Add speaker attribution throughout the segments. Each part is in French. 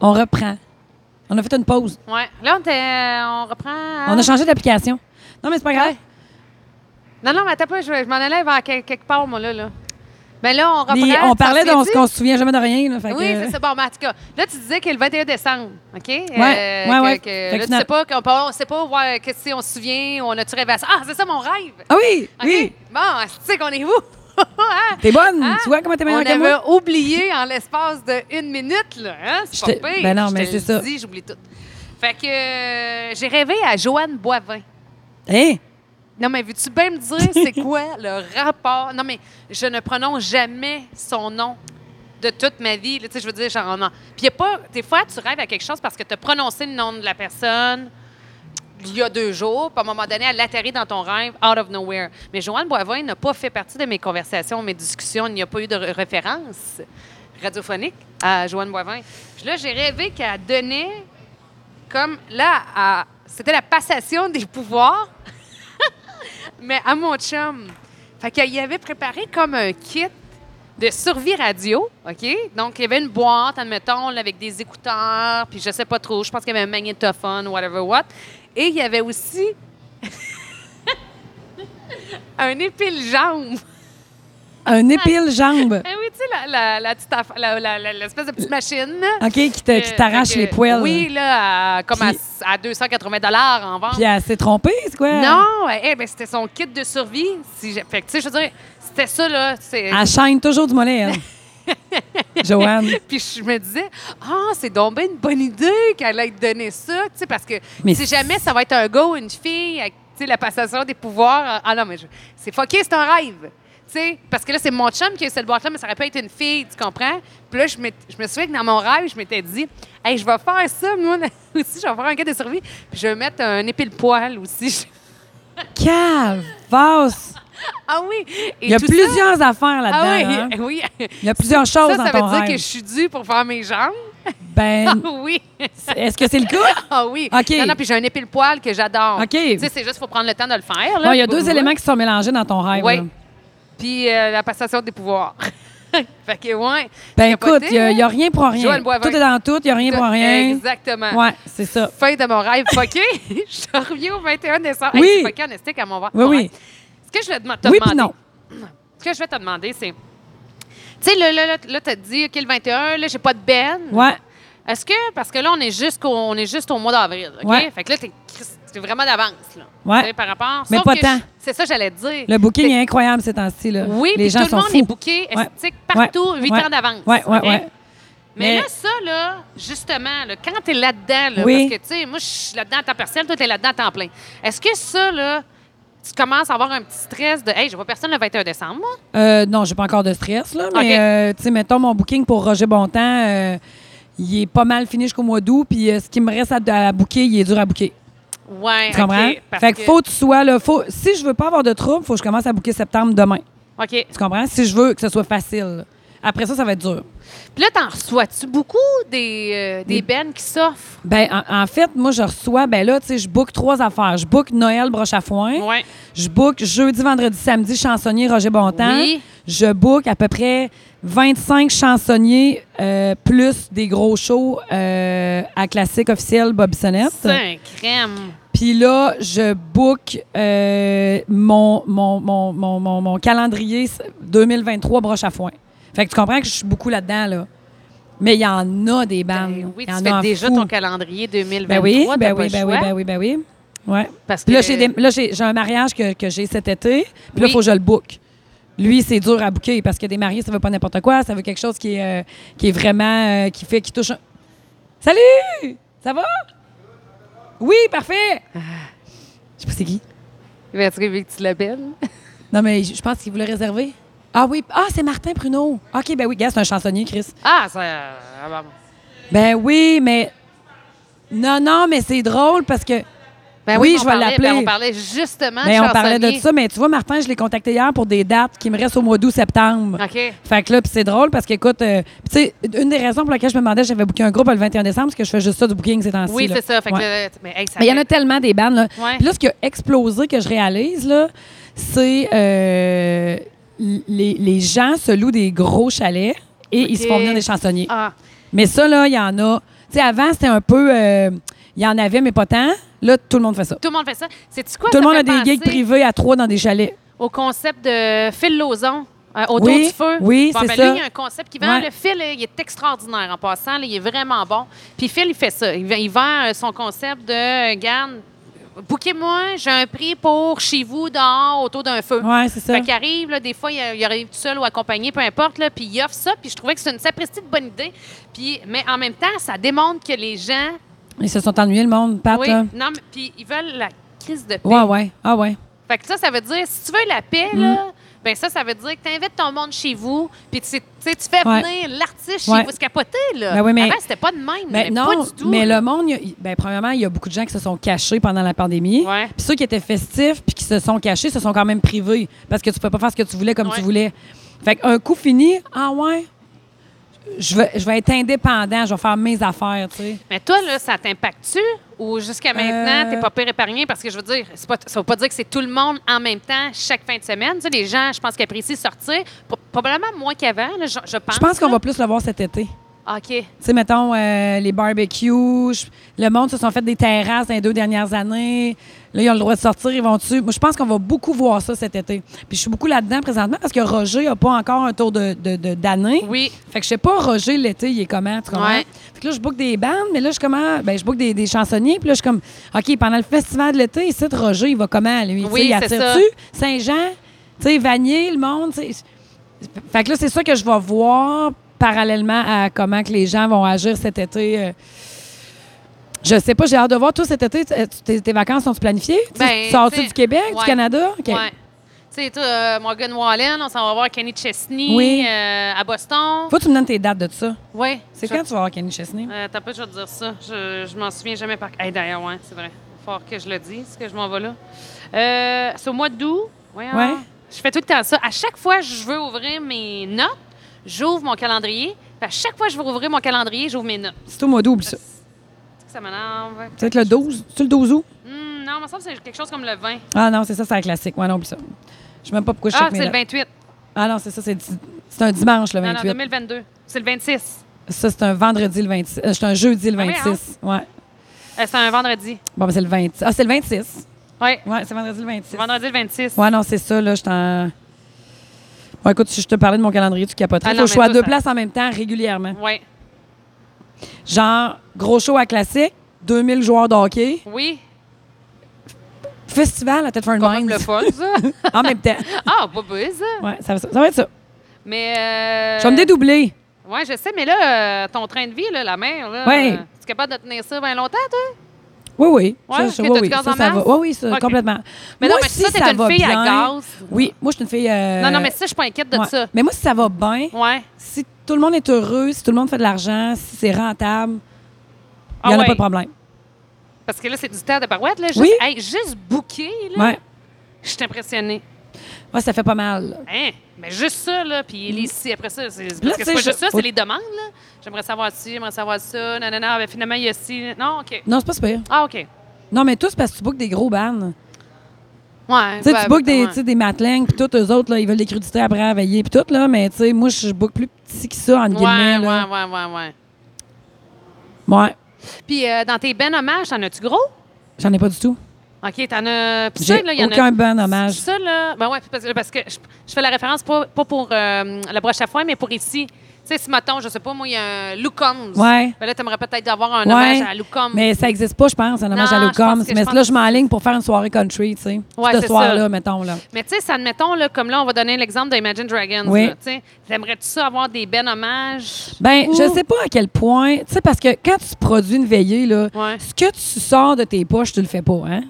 Speaker 1: On reprend. On a fait une pause.
Speaker 2: Ouais. Là, on, était- on reprend. hein? à-
Speaker 1: On a changé d'application. Non, mais c'est pas grave.
Speaker 2: Ah. Ouais. Non, non, mais attends pas, je, je m'en allais vers quel- quelque part, moi, là. là. Mais là, on reprend.
Speaker 1: Les- on
Speaker 2: tu t'en
Speaker 1: parlait d'on se
Speaker 2: souviens-tu?
Speaker 1: qu'on se souvient jamais de rien. là, fait
Speaker 2: Oui,
Speaker 1: que-
Speaker 2: c'est ça. Bon, mais en tout cas, là, tu disais que le 21 décembre, OK? Ouais,
Speaker 1: ouais, ouais.
Speaker 2: Que,
Speaker 1: Fait
Speaker 2: là,
Speaker 1: que
Speaker 2: tu sais
Speaker 1: finalement-
Speaker 2: pas, qu'on peut- on sait pas ouais, que si on se souvient, on a-tu rêvé à ça. Ah, c'est ça mon rêve!
Speaker 1: Ah oui,
Speaker 2: OK?
Speaker 1: oui.
Speaker 2: Bon, tu sais qu'on est où? Hein?
Speaker 1: T'es bonne.
Speaker 2: Hein?
Speaker 1: Tu vois comment t'es
Speaker 2: On
Speaker 1: meilleure que
Speaker 2: avait
Speaker 1: moi?
Speaker 2: oublié en l'espace de une minute, là. Hein? C'est
Speaker 1: Je
Speaker 2: pas
Speaker 1: te-
Speaker 2: pire.
Speaker 1: ben non, mais
Speaker 2: Je te
Speaker 1: c'est ça.
Speaker 2: le dis, j'oublie tout. Fait que euh, j'ai rêvé à Joanne Boivin.
Speaker 1: Hein?
Speaker 2: Non, mais veux-tu bien me dire c'est quoi le rapport? Non, mais je ne prononce jamais son nom de toute ma vie. là, Tu sais, je veux dire, genre, non. Puis il y a pas... Des fois, tu rêves à quelque chose parce que tu as prononcé le nom de la personne il y a deux jours, puis à un moment donné, elle atterrit dans ton rêve, out of nowhere. Mais Joanne Boivin n'a pas fait partie de mes conversations, mes discussions. Il n'y a pas eu de r- référence radiophonique à Joanne Boivin. Puis là, j'ai rêvé qu'elle donnait comme... Là, à- c'était la passation des pouvoirs mais à mon chum. Fait qu'il avait préparé comme un kit de survie radio, OK? Donc, il y avait une boîte, admettons, là, avec des écouteurs, puis je sais pas trop, je pense qu'il y avait un magnétophone, whatever what. Et il y avait aussi un épile-jambe.
Speaker 1: Un
Speaker 2: Ah.
Speaker 1: épile-jambe.
Speaker 2: Eh oui, tu sais, la- la- la petite affa- la- la- la- l'espèce de petite machine.
Speaker 1: OK, qui te- Ah, qui
Speaker 2: Euh,
Speaker 1: t'arrache
Speaker 2: fait que-
Speaker 1: les poils.
Speaker 2: Oui, là, à- comme
Speaker 1: Puis-
Speaker 2: à, à 280 en vente.
Speaker 1: Puis elle s'est trompée, c'est quoi?
Speaker 2: Non, eh ben, c'était son kit de survie. Si j'ai- fait que, tu sais, je veux dire, c'était ça, là. c'est-
Speaker 1: Elle chaîne toujours du mollet, elle. Joanne.
Speaker 2: Puis je me disais, ah, c'est donc ben une bonne idée qu'elle ait donné ça, tu sais, parce que
Speaker 1: Mais
Speaker 2: si
Speaker 1: c'est-
Speaker 2: jamais ça va être un gars ou une fille, avec, tu sais, la passation des pouvoirs, ah non, mais je- c'est fucké, c'est un rêve. Tu sais, parce que là, c'est mon chum qui a eu cette boîte-là, mais ça aurait pu être une fille, tu comprends? Puis là, je, m'étais- je me souviens que dans mon rêve, je m'étais dit, hey, je vais faire ça, moi là, aussi, je vais faire un cas de survie, puis je vais mettre un épile-poil aussi.
Speaker 1: Cavasse!
Speaker 2: ah oui! Et
Speaker 1: Il y a
Speaker 2: tout ça-
Speaker 1: plusieurs affaires là-dedans.
Speaker 2: Ah oui,
Speaker 1: hein.
Speaker 2: oui.
Speaker 1: Il y a plusieurs choses
Speaker 2: ça, ça
Speaker 1: dans ton
Speaker 2: veut dire
Speaker 1: rêve.
Speaker 2: que je suis due pour faire mes jambes? Ah
Speaker 1: Ben,
Speaker 2: oui.
Speaker 1: est-ce que c'est le cas?
Speaker 2: Ah oui.
Speaker 1: OK.
Speaker 2: Non, non, puis j'ai un épile poil que j'adore.
Speaker 1: OK.
Speaker 2: Tu sais, c'est juste faut prendre le temps de le faire. là.
Speaker 1: Bon, il y a deux
Speaker 2: Ouais.
Speaker 1: éléments qui sont mélangés dans ton rêve.
Speaker 2: Oui.
Speaker 1: là.
Speaker 2: Puis euh, la passation des pouvoirs. fait que, ouais.
Speaker 1: Ben
Speaker 2: c'est capoté,
Speaker 1: écoute, il n'y a,
Speaker 2: là.
Speaker 1: rien pour rien.
Speaker 2: Joanne Boivin.
Speaker 1: Tout est dans tout, il n'y a rien pour rien.
Speaker 2: Exactement.
Speaker 1: Ouais, c'est ça.
Speaker 2: Fin de mon rêve. OK. je reviens au 21 décembre.
Speaker 1: Oui.
Speaker 2: c'est fucké en estique à mon
Speaker 1: Oui,
Speaker 2: mon
Speaker 1: oui.
Speaker 2: rêve. Ce que je vais te demander.
Speaker 1: Oui, puis non.
Speaker 2: Ce que je vais te demander, c'est. Tu sais, là, là, là, là, t'as dit, OK, le 21, là, j'ai pas de benne.
Speaker 1: Ouais.
Speaker 2: Est-ce que, parce que là, on est jusqu'au, on est juste au mois d'avril, OK?
Speaker 1: Ouais.
Speaker 2: Fait que là, t'es, Christ, t'es vraiment d'avance, là.
Speaker 1: Ouais.
Speaker 2: Tu sais, Par rapport.
Speaker 1: Mais
Speaker 2: Sauf
Speaker 1: pas
Speaker 2: que
Speaker 1: tant.
Speaker 2: je- C'est ça, que j'allais te dire.
Speaker 1: Le booking
Speaker 2: C'est-
Speaker 1: est incroyable ces temps-ci. Là.
Speaker 2: Oui,
Speaker 1: les
Speaker 2: puis
Speaker 1: gens
Speaker 2: tout le
Speaker 1: sont
Speaker 2: monde
Speaker 1: fous.
Speaker 2: est booké
Speaker 1: Ouais.
Speaker 2: esthétique partout,
Speaker 1: Ouais.
Speaker 2: huit
Speaker 1: Ouais.
Speaker 2: ans d'avance.
Speaker 1: Ouais, ouais,
Speaker 2: OK?
Speaker 1: ouais.
Speaker 2: Mais,
Speaker 1: Mais-
Speaker 2: là, ça, là, justement, là, quand t'es là-dedans, là,
Speaker 1: Oui.
Speaker 2: parce que, tu sais, moi, je suis là-dedans à temps partiel, toi, t'es là-dedans à temps plein. Est-ce que ça, là, tu commences à avoir un petit stress de, hey, je vois personne le 21 décembre, moi?
Speaker 1: Euh, non, j'ai pas encore de stress, là, mais
Speaker 2: OK.
Speaker 1: euh, tu sais, mettons mon booking pour Roger Bontemps, euh, il est pas mal fini jusqu'au mois d'août, puis euh, ce qui me reste à, à booker, il est dur à booker.
Speaker 2: Ouais.
Speaker 1: Tu comprends?
Speaker 2: OK, parce
Speaker 1: fait que faut que tu sois là. Faut, si je veux pas avoir de trouble, faut que je commence à booker septembre demain.
Speaker 2: OK. Puis
Speaker 1: Tu comprends? Si je veux que ce soit facile. Après ça, ça va être dur.
Speaker 2: là, t'en reçois-tu beaucoup des, euh, des bennes qui s'offrent?
Speaker 1: Ben, en, en fait, moi, je reçois, ben là, tu sais, je book trois affaires. Je book Noël broche à foin.
Speaker 2: Ouais.
Speaker 1: Je book jeudi, vendredi, samedi, chansonnier Roger Bontemps.
Speaker 2: Oui.
Speaker 1: Je book à peu près 25 chansonniers euh, plus des gros shows euh, à classique officiel Bob Sonnette.
Speaker 2: C'est un crème.
Speaker 1: Puis là, je book euh, mon, mon, mon, mon, mon, mon calendrier 2023 broche à foin. Fait que tu comprends que je suis beaucoup là-dedans, là. Mais il y en a des bandes.
Speaker 2: Ben oui,
Speaker 1: Euh, Il y
Speaker 2: tu
Speaker 1: en a
Speaker 2: fais
Speaker 1: en
Speaker 2: déjà
Speaker 1: fou.
Speaker 2: ton calendrier 2023.
Speaker 1: Ben oui,
Speaker 2: t'as
Speaker 1: ben
Speaker 2: pas
Speaker 1: oui,
Speaker 2: le
Speaker 1: ben oui,
Speaker 2: choix.
Speaker 1: ben oui, ben oui. Ouais.
Speaker 2: Parce
Speaker 1: Puis là,
Speaker 2: que-
Speaker 1: j'ai, des- là, j'ai, j'ai un mariage que, que j'ai cet été. Puis là, il
Speaker 2: Oui.
Speaker 1: faut que je le book. Lui, c'est dur à booker parce que des mariés, ça veut pas n'importe quoi. Ça veut quelque chose qui est, euh, qui est vraiment. euh, qui fait. qui touche. un- Salut! Ça va? Oui, parfait!
Speaker 2: Ah.
Speaker 1: Je sais pas c'est qui.
Speaker 2: Ben, tu veux que tu l'appelles?
Speaker 1: Non, mais je je pense qu'il voulait réserver. Ah oui, ah, c'est Martin Pruneau. OK, ben oui, gars, c'est un chansonnier, Chris.
Speaker 2: Ah, ça. ah, bah,
Speaker 1: Ben oui, mais. Non, non, mais c'est drôle parce que.
Speaker 2: ben
Speaker 1: Oui,
Speaker 2: mais on
Speaker 1: je vais
Speaker 2: parlait-
Speaker 1: l'appeler.
Speaker 2: ben, on parlait justement
Speaker 1: Mais
Speaker 2: de
Speaker 1: on parlait de
Speaker 2: chansonnier.
Speaker 1: ça, mais tu vois, Martin, je l'ai contacté hier pour des dates qui me restent au mois d'août-septembre.
Speaker 2: OK.
Speaker 1: Fait que là, puis c'est drôle parce qu'écoute, euh, tu sais, une des raisons pour laquelle je me demandais, j'avais booké un groupe le 21 décembre, parce que je fais juste ça du booking ces temps-ci.
Speaker 2: Oui,
Speaker 1: là.
Speaker 2: c'est ça. Fait que
Speaker 1: Ouais.
Speaker 2: le- mais, hey, ça
Speaker 1: Mais il y en
Speaker 2: fait-
Speaker 1: a tellement des bandes. Là.
Speaker 2: Ouais.
Speaker 1: Puis là, ce qui a explosé que je réalise, là, c'est euh, les, les gens se louent des gros chalets et ils
Speaker 2: OK.
Speaker 1: se font venir des chansonniers.
Speaker 2: Ah,
Speaker 1: Mais ça, là, il y en a. Tu sais, avant, c'était un peu. euh, Il y en avait, mais pas tant. Là, tout le monde fait ça.
Speaker 2: tout le monde fait ça. C'est-tu quoi
Speaker 1: Tout
Speaker 2: ça
Speaker 1: le monde
Speaker 2: fait
Speaker 1: a des
Speaker 2: penser
Speaker 1: gigs privés à trois dans des chalets.
Speaker 2: Au concept de Phil Lauzon. euh, autour
Speaker 1: Oui,
Speaker 2: du feu.
Speaker 1: oui,
Speaker 2: Bon,
Speaker 1: c'est
Speaker 2: ben,
Speaker 1: ça.
Speaker 2: Lui, il y a un concept qui vend.
Speaker 1: Ouais.
Speaker 2: Le Phil, euh, il est extraordinaire en passant. là, il est vraiment bon. Puis Phil, il fait ça. Il, vend- il vend euh, son concept de, euh, garde, bouquez-moi, j'ai un prix pour chez vous, dehors, autour d'un feu.
Speaker 1: Ouais, c'est ça.
Speaker 2: Fait qu'il arrive, là, des fois, il, il arrive tout seul ou accompagné, peu importe, là, puis il offre ça, puis je trouvais que c'est une sapristi de bonne idée. Puis, mais en même temps, ça démontre que les gens.
Speaker 1: Ils se sont ennuyés, le monde, Pat.
Speaker 2: oui,
Speaker 1: là.
Speaker 2: non, mais- puis ils veulent la crise de paix.
Speaker 1: Ah, Ouais, ouais. Ah, ouais.
Speaker 2: Fait que ça, ça veut dire, si tu veux la paix, là,
Speaker 1: Mm.
Speaker 2: ben ça, ça veut dire que tu invites ton monde chez vous, puis tu, tu sais, tu fais
Speaker 1: Ouais.
Speaker 2: venir l'artiste
Speaker 1: Ouais.
Speaker 2: chez vous, se capoter, là.
Speaker 1: Ben oui, mais-
Speaker 2: Avant, c'était pas de même,
Speaker 1: Ben,
Speaker 2: mais
Speaker 1: non,
Speaker 2: pas du tout.
Speaker 1: mais le monde, il y a- il- ben, premièrement, il y a beaucoup de gens qui se sont cachés pendant la pandémie.
Speaker 2: Ouais.
Speaker 1: Puis ceux qui étaient festifs puis qui se sont cachés se sont quand même privés parce que tu peux pas faire ce que tu voulais comme
Speaker 2: Ouais.
Speaker 1: tu voulais. Fait qu'un coup fini, ah ouais, je vais, je vais être indépendant, je vais faire mes affaires, tu sais.
Speaker 2: Mais toi, là, ça t'impacte-tu? Ou jusqu'à maintenant,
Speaker 1: Euh.
Speaker 2: t'es pas pire épargné? Parce que je veux dire, c'est pas, ça veut pas dire que c'est tout le monde en même temps chaque fin de semaine. Tu sais, les gens, je pense qu'ils apprécient sortir. Pro- probablement moins qu'avant, là, je, je pense.
Speaker 1: Je pense qu'on
Speaker 2: là. Ah,
Speaker 1: va plus le voir cet été.
Speaker 2: OK.
Speaker 1: Tu sais, mettons, euh, les barbecues, je- le monde se sont fait des terrasses dans les deux dernières années. Là, ils ont le droit de sortir, ils vont dessus. Moi, je pense qu'on va beaucoup voir ça cet été. Puis je suis beaucoup là-dedans présentement parce que Roger n'a pas encore un tour de, de- de- d'année.
Speaker 2: Oui.
Speaker 1: Fait que je sais pas, Roger, l'été, il est comment, tu comprends?
Speaker 2: Ouais.
Speaker 1: Fait que là, je book des bandes, mais là, je comment? Ben, je book des, des chansonniers, puis là, je suis comme, OK, pendant le festival de l'été, ici, Roger, il va comment, lui? Tu sais,
Speaker 2: Oui,
Speaker 1: il
Speaker 2: c'est
Speaker 1: attire-tu? Saint-Jean, tu sais, Vanier, le monde, tu sais. Fait que là, c'est ça que je vais voir parallèlement à comment que les gens vont agir cet été. euh. Je sais pas, j'ai hâte de voir. Toi, cet été, tu- tu- tes, tes vacances sont-tu planifiées? Tu-
Speaker 2: Ben,
Speaker 1: tu sors-tu
Speaker 2: tu sais,
Speaker 1: du Québec, du
Speaker 2: ouais.
Speaker 1: Canada? OK.
Speaker 2: Ouais. Tu sais, toi, euh, Morgan Wallen, on s'en va voir Kenny Chesney
Speaker 1: Oui.
Speaker 2: euh, à Boston.
Speaker 1: Faut que tu me donnes tes dates de ça.
Speaker 2: Oui.
Speaker 1: C'est
Speaker 2: Je-
Speaker 1: quand tu vas voir Kenny Chesney?
Speaker 2: Euh, T'as pas, je vais te dire ça. Je, je m'en souviens jamais par. Hey, D'ailleurs, ouais, c'est vrai. Fort que je le dise, que je m'en vais là. Euh, c'est au mois d'août. Voyons.
Speaker 1: Ouais.
Speaker 2: Je fais tout le temps ça. À chaque fois que je veux ouvrir mes notes, j'ouvre mon calendrier. Puis à chaque fois que je veux ouvrir mon calendrier, j'ouvre mes notes.
Speaker 1: C'est au mois d'août, oublie ça.
Speaker 2: Est-ce que Ça m'énerve.
Speaker 1: Peut-être le 12. Tu le 12 août?
Speaker 2: Hum, non, il me semble que c'est quelque chose comme le 20.
Speaker 1: Ah non, c'est ça, c'est un classique. Moi non, plus ça. Je sais même pas pourquoi je
Speaker 2: Ah,
Speaker 1: check mes
Speaker 2: c'est le
Speaker 1: notes.
Speaker 2: 28.
Speaker 1: Ah non, c'est ça, c'est, di- c'est un dimanche le
Speaker 2: Non, non,
Speaker 1: 28.
Speaker 2: 2022. C'est le 26.
Speaker 1: Ça, c'est un vendredi le 26. Euh, c'est un jeudi le
Speaker 2: Ah oui,
Speaker 1: 26. Ouais.
Speaker 2: Euh, c'est un vendredi.
Speaker 1: Bon, ben, c'est le 26. Ah, c'est le 26.
Speaker 2: Oui,
Speaker 1: Ouais, c'est vendredi le 26.
Speaker 2: vendredi le 26.
Speaker 1: Ouais, non, c'est ça, là, je t'en. Bon, écoute, si je te parlais de mon calendrier, tu capoterais.
Speaker 2: Ah
Speaker 1: Faut
Speaker 2: non,
Speaker 1: que je
Speaker 2: mais
Speaker 1: sois à
Speaker 2: toi,
Speaker 1: deux
Speaker 2: ça-
Speaker 1: places en même temps régulièrement.
Speaker 2: Ouais.
Speaker 1: Genre, gros show à classique, 2000 joueurs de hockey,
Speaker 2: Oui.
Speaker 1: festival à tête for
Speaker 2: Comme le
Speaker 1: Minds
Speaker 2: fun, ça.
Speaker 1: en même temps.
Speaker 2: ah, pas buzz, ça.
Speaker 1: Ouais, ça, va- ça va être ça.
Speaker 2: Mais. euh,
Speaker 1: Je vais me dédoubler.
Speaker 2: Oui, je sais, mais là, euh, ton train de vie, là, la mer, là,
Speaker 1: Ouais.
Speaker 2: euh, tu es capable de tenir ça bien longtemps, toi?
Speaker 1: Oui, oui.
Speaker 2: Ouais,
Speaker 1: ça, ça,
Speaker 2: que
Speaker 1: oui,
Speaker 2: t'as
Speaker 1: oui.
Speaker 2: du gaz
Speaker 1: ça,
Speaker 2: en
Speaker 1: ça va.
Speaker 2: masse?
Speaker 1: Oui, oui, ça,
Speaker 2: OK.
Speaker 1: complètement.
Speaker 2: Mais
Speaker 1: moi,
Speaker 2: non, mais
Speaker 1: si
Speaker 2: ça, t'es
Speaker 1: ça
Speaker 2: une
Speaker 1: va
Speaker 2: fille à
Speaker 1: bien-
Speaker 2: gaz.
Speaker 1: Oui, moi, je suis une fille. euh,
Speaker 2: Non, non, mais ça, je suis pas inquiète de
Speaker 1: ouais.
Speaker 2: ça.
Speaker 1: Mais moi, si ça va bien,
Speaker 2: Ouais.
Speaker 1: si tout le monde est heureux, si tout le monde fait de l'argent, si c'est rentable, il
Speaker 2: Ah
Speaker 1: n'y en a
Speaker 2: ouais.
Speaker 1: pas de problème.
Speaker 2: Parce que là, c'est du terre de parouette, là. Juste,
Speaker 1: Oui.
Speaker 2: hey, juste bouquer, là.
Speaker 1: Ouais.
Speaker 2: Je suis impressionnée.
Speaker 1: Ouais, ça fait pas mal.
Speaker 2: Hein? Mais juste ça, là. Puis les si après ça, c'est parce
Speaker 1: Mm. Là,
Speaker 2: que
Speaker 1: tu sais,
Speaker 2: c'est pas
Speaker 1: je-
Speaker 2: juste ça,
Speaker 1: faut-
Speaker 2: c'est les demandes, là. J'aimerais savoir ci, j'aimerais savoir ça. Non, non, non. Ben, finalement, il y a ci. Non, OK.
Speaker 1: Non, c'est pas super.
Speaker 2: Ah, OK.
Speaker 1: Non, mais tous parce que tu bookes des gros bannes.
Speaker 2: Ouais.
Speaker 1: Tu sais,
Speaker 2: ben,
Speaker 1: tu bookes des,
Speaker 2: ouais.
Speaker 1: tu sais, des matelings, puis tous eux autres, là, ils veulent des crudités après à veiller, puis tout, là. Mais tu sais, moi, je book plus petit que ça, entre
Speaker 2: Ouais,
Speaker 1: guillemets.
Speaker 2: ouais,
Speaker 1: là.
Speaker 2: ouais, ouais, ouais.
Speaker 1: Ouais.
Speaker 2: Puis euh, dans tes ben hommages, t'en as-tu gros?
Speaker 1: J'en ai pas du tout.
Speaker 2: OK, t'en as. Puis ça,
Speaker 1: J'ai
Speaker 2: là, il y en a-
Speaker 1: aucun bon hommage.
Speaker 2: Ça, là, ben ouais, parce que, parce que je, je fais la référence pas, pas pour euh, la broche à foin, mais pour ici. Tu sais, si mettons, je sais pas, moi, il y a un Lou Combs.
Speaker 1: Ouais.
Speaker 2: Ben là, t'aimerais peut-être avoir un
Speaker 1: Ouais,
Speaker 2: hommage à Lou Combs.
Speaker 1: Mais ça n'existe pas, je pense, un hommage
Speaker 2: Non,
Speaker 1: à Lou
Speaker 2: je pense
Speaker 1: Combs.
Speaker 2: que-
Speaker 1: Mais
Speaker 2: je pense
Speaker 1: là,
Speaker 2: que-
Speaker 1: je m'enligne pour faire une soirée country, tu sais.
Speaker 2: Ouais,
Speaker 1: ce
Speaker 2: c'est
Speaker 1: soir-là,
Speaker 2: ça.
Speaker 1: mettons, là.
Speaker 2: Mais tu sais, ça, admettons, là, comme là, on va donner l'exemple de Imagine Dragons.
Speaker 1: Oui.
Speaker 2: là, tu sais. T'aimerais-tu ça avoir des ben hommages?
Speaker 1: Ben,
Speaker 2: Ou-
Speaker 1: je sais pas à quel point. Tu sais, parce que quand tu produis une veillée, là,
Speaker 2: Ouais.
Speaker 1: ce que tu sors de tes poches, tu le fais pas, hein?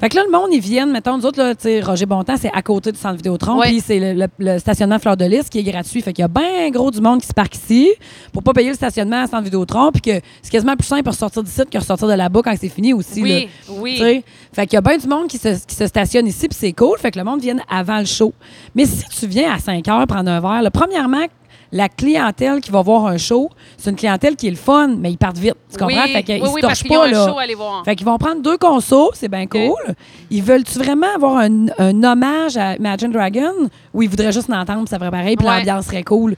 Speaker 1: Fait que là, le monde, ils viennent, mettons, nous autres, là, tu sais, Roger Bontemps, c'est à côté du centre Vidéotron,
Speaker 2: Ouais.
Speaker 1: puis c'est le, le- le stationnement Fleur de Lys qui est gratuit. Fait qu'il y a bien gros du monde qui se parque ici pour pas payer le stationnement à centre Vidéotron, puis que c'est quasiment plus simple pour sortir d'ici que ressortir de là-bas quand c'est fini aussi.
Speaker 2: Oui,
Speaker 1: là.
Speaker 2: oui.
Speaker 1: Tu sais? Fait qu'il y a bien du monde qui se, qui se stationne ici, puis c'est cool. Fait que le monde vient avant le show. Mais si tu viens à 5 heures prendre un verre, là, premièrement, la clientèle qui va voir un show, c'est une clientèle qui est le fun, mais ils partent vite. Tu comprends?
Speaker 2: Oui,
Speaker 1: fait qu'ils
Speaker 2: oui,
Speaker 1: se
Speaker 2: oui, parce
Speaker 1: torchent
Speaker 2: qu'ils ont
Speaker 1: pas,
Speaker 2: un
Speaker 1: là.
Speaker 2: show à aller voir.
Speaker 1: Fait qu'ils vont prendre deux consos, c'est bien cool. Ils veulent-tu vraiment avoir un, un hommage à Imagine Dragon ou ils voudraient juste l'entendre, ça ferait pareil, puis
Speaker 2: Ouais.
Speaker 1: l'ambiance serait cool?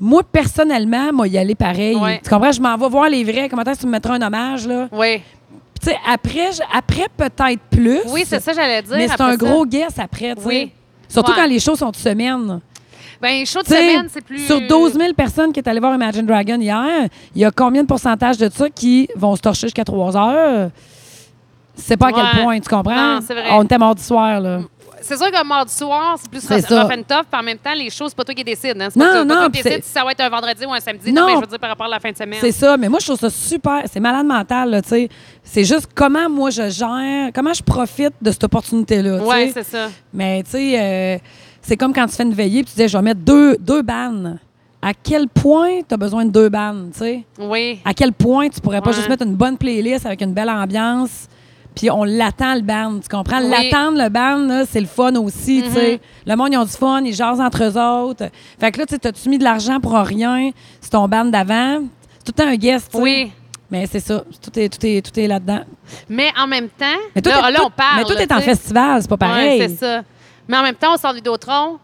Speaker 1: Moi, personnellement, moi, y aller pareil.
Speaker 2: Ouais.
Speaker 1: Tu comprends? Je m'en vais voir les vrais. Comment est-ce que tu me mettras un hommage, là?
Speaker 2: Oui.
Speaker 1: Puis, tu sais, après, je- après peut-être plus.
Speaker 2: Oui, c'est ça, j'allais dire.
Speaker 1: Mais c'est
Speaker 2: après
Speaker 1: un
Speaker 2: ça.
Speaker 1: gros guess après, tu sais.
Speaker 2: Oui.
Speaker 1: Surtout
Speaker 2: Ouais.
Speaker 1: quand les shows sont de semaine.
Speaker 2: Ben, chaud de
Speaker 1: Tu sais,
Speaker 2: semaine, c'est plus.
Speaker 1: Sur 12 000 personnes qui est allée voir Imagine Dragon hier, il y a combien de pourcentage de ça qui vont se torcher jusqu'à 3 heures? C'est pas à
Speaker 2: Ouais.
Speaker 1: quel point, tu comprends?
Speaker 2: Non, c'est vrai.
Speaker 1: On était mardi soir, là.
Speaker 2: C'est sûr que mardi soir, c'est plus
Speaker 1: C'est
Speaker 2: rough
Speaker 1: ça.
Speaker 2: rough and tough, puis en même temps, les choses, c'est pas toi qui décides. Hein? C'est pas
Speaker 1: Non,
Speaker 2: toi- pas
Speaker 1: non,
Speaker 2: toi qui
Speaker 1: puis
Speaker 2: décides
Speaker 1: c'est-
Speaker 2: si ça va être un vendredi ou un samedi. Non,
Speaker 1: Non.
Speaker 2: mais je veux dire par rapport à la fin de semaine.
Speaker 1: C'est ça, mais moi, je trouve ça super. C'est malade mental, là, tu sais. C'est juste comment moi je gère, comment je profite de cette opportunité-là. tu sais.
Speaker 2: Ouais, c'est ça.
Speaker 1: Mais tu sais, euh, c'est comme quand tu fais une veillée puis tu dis, je vais mettre deux, deux bannes. À quel point tu as besoin de deux bannes, tu sais?
Speaker 2: Oui.
Speaker 1: À quel point tu pourrais pas
Speaker 2: Ouais.
Speaker 1: juste mettre une bonne playlist avec une belle ambiance, puis on l'attend le band, tu comprends?
Speaker 2: Oui. Mm-hmm.
Speaker 1: L'attendre le band, là, c'est le fun aussi, tu sais. Le monde, ils ont du fun, ils jasent entre eux autres. Fait que là, tu sais, t'as-tu mis de l'argent pour rien? C'est ton band d'avant? C'est tout le temps un guest, tu sais.
Speaker 2: Oui.
Speaker 1: Mais c'est ça, tout est, tout est, tout est là-dedans.
Speaker 2: Mais en même temps,
Speaker 1: Mais tout,
Speaker 2: là,
Speaker 1: est,
Speaker 2: là,
Speaker 1: tout-
Speaker 2: on parle.
Speaker 1: mais tout
Speaker 2: là,
Speaker 1: est en
Speaker 2: tu sais.
Speaker 1: festival, c'est pas pareil.
Speaker 2: Ouais, c'est ça. Mais en même temps, on sort du Dotron,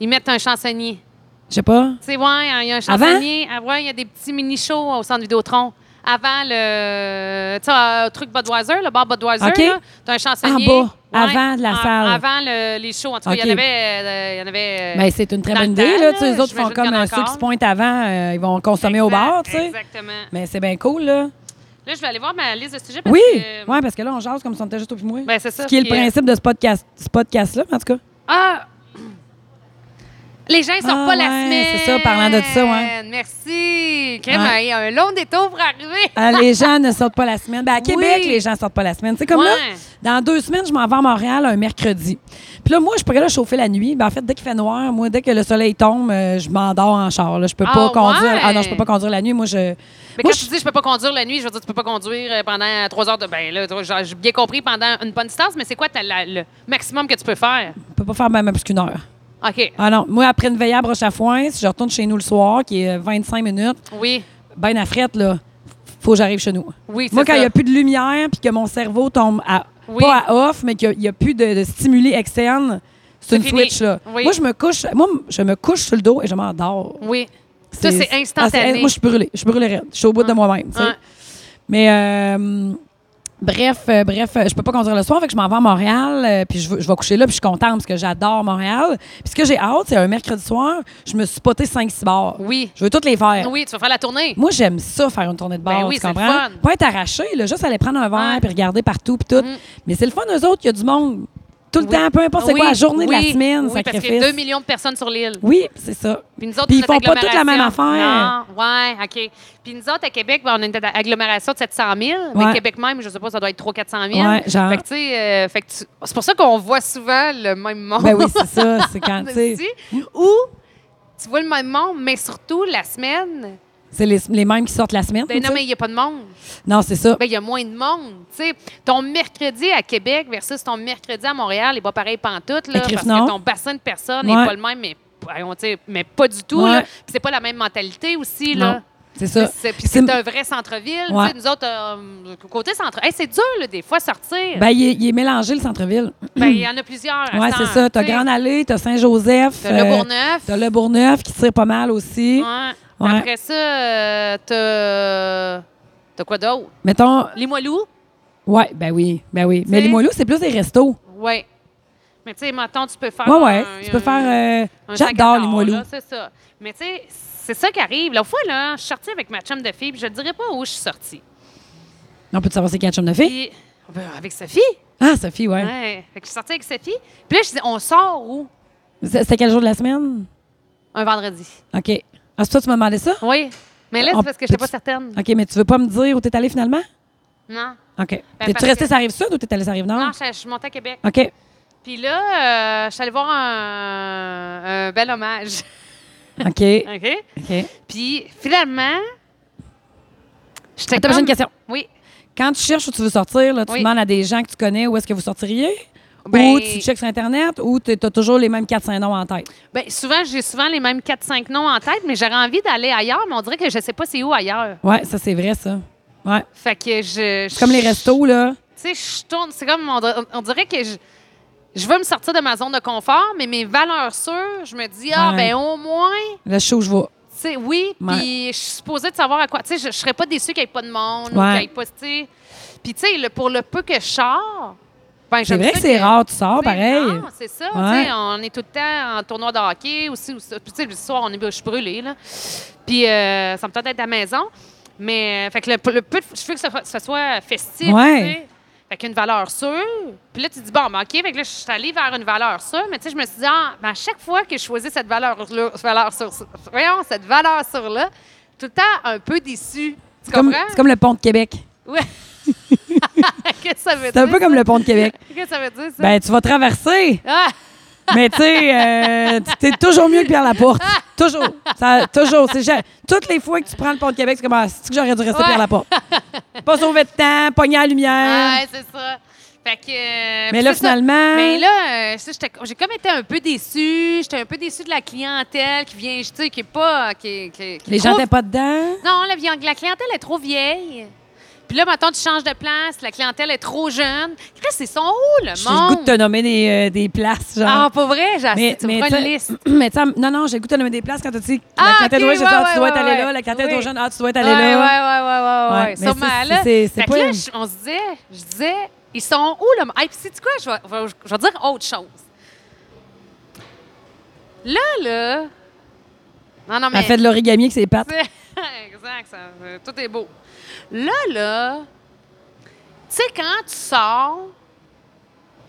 Speaker 2: ils mettent un chansonnier.
Speaker 1: Je sais pas.
Speaker 2: Tu sais, ouais, hein, il y a un chansonnier. Ah ouais, il y a des petits mini-shows au centre Vidéotron. Avant le, tu sais, euh, truc Budweiser, le bar Budweiser,
Speaker 1: OK.
Speaker 2: là, t'as un chansonnier.
Speaker 1: En bas, avant de la
Speaker 2: en-
Speaker 1: salle.
Speaker 2: Avant le- les shows. En tout cas, il y en
Speaker 1: OK.
Speaker 2: avait... euh, il y en avait euh,
Speaker 1: Ben, c'est une très
Speaker 2: dans
Speaker 1: bonne
Speaker 2: le
Speaker 1: idée.
Speaker 2: temps,
Speaker 1: Là, tu sais,
Speaker 2: là,
Speaker 1: les autres font
Speaker 2: j'imagine qu'il y
Speaker 1: comme
Speaker 2: en a
Speaker 1: euh, ceux qui
Speaker 2: encore.
Speaker 1: se pointent avant, euh, ils vont consommer au
Speaker 2: exact,
Speaker 1: bar, tu sais.
Speaker 2: Exactement.
Speaker 1: Mais c'est bien cool, là.
Speaker 2: Là, je vais aller voir ma liste de sujets. Parce
Speaker 1: Oui,
Speaker 2: que, euh,
Speaker 1: ouais, parce que là, on jase comme si on était juste au puis moi.
Speaker 2: Ben, c'est ça,
Speaker 1: Ce qui est le
Speaker 2: puis, euh,
Speaker 1: principe de ce podcast- ce podcast-là, en tout cas.
Speaker 2: Ah! Les gens, ils sortent
Speaker 1: Ah,
Speaker 2: pas la
Speaker 1: ouais,
Speaker 2: semaine.
Speaker 1: c'est ça, parlant de ça, ouais.
Speaker 2: Merci. Crème,
Speaker 1: Ouais.
Speaker 2: il y a un long détour pour arriver.
Speaker 1: Euh, les gens ne sortent pas la semaine. Ben, à Québec,
Speaker 2: Oui.
Speaker 1: les gens sortent pas la semaine. C'est comme
Speaker 2: Ouais.
Speaker 1: là, dans deux semaines, je m'en vais à Montréal un mercredi. Puis là, moi, je pourrais là chauffer la nuit. Ben, en fait, dès qu'il fait noir, moi, dès que le soleil tombe, euh, je m'endors en char. Là. Je peux
Speaker 2: Ah,
Speaker 1: pas conduire.
Speaker 2: ouais.
Speaker 1: Ah non, je peux pas conduire la nuit. Moi, je.
Speaker 2: Mais
Speaker 1: moi,
Speaker 2: quand
Speaker 1: je-
Speaker 2: tu dis je peux pas conduire la nuit, je veux dire tu peux pas conduire euh, pendant trois heures de ben là toi, genre, j'ai bien compris pendant une bonne distance, mais c'est quoi ta- la- le maximum que tu peux faire
Speaker 1: je peux pas faire même plus qu'une heure.
Speaker 2: Ok,
Speaker 1: Ah non, moi, après une veillée à broche à foin, si je retourne chez nous le soir, qui est euh, 25 minutes,
Speaker 2: oui,
Speaker 1: ben à frette, là, faut que j'arrive chez nous.
Speaker 2: Oui, c'est
Speaker 1: Moi, quand
Speaker 2: ça.
Speaker 1: il n'y a plus de lumière puis que mon cerveau tombe à,
Speaker 2: Oui.
Speaker 1: pas à off, mais qu'il n'y a, plus de, de stimuli externe, c'est une
Speaker 2: fini.
Speaker 1: switch, là.
Speaker 2: Oui.
Speaker 1: Moi, je me couche, moi, je me couche sur le dos et je m'endors.
Speaker 2: oui. Ça c'est
Speaker 1: Ah, c'est-
Speaker 2: instantané.
Speaker 1: moi, je suis brûlée. Je suis brûlée raide. Je suis au bout de moi-même. tu sais.
Speaker 2: Hein.
Speaker 1: Mais euh, bref, euh, bref, euh, je peux pas conduire le soir, fait que je m'en vais à Montréal, euh, puis je, vais- je vais coucher là, puis je suis contente parce que j'adore Montréal. Puis ce que j'ai hâte, c'est un mercredi soir, je me suis spoté 5-6 bars.
Speaker 2: Oui.
Speaker 1: Je veux toutes les faire.
Speaker 2: Oui, tu vas faire la tournée.
Speaker 1: Moi, j'aime ça, faire une tournée de bar,
Speaker 2: Ben oui,
Speaker 1: tu
Speaker 2: c'est le
Speaker 1: comprends?
Speaker 2: fun.
Speaker 1: Pas être arraché, là, juste aller prendre un verre,
Speaker 2: Ouais. Mm.
Speaker 1: puis regarder partout, puis tout. Mais c'est le fun, eux autres, il y a du monde. Tout le temps, peu importe c'est quoi, la journée de la
Speaker 2: oui,
Speaker 1: semaine,
Speaker 2: Oui, parce qu'il y
Speaker 1: sacrifice.
Speaker 2: a 2 millions de personnes sur l'île.
Speaker 1: Oui, c'est ça.
Speaker 2: Puis nous autres,
Speaker 1: ils
Speaker 2: notre
Speaker 1: font pas toutes la même
Speaker 2: agglomération-
Speaker 1: affaire.
Speaker 2: Non, ouais, OK. Puis nous autres, à Québec, ben, on a une agglomération de 700 000.
Speaker 1: Ouais.
Speaker 2: Mais Québec même, je sais pas, ça doit être 300-400 000.
Speaker 1: Ouais, genre.
Speaker 2: Fait que, tu sais, euh, fait que tu- c'est pour ça qu'on voit souvent le même monde.
Speaker 1: Ben oui, c'est ça, c'est quand, tu sais,
Speaker 2: aussi. Ou tu vois le même monde, mais surtout la semaine,
Speaker 1: c'est les, les mêmes qui sortent la semaine.
Speaker 2: ben
Speaker 1: tu
Speaker 2: non,
Speaker 1: sais.
Speaker 2: mais il n'y a pas de monde.
Speaker 1: Non, c'est ça.
Speaker 2: Ben, il y a moins de monde. tu sais. Ton mercredi à Québec versus ton mercredi à Montréal n'est pas pareil pantoute. Là,
Speaker 1: Écrive
Speaker 2: parce
Speaker 1: non.
Speaker 2: que ton bassin de personnes n'est
Speaker 1: Ouais.
Speaker 2: pas le même, mais, voyons, tu sais, mais pas du tout.
Speaker 1: Ouais.
Speaker 2: là. Puis c'est pas la même mentalité aussi.
Speaker 1: Non,
Speaker 2: Là.
Speaker 1: c'est ça.
Speaker 2: C'est- Puis
Speaker 1: C'est-
Speaker 2: c'est un vrai centre-ville. tu sais.
Speaker 1: Ouais.
Speaker 2: Nous autres, euh, côté centre. Hey, c'est dur, là, des fois, sortir.
Speaker 1: Ben, il est, il est mélangé, le centre-ville.
Speaker 2: Ben, il y en a plusieurs. à
Speaker 1: Ouais,
Speaker 2: cette
Speaker 1: c'est
Speaker 2: heure,
Speaker 1: ça. T'as
Speaker 2: tu sais.
Speaker 1: Grande Allée, t'as Saint-Joseph.
Speaker 2: T'as Le
Speaker 1: euh,
Speaker 2: Bourgneuf.
Speaker 1: T'as Le Bourgneuf qui tire pas mal aussi.
Speaker 2: Ouais.
Speaker 1: Ouais.
Speaker 2: Après ça, euh, t'as. T'as quoi d'autre?
Speaker 1: Mettons,
Speaker 2: Les Moilous?
Speaker 1: ouais, ben oui, ben oui. Mais
Speaker 2: sais-
Speaker 1: les Moilous, c'est plus des restos.
Speaker 2: Oui. Mais tu sais, maintenant, tu peux faire.
Speaker 1: Ouais, ouais.
Speaker 2: un-
Speaker 1: Tu peux
Speaker 2: un-
Speaker 1: faire. euh,
Speaker 2: Ah, un sac à
Speaker 1: J'adore les
Speaker 2: part,
Speaker 1: Moilous.
Speaker 2: là, C'est ça. Mais tu sais, c'est ça qui arrive. La fois, là, je suis sortie avec ma chum de fille, puis je ne dirais pas où je suis sortie.
Speaker 1: On peut savoir c'est quel chum de fille?
Speaker 2: Puis, ben, avec Sophie.
Speaker 1: Ah, Sophie, ouais.
Speaker 2: Ouais. Fait que je suis sortie avec Sophie. Puis là, je dis, on sort où?
Speaker 1: C'est- C'était quel jour de la semaine?
Speaker 2: Un vendredi.
Speaker 1: OK. Ah, c'est toi, tu m'as demandé ça?
Speaker 2: Oui. Mais là,
Speaker 1: On
Speaker 2: c'est parce que je n'étais
Speaker 1: peut-
Speaker 2: pas certaine.
Speaker 1: OK, mais tu veux pas me dire où t'es allé finalement?
Speaker 2: Non.
Speaker 1: OK.
Speaker 2: Ben,
Speaker 1: T'es-tu
Speaker 2: parce
Speaker 1: resté
Speaker 2: que-
Speaker 1: sur la rive sud ou t'es allé sur la rive nord?
Speaker 2: Non, je, je suis montée à Québec.
Speaker 1: OK.
Speaker 2: Puis là, euh, je suis allée voir un, un bel hommage.
Speaker 1: OK.
Speaker 2: OK?
Speaker 1: OK.
Speaker 2: Puis finalement, j'étais
Speaker 1: Attends, j'ai une question.
Speaker 2: Oui.
Speaker 1: Quand tu cherches où tu veux sortir, là, tu
Speaker 2: Oui.
Speaker 1: demandes à des gens que tu connais où est-ce que vous sortiriez?
Speaker 2: Ben-
Speaker 1: Ou tu checkes sur Internet ou tu as toujours les mêmes 4-5 noms en tête?
Speaker 2: Ben, souvent, j'ai souvent les mêmes 4-5 noms en tête, mais j'aurais envie d'aller ailleurs, mais on dirait que je sais pas c'est où ailleurs.
Speaker 1: Ouais, ça, c'est vrai, ça. Ouais.
Speaker 2: Fait que je... je-
Speaker 1: C'est comme les restos, là.
Speaker 2: Tu sais, je tourne, c'est comme... On, dir- on dirait que je... Je veux me sortir de ma zone de confort, mais mes valeurs sûres, je me dis, ah,
Speaker 1: Ouais.
Speaker 2: ben au moins,
Speaker 1: Le show, je vais.
Speaker 2: tu sais, oui,
Speaker 1: Ouais.
Speaker 2: puis je suis supposée de savoir à quoi. Tu sais, je, je serais pas déçue qu'il n'y ait pas de monde ou
Speaker 1: Ouais.
Speaker 2: qu'il n'y ait pas, tu sais. Puis, tu sais, le- pour le peu que je sors, ben,
Speaker 1: C'est
Speaker 2: j'aime
Speaker 1: vrai
Speaker 2: ça
Speaker 1: que c'est rare, tu sors
Speaker 2: tu sais,
Speaker 1: pareil.
Speaker 2: Non, c'est ça. tu
Speaker 1: Ouais.
Speaker 2: sais, On est tout le temps en tournoi de hockey aussi. ou ça. Puis, tu sais, le soir, on est, je suis brûlée. Là. Puis euh, ça me tente d'être à la maison. Mais euh, fait que le, le peu de- je veux que ça, fa- ça soit festif.
Speaker 1: Ouais.
Speaker 2: tu sais. Fait qu'une valeur sûre. Puis là, tu dis, bon, ben, OK, fait que là, je suis allée vers une valeur sûre. Mais tu sais, je me suis dit, ah, ben, à chaque fois que je choisis cette valeur, valeur sûre, voyons, cette valeur sûre-là, tout le temps un peu déçue. Tu
Speaker 1: C'est comme,
Speaker 2: comprends?
Speaker 1: c'est comme le pont de Québec.
Speaker 2: Ouais. Qu'est-ce que ça veut
Speaker 1: C'est un
Speaker 2: dire,
Speaker 1: peu comme
Speaker 2: ça?
Speaker 1: le pont de Québec.
Speaker 2: Qu'est-ce que ça veut dire, ça?
Speaker 1: Ben, tu vas traverser,
Speaker 2: Ah!
Speaker 1: mais tu sais, euh, t'es toujours mieux que Pierre Laporte. Toujours. Ça, toujours. C'est ja- Toutes les fois que tu prends le pont de Québec, c'est comme, ah, c'est que j'aurais dû rester
Speaker 2: Ouais.
Speaker 1: Pierre Laporte. Pas sauvé de temps, pogné à la lumière.
Speaker 2: Ouais, c'est ça. Fait que, euh,
Speaker 1: hein. Mais
Speaker 2: puis
Speaker 1: là,
Speaker 2: c'est ça.
Speaker 1: finalement-
Speaker 2: Mais là, euh, ça, j'étais- j'ai comme été un peu déçue. J'étais un peu déçue de la clientèle qui vient, tu sais, qui est pas. Qui, qui- qui
Speaker 1: les gens
Speaker 2: trouve-
Speaker 1: t'es pas dedans.
Speaker 2: Non, la, vi- la clientèle est trop vieille. Puis là, maintenant, tu changes de place, la clientèle est trop jeune. Chris, ils sont où, le
Speaker 1: J'ai le goût de
Speaker 2: monde?
Speaker 1: te nommer des, euh, des places, genre.
Speaker 2: Ah, pas vrai, j'ai assez.
Speaker 1: mais,
Speaker 2: Tu me
Speaker 1: mais
Speaker 2: feras une
Speaker 1: t'sais-
Speaker 2: liste.
Speaker 1: mais t'sais, non, non, j'ai le goût de te nommer des places quand tu dis la
Speaker 2: Ah,
Speaker 1: clientèle
Speaker 2: ok,
Speaker 1: est jeune,
Speaker 2: ouais,
Speaker 1: ah, tu dois
Speaker 2: ouais,
Speaker 1: être allé
Speaker 2: ouais,
Speaker 1: là,
Speaker 2: ouais.
Speaker 1: la clientèle est trop
Speaker 2: Oui.
Speaker 1: jeune, ah, tu dois être
Speaker 2: Ouais,
Speaker 1: allé
Speaker 2: ouais, ouais,
Speaker 1: là.
Speaker 2: ouais, ouais,
Speaker 1: Ouais,
Speaker 2: ouais.
Speaker 1: mais
Speaker 2: Sûrement,
Speaker 1: c'est-
Speaker 2: là.
Speaker 1: c'est- c'est
Speaker 2: Fait que
Speaker 1: pas
Speaker 2: là,
Speaker 1: une-
Speaker 2: je- on se disait, je disais, ils sont où, le. Hey, puis, sais-tu quoi? Je vais, je vais- je vais dire autre chose. Là, là. Non, non, mais.
Speaker 1: Elle fait de l'origami avec ses pattes.
Speaker 2: exact, ça, euh, tout est beau. Là, là. Tu sais, quand tu sors,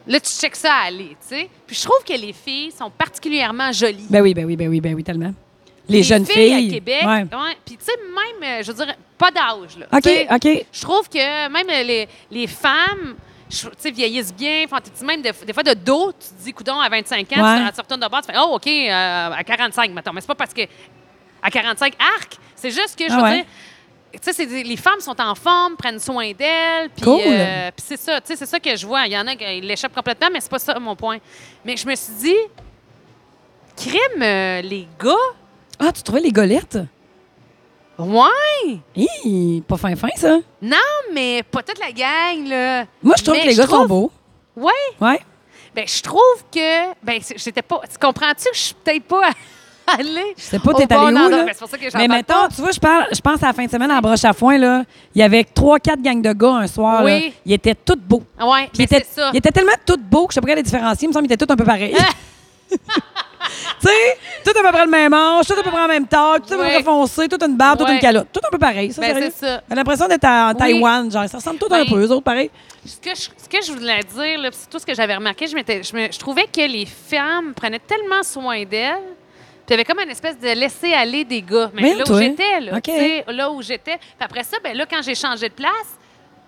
Speaker 2: là, tu checkes ça aller, tu sais. Puis, je trouve que les filles sont particulièrement jolies
Speaker 1: Ben oui, ben oui, ben oui, ben oui, tellement. Les,
Speaker 2: les
Speaker 1: jeunes filles.
Speaker 2: filles, à Québec.
Speaker 1: Ouais.
Speaker 2: ouais. Puis tu sais, même, euh, je veux dire, pas d'âge. là.
Speaker 1: OK,
Speaker 2: Tu sais,
Speaker 1: OK.
Speaker 2: Je trouve que même euh, les, les femmes, je- tu sais, vieillissent bien. Enfin, tu dis même des, des fois de dos, tu te dis, coudon, à 25 ans,
Speaker 1: Ouais.
Speaker 2: tu, te- tu retournes de bord, tu fais, oh, OK, euh, à 45, mettons. Mais c'est pas parce que à 45, arc, c'est juste que, je
Speaker 1: Ah
Speaker 2: veux
Speaker 1: ouais.
Speaker 2: dire, tu sais, c'est des- les femmes sont en forme, prennent soin d'elles. Puis
Speaker 1: Cool.
Speaker 2: euh, puis c'est ça, tu sais, c'est ça que je vois. Il y en a qui l'échappent complètement, mais c'est pas ça mon point. Mais je me suis dit, crime, euh, les gars,
Speaker 1: Ah, tu trouvais les golettes?
Speaker 2: ouais!
Speaker 1: Hi, pas fin fin, ça.
Speaker 2: Non, mais pas toute la gang, là.
Speaker 1: Moi, je trouve
Speaker 2: Mais
Speaker 1: que les gars sont
Speaker 2: trouve-
Speaker 1: beaux.
Speaker 2: Ouais.
Speaker 1: Ouais.
Speaker 2: Ben, je trouve que. Ben, c'est- j'étais pas. Tu comprends-tu que je suis peut-être pas allée. Je
Speaker 1: sais pas, t'es allée où, là?
Speaker 2: Ben, c'est pour ça que j'en
Speaker 1: Mais
Speaker 2: parle
Speaker 1: mettons, tu vois, je, parle, je pense à la fin de semaine à broche à foin, là. Il y avait trois, quatre gangs de gars un soir.
Speaker 2: Oui. Ah,
Speaker 1: là. Ils étaient tous beaux.
Speaker 2: pas. Ouais,
Speaker 1: Puis ils,
Speaker 2: mais
Speaker 1: étaient,
Speaker 2: c'est ça. Ah!
Speaker 1: ils étaient tellement tous beaux que je sais pas comment les différencier. Il me semble qu'ils étaient tous un peu pareils. tu sais, tous à peu près le même âge, tous à peu près en même taille, tous à peu
Speaker 2: Oui.
Speaker 1: près foncés, tous une barbe, tous
Speaker 2: Ouais.
Speaker 1: une calotte. Tous un peu pareils. Ça,
Speaker 2: Ben,
Speaker 1: sérieux.
Speaker 2: c'est ça.
Speaker 1: J'ai l'impression d'être en Taïwan. Genre, ça ressemble tous un
Speaker 2: Ben,
Speaker 1: peu, eux autres, pareil.
Speaker 2: Ce que, je, ce que je voulais dire, là, puis c'est tout ce que j'avais remarqué. Je, m'étais- je, me- je trouvais que les femmes prenaient tellement soin d'elles. Puis il y avait comme une espèce de laisser aller des gars. Mais
Speaker 1: Mais
Speaker 2: là où
Speaker 1: toi.
Speaker 2: j'étais, là.
Speaker 1: OK.
Speaker 2: tu sais, Là où j'étais. Puis après ça, ben là, quand j'ai changé de place,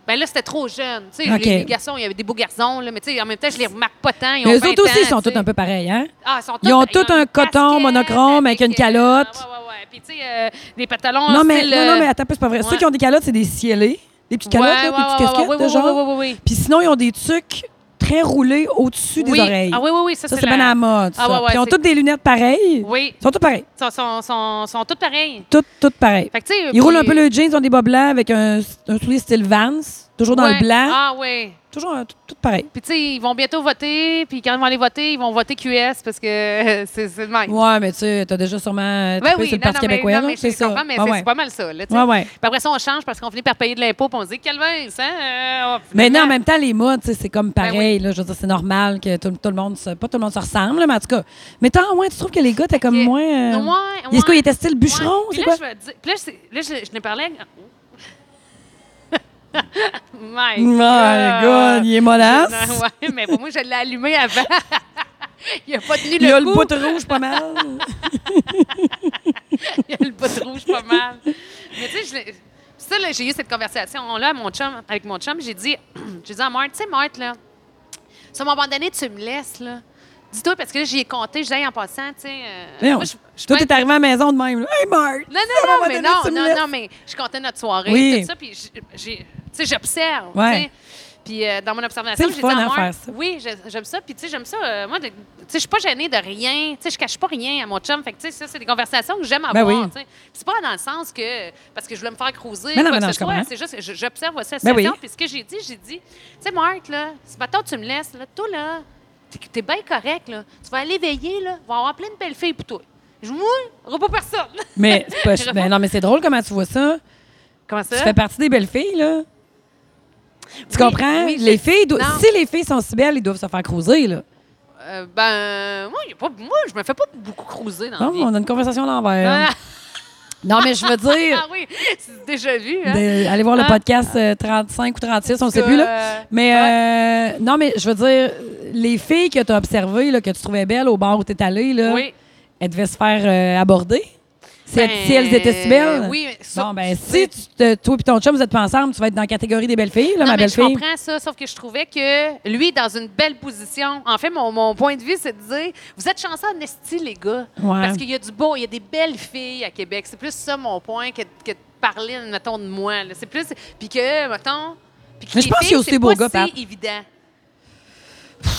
Speaker 2: ben là, c'était trop jeune. Tu sais,
Speaker 1: OK.
Speaker 2: les, les garçons, il y avait des beaux garçons, là, mais tu sais, en même temps, je les remarque pas tant. Ils
Speaker 1: Mais
Speaker 2: ont
Speaker 1: eux
Speaker 2: 20
Speaker 1: autres aussi, ils
Speaker 2: ans,
Speaker 1: sont
Speaker 2: tu
Speaker 1: tous
Speaker 2: sais.
Speaker 1: un peu pareils, hein?
Speaker 2: Ah, sont
Speaker 1: Ils ont
Speaker 2: tous
Speaker 1: tous un coton
Speaker 2: casquette,
Speaker 1: monochrome avec une calotte.
Speaker 2: euh, ouais, ouais, ouais. Puis tu sais, euh, des pantalons
Speaker 1: Non,
Speaker 2: en
Speaker 1: mais,
Speaker 2: style,
Speaker 1: non, non,
Speaker 2: euh,
Speaker 1: mais attends, c'est pas vrai. Ceux
Speaker 2: ouais.
Speaker 1: qui ont des calottes, c'est des cielés. Des petites
Speaker 2: ouais,
Speaker 1: calottes, là,
Speaker 2: ouais,
Speaker 1: des petites
Speaker 2: ouais, ouais,
Speaker 1: casquettes,
Speaker 2: ouais,
Speaker 1: de
Speaker 2: ouais,
Speaker 1: genre.
Speaker 2: ouais, ouais, ouais, ouais.
Speaker 1: Puis sinon, ils ont des tucs très roulés au-dessus des
Speaker 2: Oui.
Speaker 1: oreilles.
Speaker 2: Ah oui, oui, oui, ça,
Speaker 1: Ça,
Speaker 2: c'est
Speaker 1: c'est bien
Speaker 2: la-
Speaker 1: à la mode.
Speaker 2: Ah
Speaker 1: ça.
Speaker 2: ouais, ouais,
Speaker 1: Puis ils ont
Speaker 2: c'est-
Speaker 1: toutes des lunettes pareilles.
Speaker 2: Oui,
Speaker 1: Ils sont tous pareils.
Speaker 2: sont, sont, sont, sont toutes pareilles.
Speaker 1: Toutes, toutes pareilles.
Speaker 2: Fait que, tu sais,
Speaker 1: Ils roulent un
Speaker 2: puis-
Speaker 1: peu le jeans, ils ont des bas blancs avec un, un soulier style Vans, toujours dans
Speaker 2: Ouais.
Speaker 1: le blanc.
Speaker 2: Ah oui.
Speaker 1: Toujours un- tout, tout pareil.
Speaker 2: Puis tu sais, ils vont bientôt voter, puis quand ils vont aller voter, ils vont voter QS parce que euh, c'est c'est le même.
Speaker 1: Ouais, mais tu sais, t'as déjà sûrement.
Speaker 2: Ben
Speaker 1: trippé sur le Parti
Speaker 2: mais-
Speaker 1: québécois,
Speaker 2: non,
Speaker 1: là,
Speaker 2: mais
Speaker 1: c'est
Speaker 2: je
Speaker 1: ça.
Speaker 2: comprends, mais
Speaker 1: Ouais,
Speaker 2: c'est
Speaker 1: ouais.
Speaker 2: c'est pas mal ça. Là, tu sais.
Speaker 1: Ouais, ouais.
Speaker 2: Puis après ça, on change parce qu'on finit par payer de l'impôt, puis on se dit, Calvin, ça. euh, oh,
Speaker 1: Mais non, en
Speaker 2: finalement.
Speaker 1: même temps, les modes, tu sais, c'est comme
Speaker 2: Ben
Speaker 1: pareil. là, je veux dire, c'est normal que tout, tout le monde se. Pas tout le monde se ressemble, là, mais en tout cas. Mais tant moins, tu trouves que les gars, t'es comme
Speaker 2: Ok.
Speaker 1: moins. euh,
Speaker 2: Ouais,
Speaker 1: Est-ce quoi,
Speaker 2: ouais.
Speaker 1: il était style bûcheron?
Speaker 2: Ouais. Puis
Speaker 1: C'est quoi?
Speaker 2: là, je vais dire- puis là, c'est- là, je, je n'ai parlé. Oh My
Speaker 1: Oh My God, il est mollasse.
Speaker 2: Ah. Ouais, mais pour moi, je l'ai allumé avant. il a pas tenu
Speaker 1: Il a
Speaker 2: le
Speaker 1: le
Speaker 2: coup.
Speaker 1: bout de rouge pas mal.
Speaker 2: il a le bout de rouge pas mal. Mais tu sais, je l'ai- ça, là, j'ai eu cette conversation-là à mon chum, avec mon chum. J'ai dit, j'ai dit à Marthe, tu sais, Marthe, là, si à un moment donné, tu me laisses, là, dis-toi, parce que là, j'y ai compté, j'aille en passant, tu sais. euh,
Speaker 1: Voyons,
Speaker 2: moi, je- je
Speaker 1: Toi,
Speaker 2: peins-
Speaker 1: t'es arrivé à la maison de même. là. Hey, Mark! à
Speaker 2: Non,
Speaker 1: un
Speaker 2: non,
Speaker 1: moment
Speaker 2: non, mais
Speaker 1: donné,
Speaker 2: non,
Speaker 1: tu me
Speaker 2: non,
Speaker 1: laisses.
Speaker 2: non, mais je comptais notre soirée,
Speaker 1: Oui.
Speaker 2: tout ça, puis j'ai- j'ai- tu sais, j'observe,
Speaker 1: Ouais.
Speaker 2: tu sais. Puis euh, dans mon
Speaker 1: C'est
Speaker 2: observation,
Speaker 1: le
Speaker 2: j'ai dit
Speaker 1: fun
Speaker 2: à
Speaker 1: à
Speaker 2: Marc,
Speaker 1: faire ça.
Speaker 2: oui, j'ai- j'aime ça, puis tu sais, j'aime ça, euh, moi, de- tu sais, je suis pas gênée de rien, tu sais, je cache pas rien à mon chum, fait que tu sais, ça, c'est des conversations que j'aime avoir,
Speaker 1: Ben oui.
Speaker 2: tu sais. Puis c'est pas dans le sens que, parce que je voulais me faire cruiser,
Speaker 1: Mais non,
Speaker 2: quoi
Speaker 1: mais
Speaker 2: que
Speaker 1: non,
Speaker 2: ce
Speaker 1: je
Speaker 2: soit,
Speaker 1: comprends.
Speaker 2: c'est juste, je- j'observe aussi la
Speaker 1: Ben
Speaker 2: situation,
Speaker 1: oui.
Speaker 2: puis ce que j'ai dit, j'ai dit, tu sais, Marc, là, ce matin, tu me laisses, là, toi, là, t'es- t'es bien correct, là, tu vas aller veiller, là, il va y avoir plein de belles filles pour toi. Je ne pas personne.
Speaker 1: Mais c'est pas- ben non, mais c'est drôle comment tu vois ça.
Speaker 2: Comment ça?
Speaker 1: Tu fais partie des belles filles, là. Tu
Speaker 2: Oui,
Speaker 1: comprends?
Speaker 2: oui,
Speaker 1: les
Speaker 2: j'ai-
Speaker 1: filles do-
Speaker 2: Non.
Speaker 1: si les filles sont si belles, ils doivent se faire croiser, là.
Speaker 2: Euh, ben, moi, y a pas, moi, je me fais pas beaucoup cruiser dans
Speaker 1: Non,
Speaker 2: la vie.
Speaker 1: on a une conversation à l'envers.
Speaker 2: Ah,
Speaker 1: Non, mais je veux dire,
Speaker 2: ah oui, c'est déjà vu. Hein?
Speaker 1: de- allez voir le
Speaker 2: Ah.
Speaker 1: podcast euh, 35 ou 36, on ne sait
Speaker 2: Que,
Speaker 1: plus, là.
Speaker 2: euh,
Speaker 1: Mais euh, non, mais je veux dire, les filles que tu as observées, là, que tu trouvais belles au bar où tu es allée, là,
Speaker 2: Oui.
Speaker 1: elles devaient se faire euh, aborder. Si, elles-
Speaker 2: Ben,
Speaker 1: si elles étaient si belles.
Speaker 2: oui, mais ça-
Speaker 1: Bon, ben, si tu te- toi et ton chum, vous êtes pas ensemble, tu vas être dans la catégorie des belles filles, là,
Speaker 2: Non,
Speaker 1: ma
Speaker 2: mais
Speaker 1: belle
Speaker 2: je
Speaker 1: fille.
Speaker 2: comprends ça, sauf que je trouvais que lui, dans une belle position, en fait, mon, mon point de vue, c'est de dire vous êtes chanceux en esti, les gars.
Speaker 1: Ouais.
Speaker 2: Parce qu'il y a du beau, il y a des belles filles à Québec. C'est plus ça mon point que, que de parler, mettons, de moi. là. C'est plus. Puis que, mettons. Puis que
Speaker 1: Mais je pense qu'il
Speaker 2: les
Speaker 1: y a
Speaker 2: filles,
Speaker 1: aussi
Speaker 2: c'est
Speaker 1: des beaux
Speaker 2: pas
Speaker 1: gars, Pat.
Speaker 2: si évident. Tu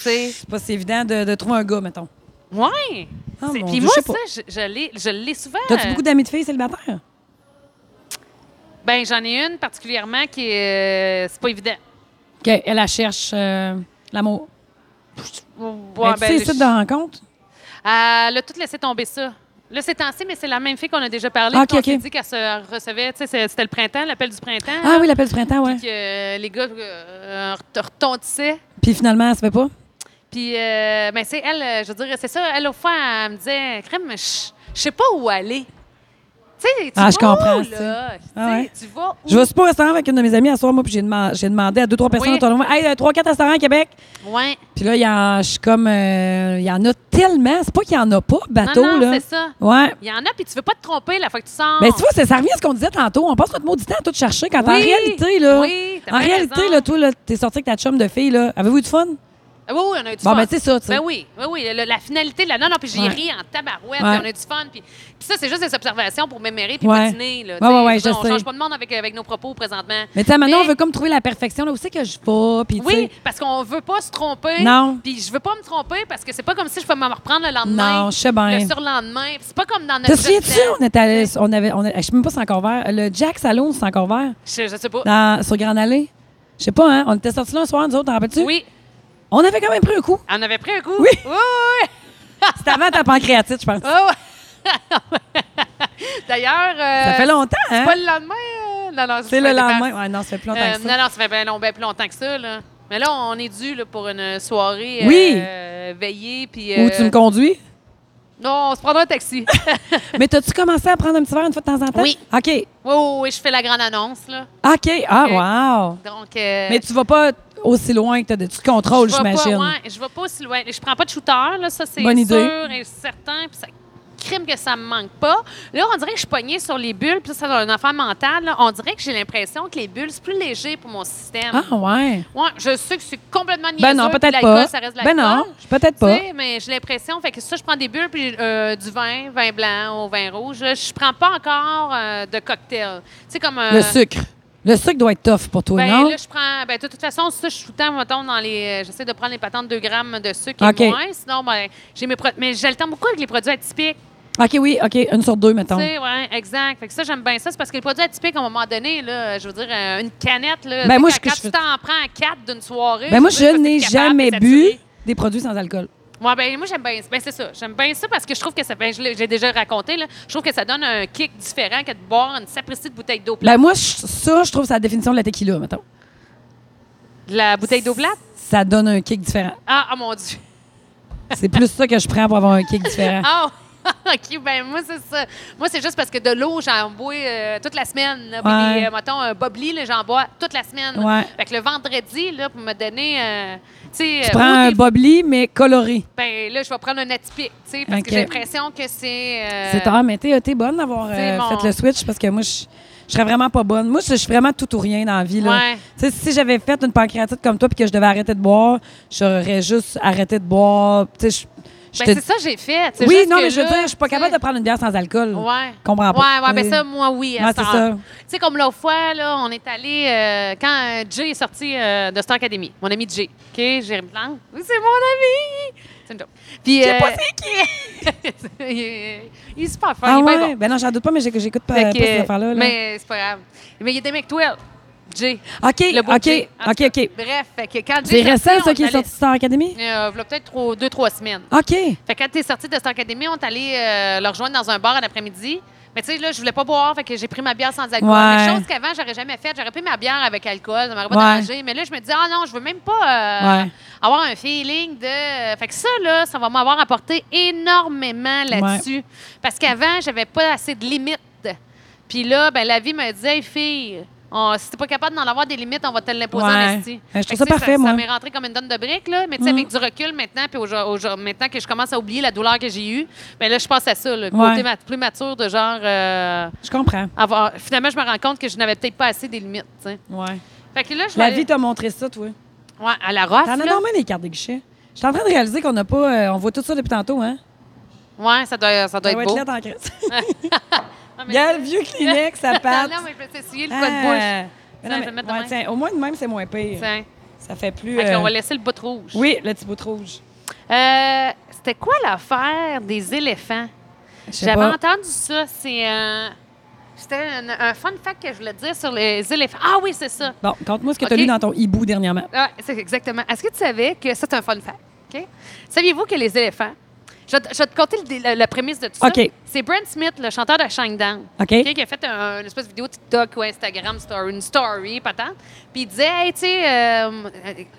Speaker 2: sais,
Speaker 1: C'est pas si évident de, de trouver un gars, mettons.
Speaker 2: Ouais!
Speaker 1: Ah,
Speaker 2: C'est-
Speaker 1: mon
Speaker 2: Puis
Speaker 1: Dieu,
Speaker 2: moi,
Speaker 1: je sais
Speaker 2: ça,
Speaker 1: pas.
Speaker 2: je, je l'ai- je l'ai souvent.
Speaker 1: T'as-tu beaucoup d'amis de filles célibataires?
Speaker 2: Ben, j'en ai une particulièrement qui est. euh, c'est pas évident.
Speaker 1: OK, elle, elle cherche euh, l'amour.
Speaker 2: Ouais,
Speaker 1: tu
Speaker 2: ben,
Speaker 1: sais,
Speaker 2: je-
Speaker 1: le site de rencontre?
Speaker 2: Euh, Elle a tout laissé tomber ça. Là, c'est temps mais c'est la même fille qu'on a déjà parlé.
Speaker 1: Ah,
Speaker 2: puis
Speaker 1: ok,
Speaker 2: on s'est
Speaker 1: ok.
Speaker 2: dit qu'elle se recevait. Tu sais, c'est- c'était le printemps, l'appel du printemps.
Speaker 1: Ah oui, l'appel du printemps, ouais.
Speaker 2: Que euh, les gars euh, ret- retontissaient.
Speaker 1: Puis finalement, elle se fait pas?
Speaker 2: Puis, euh, ben, c'est elle, euh, je veux dire, c'est ça. Elle, au fond, elle me disait, crème, je je sais pas où aller. Tu sais, tu
Speaker 1: Ah,
Speaker 2: vas
Speaker 1: je comprends,
Speaker 2: où,
Speaker 1: tu sais.
Speaker 2: là? Tu sais,
Speaker 1: Ah ouais.
Speaker 2: Tu vas où?
Speaker 1: Je vais au super restaurant avec une de mes amies à soir, moi, puis j'ai deman- j'ai demandé à deux, trois personnes
Speaker 2: Oui.
Speaker 1: autour de moi, hey, euh, trois, quatre restaurants à Québec.
Speaker 2: Ouais.
Speaker 1: Puis là, il y en- je suis comme, euh, il y en a tellement. C'est pas qu'il y en a pas, bateau,
Speaker 2: non, non,
Speaker 1: là.
Speaker 2: c'est ça.
Speaker 1: Ouais.
Speaker 2: Il y en a, puis tu veux pas te tromper la fois que tu sors.
Speaker 1: Mais tu vois, c'est- ça revient à ce qu'on disait tantôt. On passe notre maudit temps à tout chercher quand en
Speaker 2: Oui,
Speaker 1: réalité, là.
Speaker 2: oui, t'as
Speaker 1: en
Speaker 2: bien
Speaker 1: réalité,
Speaker 2: raison.
Speaker 1: là, toi, là, t'es sorti avec ta chum de fille, là. Avez-vous eu du fun?
Speaker 2: Ah Oui, oui, on a eu du
Speaker 1: Bon,
Speaker 2: fun.
Speaker 1: ben, c'est ça, tu sais.
Speaker 2: Ben oui, oui, oui. le- la finalité, là, non, non, puis j'ai
Speaker 1: Ouais.
Speaker 2: ri en tabarouette,
Speaker 1: Ouais.
Speaker 2: puis on a eu du fun. Puis, puis ça, c'est juste des observations pour mémérer puis
Speaker 1: Ouais.
Speaker 2: patiner. Là,
Speaker 1: Ouais,
Speaker 2: tu sais.
Speaker 1: ouais, ouais,
Speaker 2: Je veux dire,
Speaker 1: je
Speaker 2: on
Speaker 1: sais.
Speaker 2: change pas de monde avec, avec nos propos présentement.
Speaker 1: Mais tu sais, maintenant,
Speaker 2: Mais-
Speaker 1: on veut comme trouver la perfection, là. Où c'est que je vais? Puis, tu
Speaker 2: oui,
Speaker 1: sais.
Speaker 2: parce qu'on veut pas se tromper.
Speaker 1: Non.
Speaker 2: Puis je veux pas me tromper parce que c'est pas comme si je peux me reprendre le lendemain.
Speaker 1: Non, je sais bien.
Speaker 2: Le surlendemain. Puis C'est pas comme dans notre.
Speaker 1: Te souviens-tu,
Speaker 2: système.
Speaker 1: on est allé, on avait, on a- je sais même pas si c'est encore vert. Le Jack Saloon, c'est encore vert,
Speaker 2: Je, je sais pas.
Speaker 1: dans, sur Grand Allée. Je sais pas, hein. On était sortis là un soir, nous autres, t'en rappelles-tu?
Speaker 2: Oui,
Speaker 1: On avait quand même pris un coup.
Speaker 2: on avait pris un coup.
Speaker 1: Oui.
Speaker 2: Oui, oui.
Speaker 1: C'était avant ta pancréatite, je pense.
Speaker 2: Oh, ouais. D'ailleurs. euh,
Speaker 1: Ça fait longtemps,
Speaker 2: C'est
Speaker 1: hein?
Speaker 2: pas le lendemain. euh, non, non,
Speaker 1: C'est
Speaker 2: ça
Speaker 1: le
Speaker 2: dépend.
Speaker 1: lendemain. Ouais, non, ça fait plus longtemps
Speaker 2: Euh,
Speaker 1: que
Speaker 2: non,
Speaker 1: ça.
Speaker 2: non, ça fait bien, long- bien plus longtemps que ça. Là. Mais là, on est dû là, pour une soirée euh,
Speaker 1: Oui.
Speaker 2: euh, veillée. Puis,
Speaker 1: Ou
Speaker 2: euh,
Speaker 1: tu me conduis?
Speaker 2: Non, on se prendra un taxi.
Speaker 1: Mais t'as-tu commencé à prendre un petit verre une fois de temps en temps?
Speaker 2: Oui.
Speaker 1: OK.
Speaker 2: oui, oui, oui, je fais la grande annonce. Là.
Speaker 1: OK. Ah, wow.
Speaker 2: Donc, euh,
Speaker 1: Mais tu vas pas aussi loin que t'as de- tu te contrôles,
Speaker 2: je vais pas,
Speaker 1: j'imagine.
Speaker 2: ouais, je vais pas aussi loin. Je prends pas de shooter, là, ça c'est
Speaker 1: Bonne idée.
Speaker 2: sûr et certain. Puis ça crime que ça me manque pas. Là, on dirait que je suis pognée sur les bulles. Puis ça, c'est une affaire mentale. là. On dirait que j'ai l'impression que les bulles, c'est plus léger pour mon système.
Speaker 1: Ah, ouais.
Speaker 2: Ouais, je sais que c'est complètement niaiseux.
Speaker 1: Ben non,
Speaker 2: puis
Speaker 1: peut-être
Speaker 2: l'alcool,
Speaker 1: pas.
Speaker 2: Ça reste de
Speaker 1: Ben non,
Speaker 2: l'alcool.
Speaker 1: peut-être
Speaker 2: Tu
Speaker 1: pas.
Speaker 2: sais, mais j'ai l'impression, fait que ça, je prends des bulles, puis euh, du vin, vin blanc ou vin rouge. là. Je prends pas encore euh, de cocktail. Tu sais, comme. euh,
Speaker 1: Le sucre. Le sucre doit être tough pour toi,
Speaker 2: Ben,
Speaker 1: non?
Speaker 2: là, je prends. Ben, de toute façon, ça, je suis tout le temps, mettons, dans les. euh, J'essaie de prendre les patentes de 2 grammes de sucre et
Speaker 1: OK.
Speaker 2: moins. Sinon, ben, j'ai mes pro- Mais j'ai le temps beaucoup avec les produits atypiques.
Speaker 1: OK, oui, OK. Une sur deux, mettons.
Speaker 2: Tu sais, ouais, exact. Fait que ça, j'aime bien ça. C'est parce que les produits atypiques, à un moment donné, là, je veux dire, euh, une canette, là.
Speaker 1: Ben,
Speaker 2: tu
Speaker 1: moi,
Speaker 2: sais,
Speaker 1: je-
Speaker 2: quand
Speaker 1: je-
Speaker 2: tu t'en prends quatre d'une soirée.
Speaker 1: Ben moi,
Speaker 2: veux
Speaker 1: je
Speaker 2: dire, parce que
Speaker 1: n'ai
Speaker 2: t'es capable de
Speaker 1: jamais bu
Speaker 2: saturer.
Speaker 1: des produits sans alcool.
Speaker 2: Ouais, ben, moi, j'aime bien ça. Ben, c'est ça. J'aime bien ça parce que je trouve que ça. Ben, je l'ai- j'ai déjà raconté, là. Je trouve que ça donne un kick différent que de boire une sapristi de bouteille d'eau plate.
Speaker 1: Ben moi, je- ça, je trouve que c'est la définition de la tequila, mettons.
Speaker 2: La bouteille d'eau plate?
Speaker 1: Ça donne un kick différent.
Speaker 2: Ah, ah, mon Dieu.
Speaker 1: C'est plus ça que je prends pour avoir un kick différent.
Speaker 2: Ah! OK, ben moi, c'est ça. Moi, c'est juste parce que de l'eau, j'en bois euh, toute la semaine. là. Puis,
Speaker 1: Ouais.
Speaker 2: des, euh, mettons, un bobli, là, j'en bois toute la semaine.
Speaker 1: Ouais.
Speaker 2: Fait que le vendredi, là, pour me donner. euh, tu sais,
Speaker 1: Je
Speaker 2: euh,
Speaker 1: prends
Speaker 2: ou
Speaker 1: un
Speaker 2: des-
Speaker 1: bobli, mais coloré.
Speaker 2: Ben là, je vais prendre un atypique, tu sais, parce
Speaker 1: OK.
Speaker 2: que j'ai l'impression que c'est. euh,
Speaker 1: C'est ah, mais t'es t'es bonne d'avoir
Speaker 2: c'est
Speaker 1: euh,
Speaker 2: mon-
Speaker 1: fait le switch parce que moi, je je serais vraiment pas bonne. Moi, je je suis vraiment tout ou rien dans la vie. Là.
Speaker 2: Ouais.
Speaker 1: Tu sais, Si j'avais fait une pancréatite comme toi puis que je devais arrêter de boire, j'aurais juste arrêté de boire. Tu sais, je- je
Speaker 2: Ben,
Speaker 1: te-
Speaker 2: c'est ça que j'ai fait. C'est
Speaker 1: oui,
Speaker 2: juste
Speaker 1: non,
Speaker 2: que
Speaker 1: mais je veux
Speaker 2: là,
Speaker 1: dire, je suis pas
Speaker 2: tu sais,
Speaker 1: capable de prendre une bière sans alcool.
Speaker 2: Ouais.
Speaker 1: Comprends pas.
Speaker 2: Ouais, ouais, ben
Speaker 1: Oui.
Speaker 2: ça, moi, oui. à
Speaker 1: Ouais,
Speaker 2: cette
Speaker 1: c'est ça.
Speaker 2: heure. Tu sais, comme l'autre fois, là, on est allé, euh, quand euh, Jay est sorti euh, de Star Academy, mon ami Jay, OK, Jérémy Plante, Oui, c'est mon ami! C'est une joke. Puis,
Speaker 1: Je sais pas
Speaker 2: c'est qui! il, est- il est super fort,
Speaker 1: Ah
Speaker 2: il est bien
Speaker 1: ouais?
Speaker 2: bon.
Speaker 1: Ben non, j'en doute pas, mais j'ai- j'écoute pas,
Speaker 2: Fait
Speaker 1: pas
Speaker 2: que,
Speaker 1: ces affaires-là. là.
Speaker 2: Mais c'est pas grave. Mais il y a des McTwell. budget.
Speaker 1: OK,
Speaker 2: Le
Speaker 1: OK,
Speaker 2: budget.
Speaker 1: OK, OK.
Speaker 2: Bref, fait que quand
Speaker 1: C'est
Speaker 2: j'ai sorti,
Speaker 1: récent, ça,
Speaker 2: on
Speaker 1: qui est
Speaker 2: allait-
Speaker 1: sorti de Star Academy?
Speaker 2: Euh, voilà peut-être trois- deux, trois semaines.
Speaker 1: OK.
Speaker 2: Fait que quand t'es sorti de Star Academy, on t'allait euh, le rejoindre dans un bar à l'après-midi. Mais tu sais, là, je voulais pas boire, fait que j'ai pris ma bière sans alcool.
Speaker 1: Ouais.
Speaker 2: Mais chose qu'avant, j'aurais jamais faite. J'aurais pris ma bière avec alcool, ça m'aurait pas
Speaker 1: Ouais.
Speaker 2: dérangé. Mais là, je me dis, ah non, je veux même pas euh,
Speaker 1: Ouais.
Speaker 2: avoir un feeling de. euh, Fait que ça, là, ça va m'avoir apporté énormément là-dessus. Parce qu'avant, j'avais pas assez de limites. Puis là, ben, la vie me disait, hey, fille, on- si t'es pas capable d'en avoir des limites, on va te l'imposer
Speaker 1: Ouais.
Speaker 2: en esti.
Speaker 1: Ben, je trouve
Speaker 2: Fait
Speaker 1: ça
Speaker 2: que, tu sais,
Speaker 1: parfait,
Speaker 2: ça
Speaker 1: moi.
Speaker 2: m'est rentré comme une donne de briques, là. Mais tu sais,
Speaker 1: Mm.
Speaker 2: avec du recul maintenant, puis aujourd- aujourd- maintenant que je commence à oublier la douleur que j'ai eue, ben là, je passe à ça, le
Speaker 1: Ouais.
Speaker 2: côté mat- plus mature de genre. euh,
Speaker 1: Je comprends.
Speaker 2: avoir... Finalement, je me rends compte que je n'avais peut-être pas assez des limites, tu sais.
Speaker 1: Ouais.
Speaker 2: Fait que là, je vais
Speaker 1: La
Speaker 2: aller-
Speaker 1: vie t'a montré ça, toi.
Speaker 2: Ouais, à la rough,
Speaker 1: T'en as
Speaker 2: là.
Speaker 1: normalement des cartes de guichet. Je suis en train de réaliser qu'on n'a pas. euh, on voit tout ça depuis tantôt, hein?
Speaker 2: Ouais, ça doit, ça
Speaker 1: Ça
Speaker 2: doit être
Speaker 1: va être
Speaker 2: beau.
Speaker 1: lettre en crise.
Speaker 2: Ah, mais-
Speaker 1: Il y a le vieux Kleenex, ça part.
Speaker 2: non, mais je vais t'essayer le
Speaker 1: Ah.
Speaker 2: pot de bouche.
Speaker 1: Mais
Speaker 2: Tiens,
Speaker 1: non,
Speaker 2: je
Speaker 1: mais-
Speaker 2: vais mettre de
Speaker 1: ouais,
Speaker 2: même.
Speaker 1: tiens, au moins de même, c'est moins pire.
Speaker 2: Tiens.
Speaker 1: Ça fait plus.
Speaker 2: Fait que là,
Speaker 1: euh,
Speaker 2: on va laisser le bout rouge.
Speaker 1: Oui, le petit bout de rouge.
Speaker 2: Euh, C'était quoi l'affaire des éléphants?
Speaker 1: Je sais
Speaker 2: J'avais
Speaker 1: pas.
Speaker 2: entendu ça. C'est un. C'était un, un fun fact que je voulais dire sur les éléphants. Ah oui, c'est ça.
Speaker 1: Bon, conte-moi ce que tu as
Speaker 2: Ok.
Speaker 1: lu dans ton hibou dernièrement.
Speaker 2: Ah, c'est exactement. Est-ce que tu savais que c'est un fun fact? OK? Saviez-vous que les éléphants. Je, vais te- je vais te conter le dé- la, la prémisse de tout ça.
Speaker 1: OK.
Speaker 2: C'est Brent Smith, le chanteur de Shinedown,
Speaker 1: OK.
Speaker 2: OK, qui a fait un, une espèce de vidéo TikTok ou Instagram, story, une story, patente. Puis il disait, hey, tu sais, euh, euh,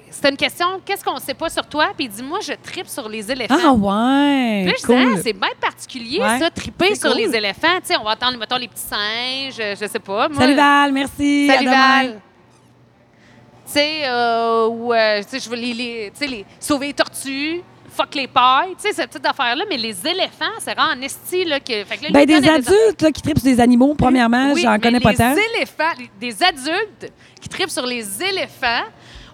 Speaker 2: c'était une question, qu'est-ce qu'on sait pas sur toi? Puis il dit, moi, je tripe sur les éléphants.
Speaker 1: Ah, ouais.
Speaker 2: Puis là, je
Speaker 1: cool.
Speaker 2: disais, Ah, c'est bien particulier,
Speaker 1: Ouais.
Speaker 2: ça, triper
Speaker 1: C'est
Speaker 2: sur
Speaker 1: cool.
Speaker 2: les éléphants. Tu sais, on va attendre, mettons, les petits singes, euh, je sais pas. Moi,
Speaker 1: Salut Val, merci.
Speaker 2: Salut
Speaker 1: à demain.
Speaker 2: Val. Tu sais, euh, ou, euh, tu sais, je veux les, les- tu sais, les- sauver les tortues, fuck les pailles, tu sais, cette petite affaire-là. Mais les éléphants, c'est rend en esti, là, que... Fait que là,
Speaker 1: Ben,
Speaker 2: les
Speaker 1: des
Speaker 2: gars, les-
Speaker 1: adultes là, qui tripent sur des animaux, premièrement,
Speaker 2: Oui,
Speaker 1: j'en
Speaker 2: mais
Speaker 1: connais pas tant. Ah,
Speaker 2: Les éléphants, les- des adultes qui tripent sur les éléphants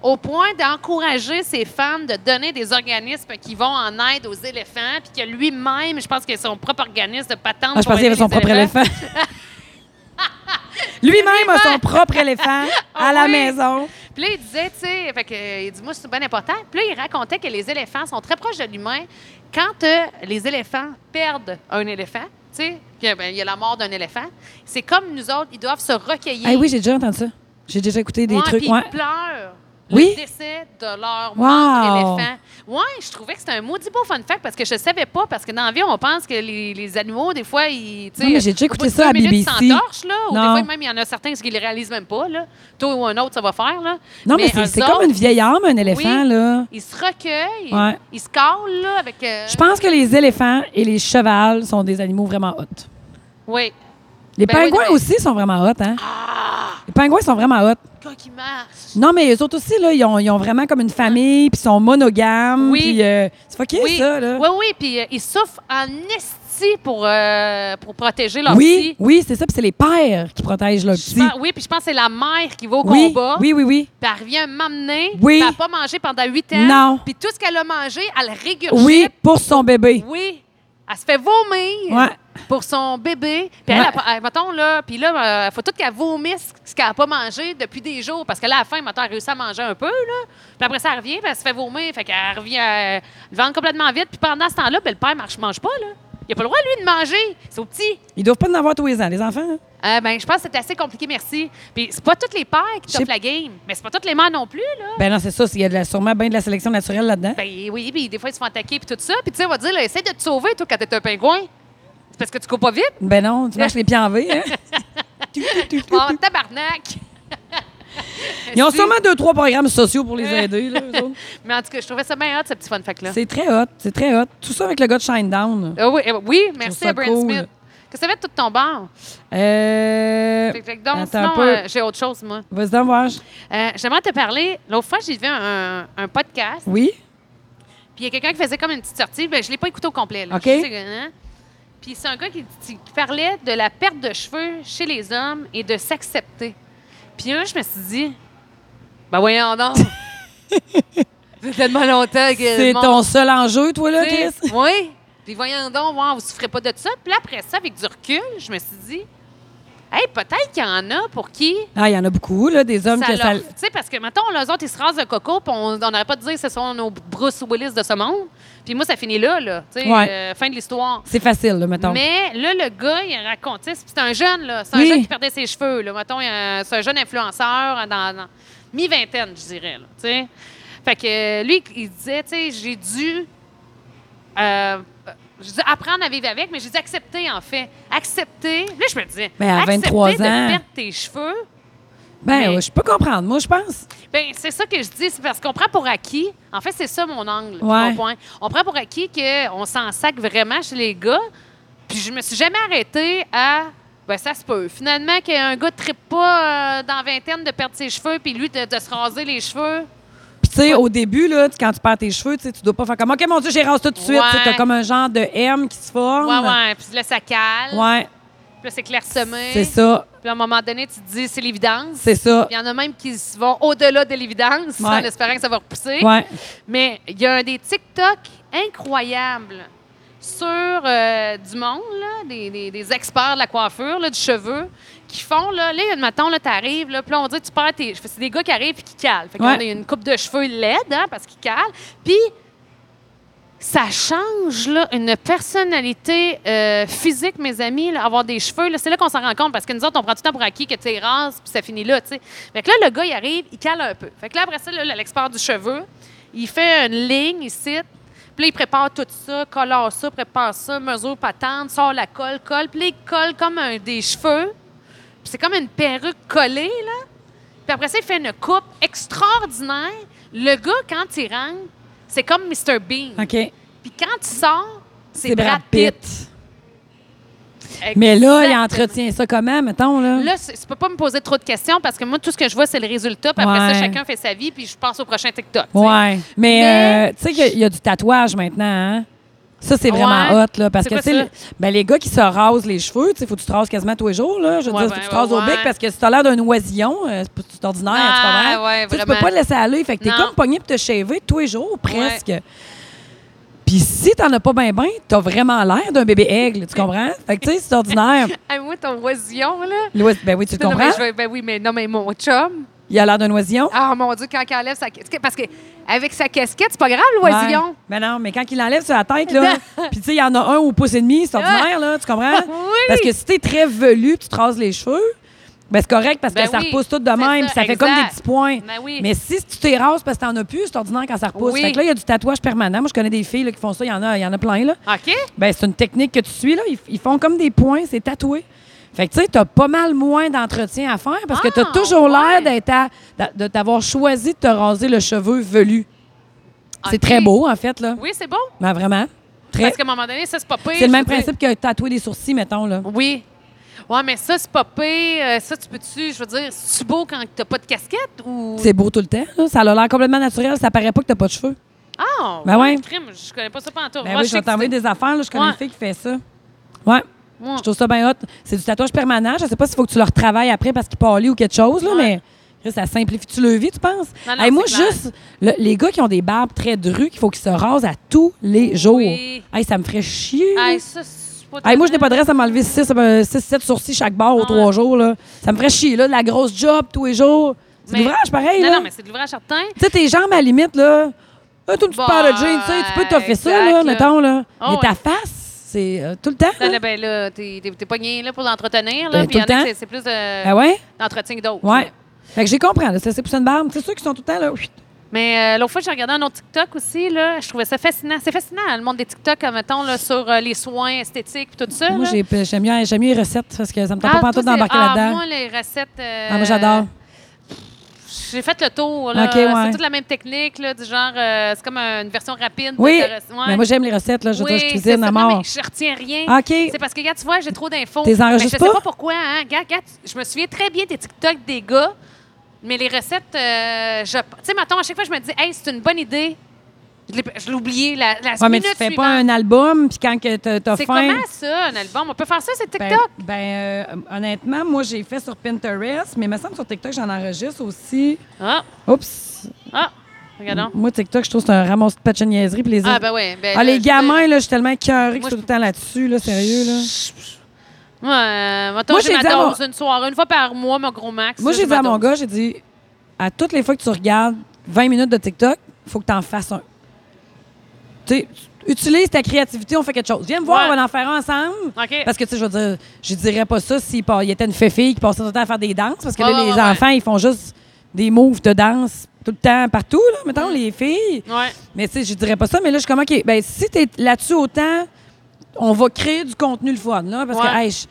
Speaker 2: au point d'encourager ces femmes de donner des organismes qui vont en aide aux éléphants, puis que lui-même, je pense que son propre organisme de patente.
Speaker 1: Ah, je
Speaker 2: pour
Speaker 1: pensais qu'il avait
Speaker 2: aider
Speaker 1: son
Speaker 2: les
Speaker 1: propre
Speaker 2: éléphants.
Speaker 1: éléphant. Lui-même a son propre éléphant à la
Speaker 2: Ah oui.
Speaker 1: maison.
Speaker 2: Puis là, il disait, tu sais, fait que, euh, il dit, moi, c'est bien important. Puis là, il racontait que les éléphants sont très proches de l'humain. Quand euh, les éléphants perdent un éléphant, tu sais, puis, euh, ben, il y a la mort d'un éléphant, c'est comme nous autres, ils doivent se recueillir.
Speaker 1: Ah oui, j'ai déjà entendu ça. J'ai déjà écouté des
Speaker 2: Ouais,
Speaker 1: trucs.
Speaker 2: puis
Speaker 1: Ouais.
Speaker 2: Ils pleurent.
Speaker 1: Oui?
Speaker 2: Le décès de leur
Speaker 1: Wow!
Speaker 2: membre éléphant. Oui, je trouvais que c'était un maudit beau fun fact parce que je savais pas, parce que dans la vie, on pense que les, les animaux, des fois, ils. tu sais,
Speaker 1: Non, mais j'ai déjà
Speaker 2: au
Speaker 1: écouté
Speaker 2: bout de
Speaker 1: ça à
Speaker 2: deux minutes,
Speaker 1: BBC.
Speaker 2: Ils s'entorchent, là. Ou des
Speaker 1: Non.
Speaker 2: fois, même, il y en a certains qui ne les réalisent même pas, là. Toi ou un autre, ça va faire, là.
Speaker 1: Non, mais, c'est-
Speaker 2: eux
Speaker 1: c'est comme une
Speaker 2: autres,
Speaker 1: vieille âme, un éléphant,
Speaker 2: Oui.
Speaker 1: là.
Speaker 2: Ils se recueillent,
Speaker 1: Ouais.
Speaker 2: ils se collent, là, avec. euh,
Speaker 1: Je pense que les éléphants et les chevals sont des animaux vraiment hot.
Speaker 2: Oui.
Speaker 1: Les
Speaker 2: Ben oui,
Speaker 1: pingouins
Speaker 2: non, mais- Ah!
Speaker 1: aussi sont vraiment hot, hein? Les pingouins sont vraiment hot.
Speaker 2: Quoi qui marche.
Speaker 1: Non, mais eux autres aussi, là, ils ont, ils ont vraiment comme une famille, puis ils sont monogames.
Speaker 2: Oui.
Speaker 1: Puis, euh, c'est fucké,
Speaker 2: Oui,
Speaker 1: ça, là.
Speaker 2: oui, oui, puis euh, ils souffrent en esti pour, euh, pour protéger leur
Speaker 1: oui, oui, c'est ça. Puis c'est les pères qui protègent leurs
Speaker 2: Je
Speaker 1: petits.
Speaker 2: pense- oui, puis je pense que c'est la mère qui va au
Speaker 1: Oui,
Speaker 2: combat.
Speaker 1: oui, oui, oui.
Speaker 2: Puis elle revient m'amener.
Speaker 1: Oui.
Speaker 2: puis Elle n'a pas mangé pendant huit ans.
Speaker 1: Non.
Speaker 2: Puis tout ce qu'elle a mangé, elle régurgite.
Speaker 1: Oui, pour son bébé.
Speaker 2: Oui. Elle se fait vomir
Speaker 1: Ouais.
Speaker 2: pour son bébé. Puis
Speaker 1: Ouais.
Speaker 2: elle, elle- mettons, là, puis là, euh, faut tout qu'elle vomisse ce qu'elle n'a pas mangé depuis des jours. Parce que là, à la fin, mettons, elle réussit à manger un peu, là. Puis après ça, elle revient, puis elle se fait vomir. Fait qu'elle revient euh, le ventre complètement vide. Puis pendant ce temps-là, ben, le père ne mange pas, là. Il n'a pas le droit, lui, de manger. C'est au petit.
Speaker 1: Ils doivent pas en avoir tous les ans, les enfants. hein?
Speaker 2: Euh, ben, je pense que c'est assez compliqué, merci. Puis c'est pas toutes les pères qui
Speaker 1: Je sais-
Speaker 2: toppent la game, mais c'est pas toutes les mères non plus, là.
Speaker 1: Ben non, c'est ça. c'est- Il y a de la- sûrement bien de la sélection naturelle là-dedans.
Speaker 2: Ben oui, puis des fois ils se font attaquer puis tout ça, puis tu sais on va dire là, essaie de te sauver toi quand t'es un pingouin. C'est parce que tu cours pas vite.
Speaker 1: Ben, non, tu marches les pieds en V. hein? Tout, tout, tout, tout.
Speaker 2: Oh, tabarnak.
Speaker 1: Ils ont
Speaker 2: Si.
Speaker 1: sûrement deux, trois programmes sociaux pour les aider. là, eux autres.
Speaker 2: Mais en tout cas, je trouvais ça bien hot ce petit fun fact là.
Speaker 1: c'est très hot. C'est très hot. Tout ça avec le gars de Shinedown.
Speaker 2: Ah oui, eh, oui, merci
Speaker 1: ça
Speaker 2: à Brent
Speaker 1: cool.
Speaker 2: Smith. Qu'est-ce que ça fait de tout ton bord?
Speaker 1: Euh...
Speaker 2: Fait que- fait que donc,
Speaker 1: Attends un
Speaker 2: sinon,
Speaker 1: peu.
Speaker 2: euh, j'ai autre chose, moi.
Speaker 1: Vas-y, donc, voir.
Speaker 2: Euh, J'aimerais te parler. L'autre fois, j'ai vu un, un podcast,
Speaker 1: Oui?
Speaker 2: Puis il y a quelqu'un qui faisait comme une petite sortie. Ben, je l'ai pas écouté au complet. là.
Speaker 1: OK.
Speaker 2: Je sais que, hein. Puis c'est un gars qui, qui parlait de la perte de cheveux chez les hommes et de s'accepter. Puis là, je me suis dit, ben voyons donc. Ça fait tellement longtemps que. le
Speaker 1: C'est
Speaker 2: monde-
Speaker 1: ton seul enjeu, toi, là,
Speaker 2: tu sais,
Speaker 1: Chris?
Speaker 2: Oui. Puis voyons donc, wow, vous souffrez pas de ça. Puis là, après ça, avec du recul, je me suis dit, Hey, peut-être qu'il y en a pour qui
Speaker 1: Ah, il y en a beaucoup, là, des hommes
Speaker 2: ça
Speaker 1: que ça.
Speaker 2: leur- Tu sais, parce que, mettons, les autres, ils se rasent le coco, puis on n'aurait pas de dire que ce sont nos Bruce Willis de ce monde. Puis moi, ça finit là, là. Tu sais,
Speaker 1: Ouais.
Speaker 2: euh, fin de l'histoire.
Speaker 1: C'est facile, là, mettons.
Speaker 2: Mais là, le gars, il racontait. C'est c'est un jeune, là. C'est un
Speaker 1: Oui.
Speaker 2: jeune qui perdait ses cheveux, là. Mettons, il y a- c'est un jeune influenceur euh, dans, dans- mi-vingtaine, je dirais, là. Tu sais. Fait que euh, lui, il disait, tu sais, j'ai dû. euh, je dis apprendre à vivre avec, mais j'ai dû accepter, en fait. Accepter. Là, je me disais.
Speaker 1: Mais Ben, à
Speaker 2: accepter
Speaker 1: 23
Speaker 2: de
Speaker 1: ans.
Speaker 2: perdre tes cheveux.
Speaker 1: Ben,
Speaker 2: mais-
Speaker 1: ouais, je peux comprendre, moi, je pense.
Speaker 2: Ben, c'est ça que je dis, c'est parce qu'on prend pour acquis. En fait, c'est ça mon angle, puis
Speaker 1: Ouais.
Speaker 2: mon point. On prend pour acquis qu'on s'en sac vraiment chez les gars. Puis je me suis jamais arrêtée à. Ben, ça se peut. Finalement, qu'un gars ne trippe pas euh, dans vingtaine de perdre ses cheveux, puis lui de, de se raser les cheveux.
Speaker 1: Puis, tu sais, au début, là, tu- quand tu perds tes cheveux, tu sais, tu dois pas faire comme, OK, mon Dieu, j'ai rase tout de suite.
Speaker 2: Ouais.
Speaker 1: Tu as comme un genre de M qui se forme.
Speaker 2: Ouais, ouais. Puis là, ça cale.
Speaker 1: Ouais,
Speaker 2: Puis là, c'est clairsemé.
Speaker 1: c'est ça,
Speaker 2: Puis à un moment donné, tu te dis, c'est l'évidence.
Speaker 1: c'est ça.
Speaker 2: Il y en a même qui se vont au-delà de l'évidence en
Speaker 1: Ouais.
Speaker 2: espérant que ça va repousser.
Speaker 1: Ouais.
Speaker 2: Mais il y a un des TikTok incroyables sur euh, du monde, là, des, des- des experts de la coiffure, là, du cheveu, qui font, là, là, il y a une matin, là, t'arrives, là, puis là, on dit, tu perds tes... C'est des gars qui arrivent puis qui calent. Fait qu'on
Speaker 1: Ouais.
Speaker 2: a une coupe de cheveux laide, hein, parce qu'ils calent. Puis, ça change, là, une personnalité euh, physique, mes amis, là, avoir des cheveux, là, c'est là qu'on s'en rend compte, parce que nous autres, on prend tout le temps pour acquis que tu les rases, puis ça finit là, tu sais. Fait que là, le gars, il arrive, il cale un peu. Fait que là, après ça, là, l'expert du cheveu, il fait une ligne, il cite, puis là, il prépare tout ça, colore ça, prépare ça, mesure, patente, sort la colle, colle, puis là, il colle comme un, des cheveux, puis c'est comme une perruque collée, là. Puis après ça, il fait une coupe extraordinaire. Le gars, quand il rentre, c'est comme Mr. Bean.
Speaker 1: OK.
Speaker 2: Puis quand il sort, c'est
Speaker 1: C'est
Speaker 2: Brad
Speaker 1: Brad
Speaker 2: Pitt.
Speaker 1: Pitt. Mais là, il
Speaker 2: Exactement.
Speaker 1: entretient ça comment, mettons, là?
Speaker 2: Là, c'est- tu peux pas me poser trop de questions parce que moi, tout ce que je vois, c'est le résultat. Puis après ça,
Speaker 1: Ouais.
Speaker 2: chacun fait sa vie, puis je pense au prochain TikTok. tu sais.
Speaker 1: Ouais. Mais,
Speaker 2: Mais-
Speaker 1: euh, tu sais qu'il y a- il y a du tatouage maintenant, hein? Ça, c'est vraiment
Speaker 2: Ouais.
Speaker 1: hot, là. Parce
Speaker 2: C'est
Speaker 1: que,
Speaker 2: quoi
Speaker 1: tu sais,
Speaker 2: ça?
Speaker 1: le- ben, les gars qui se rasent les cheveux, tu sais, faut que tu te rases quasiment tous les jours, là. Je veux
Speaker 2: Ouais,
Speaker 1: dire, faut
Speaker 2: ben,
Speaker 1: que tu te rases au
Speaker 2: ouais.
Speaker 1: bec parce que si t'as l'air d'un oisillon, euh, c'est pas- c'est ordinaire,
Speaker 2: Ah,
Speaker 1: tu comprends?
Speaker 2: ouais,
Speaker 1: Tu sais, tu peux
Speaker 2: vraiment.
Speaker 1: pas le laisser aller. Fait que t'es
Speaker 2: Non.
Speaker 1: comme pogné pour te shaver tous les jours, presque. Puis si t'en as pas ben ben, t'as vraiment l'air d'un bébé aigle, tu comprends? Fait que, tu sais, c'est ordinaire.
Speaker 2: Ah, moi, ton oisillon, là.
Speaker 1: L'ois- Ben oui, tu le
Speaker 2: Non, non, mais
Speaker 1: comprends?
Speaker 2: je vais- ben oui, mais non, mais mon chum.
Speaker 1: Il a l'air d'un oisillon.
Speaker 2: Ah, mon Dieu, quand il enlève sa casquette. Parce que avec sa casquette, c'est pas grave, l'oisillon.
Speaker 1: Ouais. Mais non, mais quand il l'enlève sur la tête, là, puis tu sais, il y en a un au pouce et demi, c'est ordinaire, là, tu comprends?
Speaker 2: Oui!
Speaker 1: Parce que si t'es très velu, puis tu te rases les cheveux, ben c'est correct parce
Speaker 2: Ben
Speaker 1: que ça
Speaker 2: oui,
Speaker 1: repousse tout de
Speaker 2: c'est
Speaker 1: même, puis
Speaker 2: ça,
Speaker 1: ça fait comme des
Speaker 2: exact.
Speaker 1: petits points.
Speaker 2: Ben oui.
Speaker 1: Mais si tu t'es rases parce que t'en as plus, c'est ordinaire quand ça repousse.
Speaker 2: Oui.
Speaker 1: Fait que là, il y a du tatouage permanent. Moi, je connais des filles là, qui font ça, il y en a, il y en a plein, là.
Speaker 2: OK?
Speaker 1: Ben c'est une technique que tu suis, là. Ils, ils font comme des points, c'est tatoué. Fait que, tu sais, t'as pas mal moins d'entretien à faire parce que t'as
Speaker 2: Ah,
Speaker 1: toujours l'air
Speaker 2: ouais.
Speaker 1: d'être à- d'a- de t'avoir choisi de te raser le cheveu velu. C'est
Speaker 2: Ok.
Speaker 1: très beau, en fait, là.
Speaker 2: Oui, c'est bon.
Speaker 1: Ben, vraiment. Très.
Speaker 2: Parce qu'à un moment donné, ça, c'est pas pire.
Speaker 1: C'est le même
Speaker 2: je veux dire.
Speaker 1: principe que tatouer des sourcils, mettons, là.
Speaker 2: Oui. Ouais, mais ça, c'est pas pire. Euh, Ça, tu peux-tu, je veux dire, c'est-tu beau quand t'as pas de casquette ou.
Speaker 1: C'est beau tout le temps. là. Ça a l'air complètement naturel. Ça paraît pas que t'as pas de cheveux.
Speaker 2: Ah!
Speaker 1: Ben ouais.
Speaker 2: crime, je connais pas ça pendant tout.
Speaker 1: Ben oui, je vais t'envoyer des affaires. Là. Je connais
Speaker 2: Ouais.
Speaker 1: une fille qui fait ça. Ouais.
Speaker 2: Ouais.
Speaker 1: Je trouve ça bien hot. C'est du tatouage permanent. Je sais pas s'il faut que tu le retravailles après parce qu'il palie ou quelque chose, là,
Speaker 2: Ouais.
Speaker 1: mais ça simplifie. Tu le vis, tu penses?
Speaker 2: Non, non,
Speaker 1: Hey, moi,
Speaker 2: c'est clair.
Speaker 1: juste, le- les gars qui ont des barbes très drues, qu'il faut qu'ils se rasent à tous les jours.
Speaker 2: Oui.
Speaker 1: Hey, ça me ferait chier. là.
Speaker 2: Ah, ça, c'est pas
Speaker 1: Hey, moi, je n'ai pas de reste à m'enlever 6-7 sourcils chaque barre aux
Speaker 2: Ouais.
Speaker 1: trois jours. Là. Ça me ferait chier, là, de la grosse job tous les jours. C'est
Speaker 2: Mais-
Speaker 1: l'ouvrage, pareil.
Speaker 2: Non,
Speaker 1: là.
Speaker 2: non, mais c'est de l'ouvrage certain.
Speaker 1: Tu sais, tes jambes, à la limite, là, là t'as une petite
Speaker 2: Bah,
Speaker 1: paire de jeans, tu sais, tu peux t'offrir ça, là,
Speaker 2: exact, là.
Speaker 1: mettons, là.
Speaker 2: Ah
Speaker 1: mais ta
Speaker 2: ouais.
Speaker 1: face, c'est euh, tout le temps.
Speaker 2: Là,
Speaker 1: là.
Speaker 2: là, ben là, t'es t'es- t'es pogné là, pour l'entretenir.
Speaker 1: Ben,
Speaker 2: là, Puis
Speaker 1: tout
Speaker 2: il y
Speaker 1: le
Speaker 2: en a
Speaker 1: temps.
Speaker 2: que c'est- c'est plus euh,
Speaker 1: Ah ouais?
Speaker 2: d'entretien que d'autres.
Speaker 1: Ouais. Fait que j'ai compris, là, c'est c'est pour une barbe. C'est ceux qui sont tout le temps, là, oui.
Speaker 2: Mais euh, l'autre fois, j'ai regardé un autre TikTok aussi. Là, je trouvais ça fascinant. C'est fascinant, hein, le monde des TikTok, euh, mettons, là, sur euh, les soins esthétiques et tout ça.
Speaker 1: Moi,
Speaker 2: là.
Speaker 1: j'ai- j'aime mieux, j'aime mieux les recettes parce que ça me tente
Speaker 2: Ah,
Speaker 1: pas
Speaker 2: toi,
Speaker 1: tout
Speaker 2: c'est-
Speaker 1: d'embarquer
Speaker 2: ah,
Speaker 1: là-dedans.
Speaker 2: Moi, les recettes. euh,
Speaker 1: Ah, moi, j'adore.
Speaker 2: J'ai fait le tour. là.
Speaker 1: Ok, ouais.
Speaker 2: C'est toute la même technique, là, du genre, euh, c'est comme euh, une version rapide.
Speaker 1: Oui.
Speaker 2: de ta rec- ouais.
Speaker 1: Mais moi, j'aime les recettes, là. Je, veux dire, je
Speaker 2: Oui, c'est
Speaker 1: cuisine
Speaker 2: ça.
Speaker 1: à
Speaker 2: Non,
Speaker 1: mort.
Speaker 2: mais je retiens rien.
Speaker 1: Ah, OK.
Speaker 2: C'est parce que, regarde, tu vois, j'ai trop d'infos.
Speaker 1: T'es
Speaker 2: Mais Je
Speaker 1: enregistres
Speaker 2: sais pas
Speaker 1: pas?
Speaker 2: pourquoi. Hein? Regarde, regarde, je me souviens très bien des TikTok des gars, mais les recettes, euh, je... tu sais, mettons, à chaque fois, je me dis, hey, c'est une bonne idée. Je l'ai- Je l'ai oublié la, la
Speaker 1: Ouais, mais
Speaker 2: minute
Speaker 1: tu fais
Speaker 2: suivante.
Speaker 1: pas un album, puis quand que t'as t'as
Speaker 2: C'est
Speaker 1: faim.
Speaker 2: comment ça, un album? On peut faire ça, c'est
Speaker 1: Ben-
Speaker 2: TikTok?
Speaker 1: Ben, euh, honnêtement, moi, j'ai fait sur Pinterest, mais il me semble que sur TikTok, j'en enregistre aussi.
Speaker 2: Ah,
Speaker 1: Oups!
Speaker 2: ah, regardons.
Speaker 1: Moi, TikTok, je trouve que c'est un ramasse de patch de niaiseries. puis les
Speaker 2: Ah,
Speaker 1: autres-
Speaker 2: ben oui. Ben,
Speaker 1: Ah,
Speaker 2: là,
Speaker 1: les
Speaker 2: je veux dire-
Speaker 1: gamins, là, je suis tellement écœurée que
Speaker 2: Moi,
Speaker 1: je suis tout
Speaker 2: je-
Speaker 1: le temps là-dessus, là, sérieux, là.
Speaker 2: Chut, chut. Ouais, euh, mettons,
Speaker 1: Moi,
Speaker 2: j'ai
Speaker 1: j'ai
Speaker 2: ma
Speaker 1: dit à mon-
Speaker 2: dose une soirée, une fois par mois, mon gros max.
Speaker 1: Moi,
Speaker 2: là,
Speaker 1: j'ai dit
Speaker 2: ma
Speaker 1: à mon
Speaker 2: dose.
Speaker 1: gars, j'ai dit, à toutes les fois que tu regardes 20 minutes de TikTok, faut que tu en fasses un. Tu sais, utilise ta créativité, on fait quelque chose. Viens me voir,
Speaker 2: Ouais.
Speaker 1: on va en faire un ensemble.
Speaker 2: OK.
Speaker 1: Parce que, tu sais, je veux dire, je dirais pas ça s'il par- il était une fée-fille qui passait son temps à faire des danses. Parce que
Speaker 2: Ouais,
Speaker 1: là,
Speaker 2: ouais,
Speaker 1: les
Speaker 2: ouais, ouais.
Speaker 1: enfants, ils font juste des moves de danse tout le temps, partout, là, mettons,
Speaker 2: Mm.
Speaker 1: les filles.
Speaker 2: Ouais.
Speaker 1: Mais tu sais, je dirais pas ça, mais là, je suis comme, OK, ben, si t'es là-dessus autant, on va créer du contenu le fun, là, parce que,
Speaker 2: Ouais.
Speaker 1: hey, je-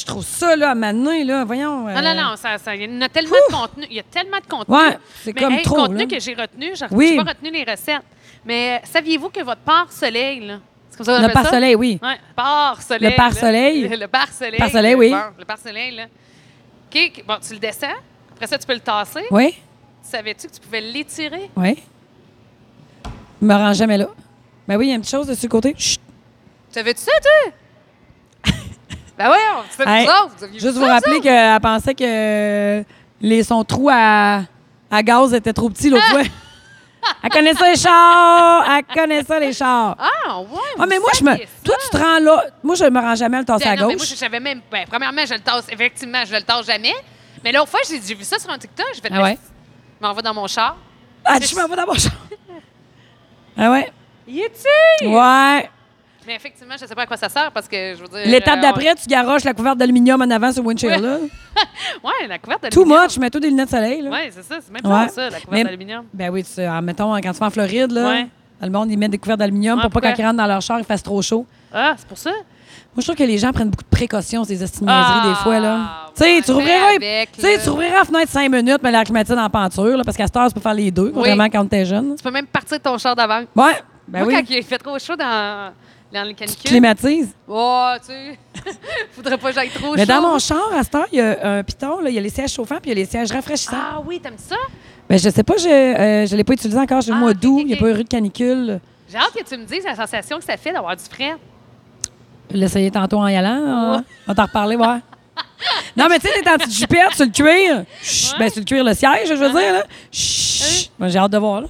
Speaker 1: je trouve ça, là, à maintenant, là, voyons.
Speaker 2: Non,
Speaker 1: euh,
Speaker 2: non, non, ça, ça- il y en a tellement de contenu. Il y a tellement de contenu.
Speaker 1: Ouais, c'est
Speaker 2: Mais,
Speaker 1: comme
Speaker 2: hey,
Speaker 1: trop,
Speaker 2: contenu
Speaker 1: là.
Speaker 2: que j'ai retenu, j'ai
Speaker 1: Oui.
Speaker 2: j'ai pas retenu les recettes. Mais euh, saviez-vous que votre pare-soleil, là, c'est comme ça qu'on
Speaker 1: Le
Speaker 2: appelle ça?
Speaker 1: pare-soleil, oui.
Speaker 2: Ouais, pare-soleil.
Speaker 1: Le pare-soleil.
Speaker 2: là. Le pare-soleil.
Speaker 1: Pare-soleil,
Speaker 2: le
Speaker 1: oui.
Speaker 2: bar- Le pare-soleil, là. OK, OK, bon, tu le descends. Après ça, tu peux le tasser.
Speaker 1: Oui,
Speaker 2: Savais-tu que tu pouvais l'étirer?
Speaker 1: oui. Je me rends jamais là. Ben oui, il y a une petite chose de ce côté. Chut.
Speaker 2: Savais-tu ça, toi? ben ouais, on fait
Speaker 1: Hey,
Speaker 2: vous autres. Vous aviez
Speaker 1: Juste
Speaker 2: vu
Speaker 1: vous
Speaker 2: ça,
Speaker 1: rappeler qu'elle pensait que les, son trou à, à gaz était trop petit
Speaker 2: Ah!
Speaker 1: l'autre fois. Elle connaissait les chars! Elle connaissait les chars!
Speaker 2: ça? Ah, ouais.
Speaker 1: Ah, mais
Speaker 2: vous
Speaker 1: moi, je me.
Speaker 2: saviez ça.
Speaker 1: Toi, tu te rends là. Moi, je me rends jamais à le tasser
Speaker 2: Ben
Speaker 1: à
Speaker 2: non, mais moi,
Speaker 1: gauche.
Speaker 2: je savais même. Ben, premièrement, je le tasse. Effectivement, je le tasse jamais. Mais l'autre fois, j'ai j'ai vu ça sur un TikTok. J'ai fait,
Speaker 1: Ah ouais?
Speaker 2: je m'en vais dans mon char.
Speaker 1: Ah, je m'en vais dans mon char. Ah ouais?
Speaker 2: Y est-tu? Euh,
Speaker 1: Ouais.
Speaker 2: Mais effectivement, je sais pas à quoi ça sert parce que je veux dire.
Speaker 1: L'étape
Speaker 2: euh,
Speaker 1: d'après, tu garoches la couverte d'aluminium en avant sur le windshield. là.
Speaker 2: on- Ouais, la couverte
Speaker 1: Too
Speaker 2: d'aluminium.
Speaker 1: much, mets tout des lunettes de soleil. Là.
Speaker 2: Ouais, c'est ça. C'est même
Speaker 1: Ouais.
Speaker 2: pas ça, la couverte
Speaker 1: Mais-
Speaker 2: d'aluminium.
Speaker 1: Ben oui, tu sais, ah, mettons, quand tu vas en Floride, là,
Speaker 2: Ouais.
Speaker 1: dans le monde, ils mettent des couvertes d'aluminium
Speaker 2: Ouais,
Speaker 1: pour pas
Speaker 2: pourquoi?
Speaker 1: quand ils rentrent dans leur char, il fasse trop chaud.
Speaker 2: Ah, c'est pour ça?
Speaker 1: Moi, je trouve que les gens prennent beaucoup de précautions, ces estimineries,
Speaker 2: Ah,
Speaker 1: des fois. là. Tu
Speaker 2: ouais,
Speaker 1: sais, tu rouvriras,
Speaker 2: fais avec,
Speaker 1: tu sais,
Speaker 2: là.
Speaker 1: tu rouvriras la fenêtre cinq minutes, mais l'air climatisé en peinture, là, parce qu'à cette heure, tu peux faire les deux, contrairement à quand t'es jeune.
Speaker 2: Tu peux même partir de ton char d'avant.
Speaker 1: Ouais, ben
Speaker 2: moi,
Speaker 1: oui,
Speaker 2: quand il fait trop chaud dans, dans les
Speaker 1: tu te
Speaker 2: canicules.
Speaker 1: climatises.
Speaker 2: Oh, tu sais. Faudrait pas que j'aille trop
Speaker 1: Mais
Speaker 2: chaud.
Speaker 1: dans mon char, à cette heure, il y a un piton, là, il y a les sièges chauffants puis il y a les sièges rafraîchissants.
Speaker 2: Ah oui, t'aimes ça?
Speaker 1: Ben, je sais pas, je euh, je l'ai pas utilisé encore. J'ai le
Speaker 2: Ah,
Speaker 1: mois
Speaker 2: ok,
Speaker 1: d'août,
Speaker 2: ok,
Speaker 1: il n'y a
Speaker 2: ok.
Speaker 1: pas eu de canicule.
Speaker 2: J'ai hâte que tu me dises la sensation que ça fait d'avoir du frais.
Speaker 1: Je vais L'essayer tantôt en y allant. hein. On va t'en reparler, ouais. Non, mais tu sais, t'es en petite jupette sur le cuir. Chut, Ben, sur le cuir, le siège, je veux dire. Là. Chut. Ben, j'ai hâte de voir. là.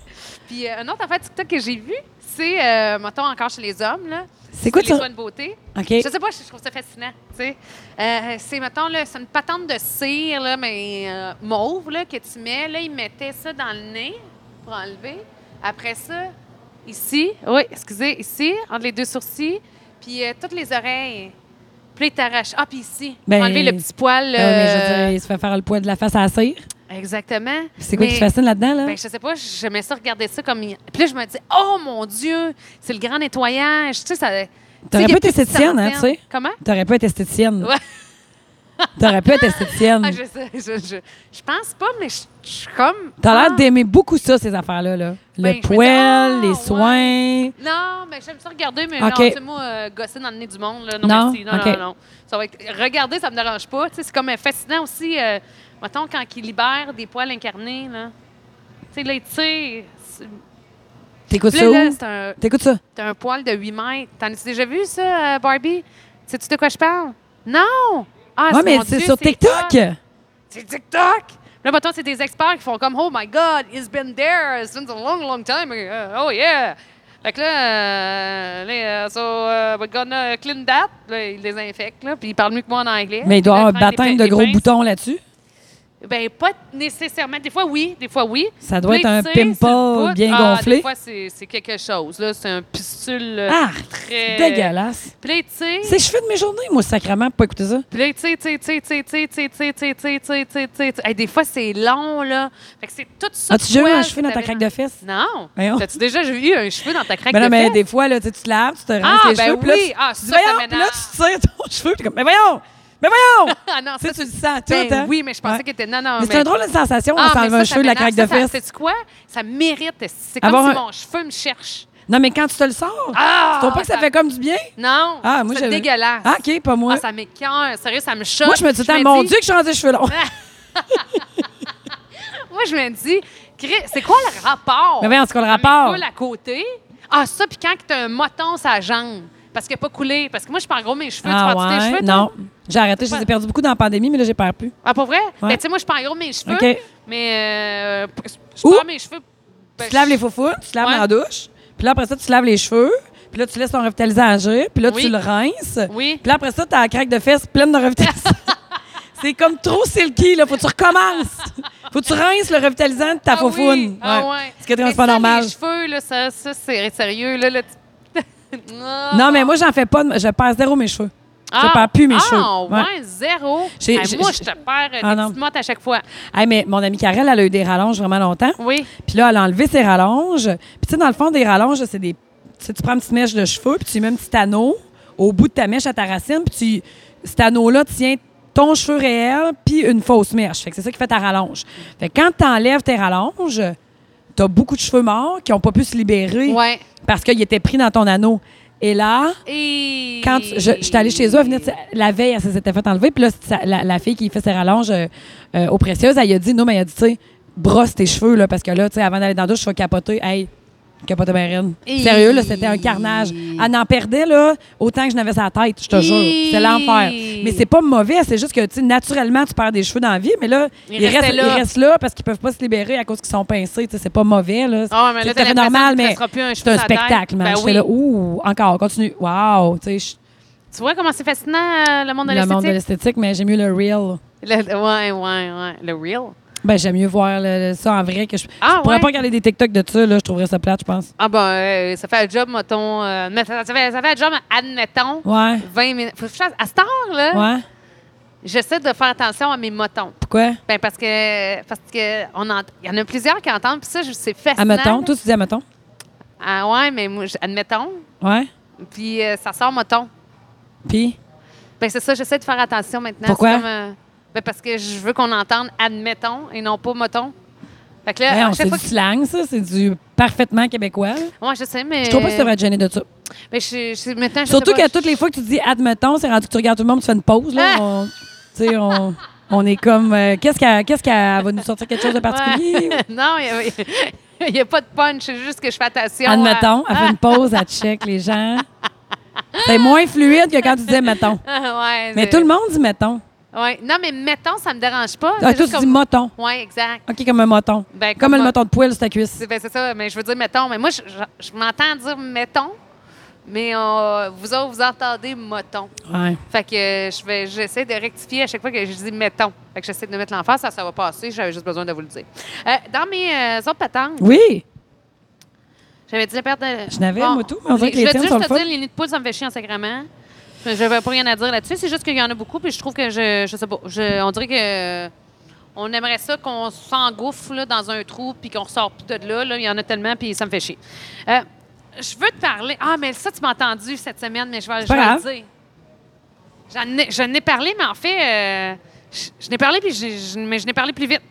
Speaker 2: Puis Hein? euh, un autre affaire TikTok que j'ai vu, c'est, euh, mettons, encore chez les hommes, là.
Speaker 1: C'est quoi
Speaker 2: les
Speaker 1: ça?
Speaker 2: soins de beauté.
Speaker 1: OK.
Speaker 2: Je sais pas, je trouve ça fascinant, tu sais. Euh, c'est, mettons, là, c'est une patente de cire, là, mais euh, mauve, là, que tu mets. Là, ils mettaient ça dans le nez pour enlever. Après ça, ici, oui, excusez, ici, entre les deux sourcils, puis euh, toutes les oreilles. Puis là, ils t'arrachent. Ah, puis ici,
Speaker 1: Ben,
Speaker 2: pour enlever le petit poil.
Speaker 1: Ah, mais je
Speaker 2: euh,
Speaker 1: veux dire, il se fait faire le poids de la face à la cire.
Speaker 2: Exactement.
Speaker 1: C'est quoi
Speaker 2: Mais-
Speaker 1: qui te fascine là-dedans, là?
Speaker 2: Ben, je sais pas, j'aimais ça regarder ça comme. Puis là, je me dis, oh mon Dieu, c'est le grand nettoyage. Tu sais, ça. tu sais, il y a
Speaker 1: pu être
Speaker 2: plus de
Speaker 1: esthéticienne, hein, tu
Speaker 2: centaines.
Speaker 1: sais?
Speaker 2: Comment?
Speaker 1: T'aurais pu être esthéticienne.
Speaker 2: Ouais.
Speaker 1: T'aurais pu être esthéticienne.
Speaker 2: Ah, je sais, je, je, je pense pas, mais je je suis comme.
Speaker 1: T'as
Speaker 2: ah,
Speaker 1: l'air d'aimer beaucoup ça, ces affaires-là. Là. Le
Speaker 2: Ben, je me dis,
Speaker 1: poil,
Speaker 2: ah,
Speaker 1: les
Speaker 2: ouais.
Speaker 1: soins.
Speaker 2: Non, mais j'aime ça regarder, mais
Speaker 1: Ok.
Speaker 2: non, tu sais, moi, euh, gosser dans le nez du monde, là, non,
Speaker 1: Non?
Speaker 2: merci. Non,
Speaker 1: Ok.
Speaker 2: non, non. Ça va être, regarder, ça me dérange pas. Tu sais, c'est comme euh, fascinant aussi, euh, mettons, quand ils libèrent des poils incarnés, là. Tu sais, là, ils tirent. C'est-
Speaker 1: T'écoutes
Speaker 2: Puis là,
Speaker 1: ça
Speaker 2: là,
Speaker 1: où?
Speaker 2: c'est un, Ah,
Speaker 1: T'écoutes ça?
Speaker 2: T'as un poil de 8 mètres. T'en as-tu déjà vu, ça, euh, Barbie? Sais-tu de quoi je parle? Non! Ah,
Speaker 1: Ouais, mais
Speaker 2: mon
Speaker 1: c'est
Speaker 2: Dieu,
Speaker 1: sur TikTok.
Speaker 2: hot. C'est TikTok! Là, mettons, c'est des experts qui font comme, oh my God, it's been there since a long, long time. Uh, oh yeah! Fait que là, euh, là, euh, so, uh, we're gonna clean that. Là, ils désinfectent, là, puis ils parlent mieux que moi en anglais.
Speaker 1: Mais il doit y
Speaker 2: Là,
Speaker 1: avoir un
Speaker 2: ils prennent des
Speaker 1: baptême de
Speaker 2: pin- des
Speaker 1: gros
Speaker 2: pinces.
Speaker 1: boutons là-dessus.
Speaker 2: Ben, pas nécessairement. Des fois, oui. Des fois, oui.
Speaker 1: Ça doit
Speaker 2: Puis là,
Speaker 1: être
Speaker 2: ils
Speaker 1: un
Speaker 2: tirent sur le
Speaker 1: pimple
Speaker 2: bout.
Speaker 1: bien
Speaker 2: Ah,
Speaker 1: gonflé.
Speaker 2: Des fois, c'est c'est quelque chose. là. C'est un pistule euh,
Speaker 1: Ah,
Speaker 2: très...
Speaker 1: dégueulasse.
Speaker 2: Puis là, tu sais...
Speaker 1: C'est les cheveux de mes journées, moi, sacrément, pour pas écouter ça.
Speaker 2: Puis là, tu sais, tu sais, tu sais, tu sais, tu sais, tu sais, tu sais, tu sais, tu sais, tu sais, tu sais. Hey, Des fois, c'est long, là. Fait que c'est tout ça.
Speaker 1: As-tu déjà eu un cheveu dans ta craque de fesses?
Speaker 2: Non.
Speaker 1: Voyons.
Speaker 2: T'as-tu déjà eu un cheveu dans ta craque
Speaker 1: Ben non,
Speaker 2: de
Speaker 1: mais
Speaker 2: fesses?
Speaker 1: des fois, là, tu sais, tu te laves, tu te rinces
Speaker 2: Ah,
Speaker 1: les
Speaker 2: ben
Speaker 1: cheveux, puis là,
Speaker 2: oui.
Speaker 1: tu-
Speaker 2: Ah,
Speaker 1: tu dis,
Speaker 2: ça, ça
Speaker 1: voyons, puis là,
Speaker 2: m'énerve.
Speaker 1: tu tires ton cheveu, puis t'es comme, mais voyons, mais voyons!
Speaker 2: Ah non,
Speaker 1: tu sais,
Speaker 2: ça,
Speaker 1: tu le sens tout,
Speaker 2: Ben
Speaker 1: hein?
Speaker 2: oui, mais Ah, je pensais
Speaker 1: Ouais.
Speaker 2: que t'étais... Non, non,
Speaker 1: Mais c'est un drôle de sensation, on s'enlève un cheveu de la craque de fesses.
Speaker 2: C'est quoi? Ça mérite. C'est
Speaker 1: Avoir
Speaker 2: comme si
Speaker 1: un-
Speaker 2: mon cheveu me cherche.
Speaker 1: Non, mais quand tu te le sors,
Speaker 2: Ah!
Speaker 1: tu trouves pas que ça fait comme du bien?
Speaker 2: Non,
Speaker 1: Ah, moi,
Speaker 2: c'est
Speaker 1: j'avais-
Speaker 2: dégueulasse.
Speaker 1: Ah, OK, pas moi.
Speaker 2: Ah, ça m'écoeure. Sérieux, ça me Ah, choque.
Speaker 1: Moi, je me dis, tout le temps, mon Dieu, que je suis rendue les cheveux longs.
Speaker 2: Moi, je me dis, Chris, c'est quoi le rapport?
Speaker 1: Mais voyons, c'est quoi le
Speaker 2: Ça
Speaker 1: rapport?
Speaker 2: m'écoule à côté. Ah, ça, puis quand t'as un moton sur la jambe, parce qu'il n'a pas coulé. Parce que moi, je prends gros mes cheveux. tu prends tes cheveux? toi?
Speaker 1: Ah Non. J'ai arrêté, je les
Speaker 2: Ouais.
Speaker 1: ai perdus beaucoup dans la pandémie, mais là, j'ai perdu plus.
Speaker 2: Ah, pas vrai?
Speaker 1: Ouais.
Speaker 2: Ben, tu sais, moi, je prends gros mes cheveux.
Speaker 1: OK.
Speaker 2: Mais euh, je
Speaker 1: Ou-
Speaker 2: prends mes cheveux. ben,
Speaker 1: Tu te laves
Speaker 2: je-
Speaker 1: les foufounes, tu te laves
Speaker 2: Ouais.
Speaker 1: dans la douche, puis là, après ça, tu te laves les cheveux, puis Puis là, tu laisses ton revitalisant agir. Puis là,
Speaker 2: Oui.
Speaker 1: tu le rinces.
Speaker 2: Oui.
Speaker 1: Puis là, après ça, t'as la craque de fesses pleine de revitalisant. c'est comme trop silky, là. Faut que tu recommences. Faut que tu rinces le revitalisant de ta
Speaker 2: Ah oui,
Speaker 1: faufoune.
Speaker 2: Ah ouais.
Speaker 1: Ce qui est
Speaker 2: Mais
Speaker 1: pas
Speaker 2: ça,
Speaker 1: normal.
Speaker 2: Les cheveux, là, ça, ça c'est sérieux. Là, là, tu-
Speaker 1: Non, mais moi, j'en fais pas. de- Je perds zéro mes cheveux.
Speaker 2: Ah,
Speaker 1: je perds plus mes
Speaker 2: ah,
Speaker 1: cheveux.
Speaker 2: ouais, zéro.
Speaker 1: J'ai-
Speaker 2: Ah,
Speaker 1: j'ai-
Speaker 2: moi, je
Speaker 1: j'ai-
Speaker 2: te perds des
Speaker 1: Ah, non.
Speaker 2: petites mottes à chaque fois.
Speaker 1: Hey, mais mon amie Karel, elle a eu des rallonges vraiment longtemps.
Speaker 2: Oui.
Speaker 1: Puis là, elle a enlevé ses rallonges. Puis tu sais, dans le fond, des rallonges, c'est des. Tu sais, tu prends une petite mèche de cheveux, puis tu mets un petit anneau au bout de ta mèche à ta racine, puis tu, cet anneau-là tient ton cheveu réel, puis une fausse mèche. Fait que c'est ça qui fait ta rallonge. Fait que quand tu enlèves tes rallonges, t'as beaucoup de cheveux morts qui n'ont pas pu se libérer
Speaker 2: Ouais.
Speaker 1: parce qu'ils étaient pris dans ton anneau. Et là,
Speaker 2: Et.
Speaker 1: quand tu- je, j'étais allée chez eux, elle venait de- la veille, elle s'était fait enlever. Puis là, sa- la, la fille qui fait ses rallonges euh, euh, aux précieuses, elle y a dit, non, mais elle a dit, tu sais, brosse tes cheveux, là, parce que là, tu sais, avant d'aller dans la douche, je vais capoter. Hey, capoter bien raide.
Speaker 2: Et-
Speaker 1: Sérieux, là, c'était un carnage. Elle en perdait, là, autant que je n'avais sa tête, je te
Speaker 2: Et-
Speaker 1: jure. C'est l'enfer. Mais c'est pas mauvais, c'est juste que, tu sais, naturellement, tu perds des cheveux dans la vie, mais là,
Speaker 2: Ils
Speaker 1: ils, restent,
Speaker 2: restaient là.
Speaker 1: ils restent là parce qu'ils peuvent pas se libérer à cause qu'ils sont pincés. Tu sais, c'est pas mauvais, là.
Speaker 2: Ah, mais
Speaker 1: C'est
Speaker 2: là,
Speaker 1: tout à
Speaker 2: t'as
Speaker 1: fait
Speaker 2: l'impression
Speaker 1: normal,
Speaker 2: qu'il te
Speaker 1: mais
Speaker 2: restera plus un cheveu
Speaker 1: c'est un
Speaker 2: sur la tête.
Speaker 1: spectacle, man.
Speaker 2: Ben
Speaker 1: J'étais
Speaker 2: oui.
Speaker 1: là, ouh, encore, continue. Wow, tu sais, je-
Speaker 2: Tu vois comment c'est fascinant, euh, le monde de
Speaker 1: le monde de
Speaker 2: l'esthétique?
Speaker 1: l'esthétique, mais j'aime mieux le real.
Speaker 2: Le- Ouais, ouais, ouais. Le real.
Speaker 1: Ben, j'aime mieux voir le- le- ça en vrai que je,
Speaker 2: Ah,
Speaker 1: je pourrais
Speaker 2: ouais?
Speaker 1: pas regarder des TikTok de ça, là, je trouverais ça plate, je pense.
Speaker 2: Ah, ben, euh, ça fait un job, mettons. euh, mais ça, ça fait, ça fait un job, admettons.
Speaker 1: Ouais.
Speaker 2: 20 minutes. Faut que je fasse- À cette heure-là,
Speaker 1: Ouais.
Speaker 2: j'essaie de faire attention à mes motons.
Speaker 1: Pourquoi?
Speaker 2: Ben parce que parce que on en- il y en a plusieurs qui entendent puis ça je- c'est fascinant.
Speaker 1: Ameton, toi tu dis ameton?
Speaker 2: Ah ouais, mais moi j- admettons
Speaker 1: Ouais.
Speaker 2: puis euh, ça sort moton.
Speaker 1: Puis
Speaker 2: Ben c'est ça, j'essaie de faire attention maintenant.
Speaker 1: Pourquoi?
Speaker 2: C'est comme, euh, ben, parce que je veux qu'on entende admettons et non pas moton. Fait que là,
Speaker 1: Ben,
Speaker 2: Euh, à
Speaker 1: c'est
Speaker 2: chaque
Speaker 1: du
Speaker 2: fois que-
Speaker 1: slang ça, c'est du parfaitement québécois. là.
Speaker 2: Ouais, je sais mais
Speaker 1: Je trouve pas que tu devrais être gêné de ça.
Speaker 2: Ben, Euh, je, je- maintenant je
Speaker 1: Surtout
Speaker 2: sais pas,
Speaker 1: qu'à toutes les fois que tu dis admettons, c'est rendu que tu regardes tout le monde, tu fais une pause là,
Speaker 2: Ah!
Speaker 1: on, tu sais on, on est comme euh, qu'est-ce qu'elle qu'est-ce qu'elle va nous sortir quelque chose de particulier?
Speaker 2: Ouais. non, il n'y a, pas de punch, c'est juste que je fais attention. à-
Speaker 1: Admettons, elle fait une pause, elle check les gens. C'est moins fluide que quand tu dis mettons.
Speaker 2: Ah, ouais,
Speaker 1: Mais
Speaker 2: c'est-
Speaker 1: tout le monde dit mettons.
Speaker 2: Ouais. Non, mais mettons, ça me dérange pas.
Speaker 1: Ah, toi,
Speaker 2: C'est juste
Speaker 1: tu dis
Speaker 2: comme-
Speaker 1: moton.
Speaker 2: Ouais, exact.
Speaker 1: OK, comme un moton.
Speaker 2: Ben,
Speaker 1: comme
Speaker 2: comme
Speaker 1: le
Speaker 2: un-
Speaker 1: moton de poil sur ta cuisse.
Speaker 2: C'est ben, c'est ça, mais je veux dire mettons. Mais moi, je, je- je m'entends dire mettons, mais euh, vous autres, vous entendez moton.
Speaker 1: Ouais.
Speaker 2: Fait que euh, je vais j'essaie de rectifier à chaque fois que je dis mettons. Fait que j'essaie de mettre l'emphase, ça, ça va passer. J'avais juste besoin de vous le dire. Euh, dans mes euh, autres patentes,
Speaker 1: Oui.
Speaker 2: j'avais dit euh, la perte de.
Speaker 1: Je n'avais, moi, tout, mais on dirait
Speaker 2: les-
Speaker 1: que les
Speaker 2: je vais
Speaker 1: tiennes
Speaker 2: juste
Speaker 1: sont le
Speaker 2: te
Speaker 1: fun.
Speaker 2: dire, les nids de poules, ça me fait chier en sacrament. Je n'avais pas rien à dire là-dessus. C'est juste qu'il y en a beaucoup, puis je trouve que je, je sais pas. je- on dirait que. On aimerait ça qu'on s'engouffre là, dans un trou puis qu'on ressort plus de là, là. Il y en a tellement, puis ça me fait chier. Euh, je veux te parler. Ah, mais ça, tu m'as entendu cette semaine, mais je vais, je
Speaker 1: pas
Speaker 2: vais
Speaker 1: grave.
Speaker 2: le dire. J'en ai, je n'ai parlé, mais en fait, euh, je, je n'ai parlé, puis j'ai- je- mais je n'ai parlé plus vite.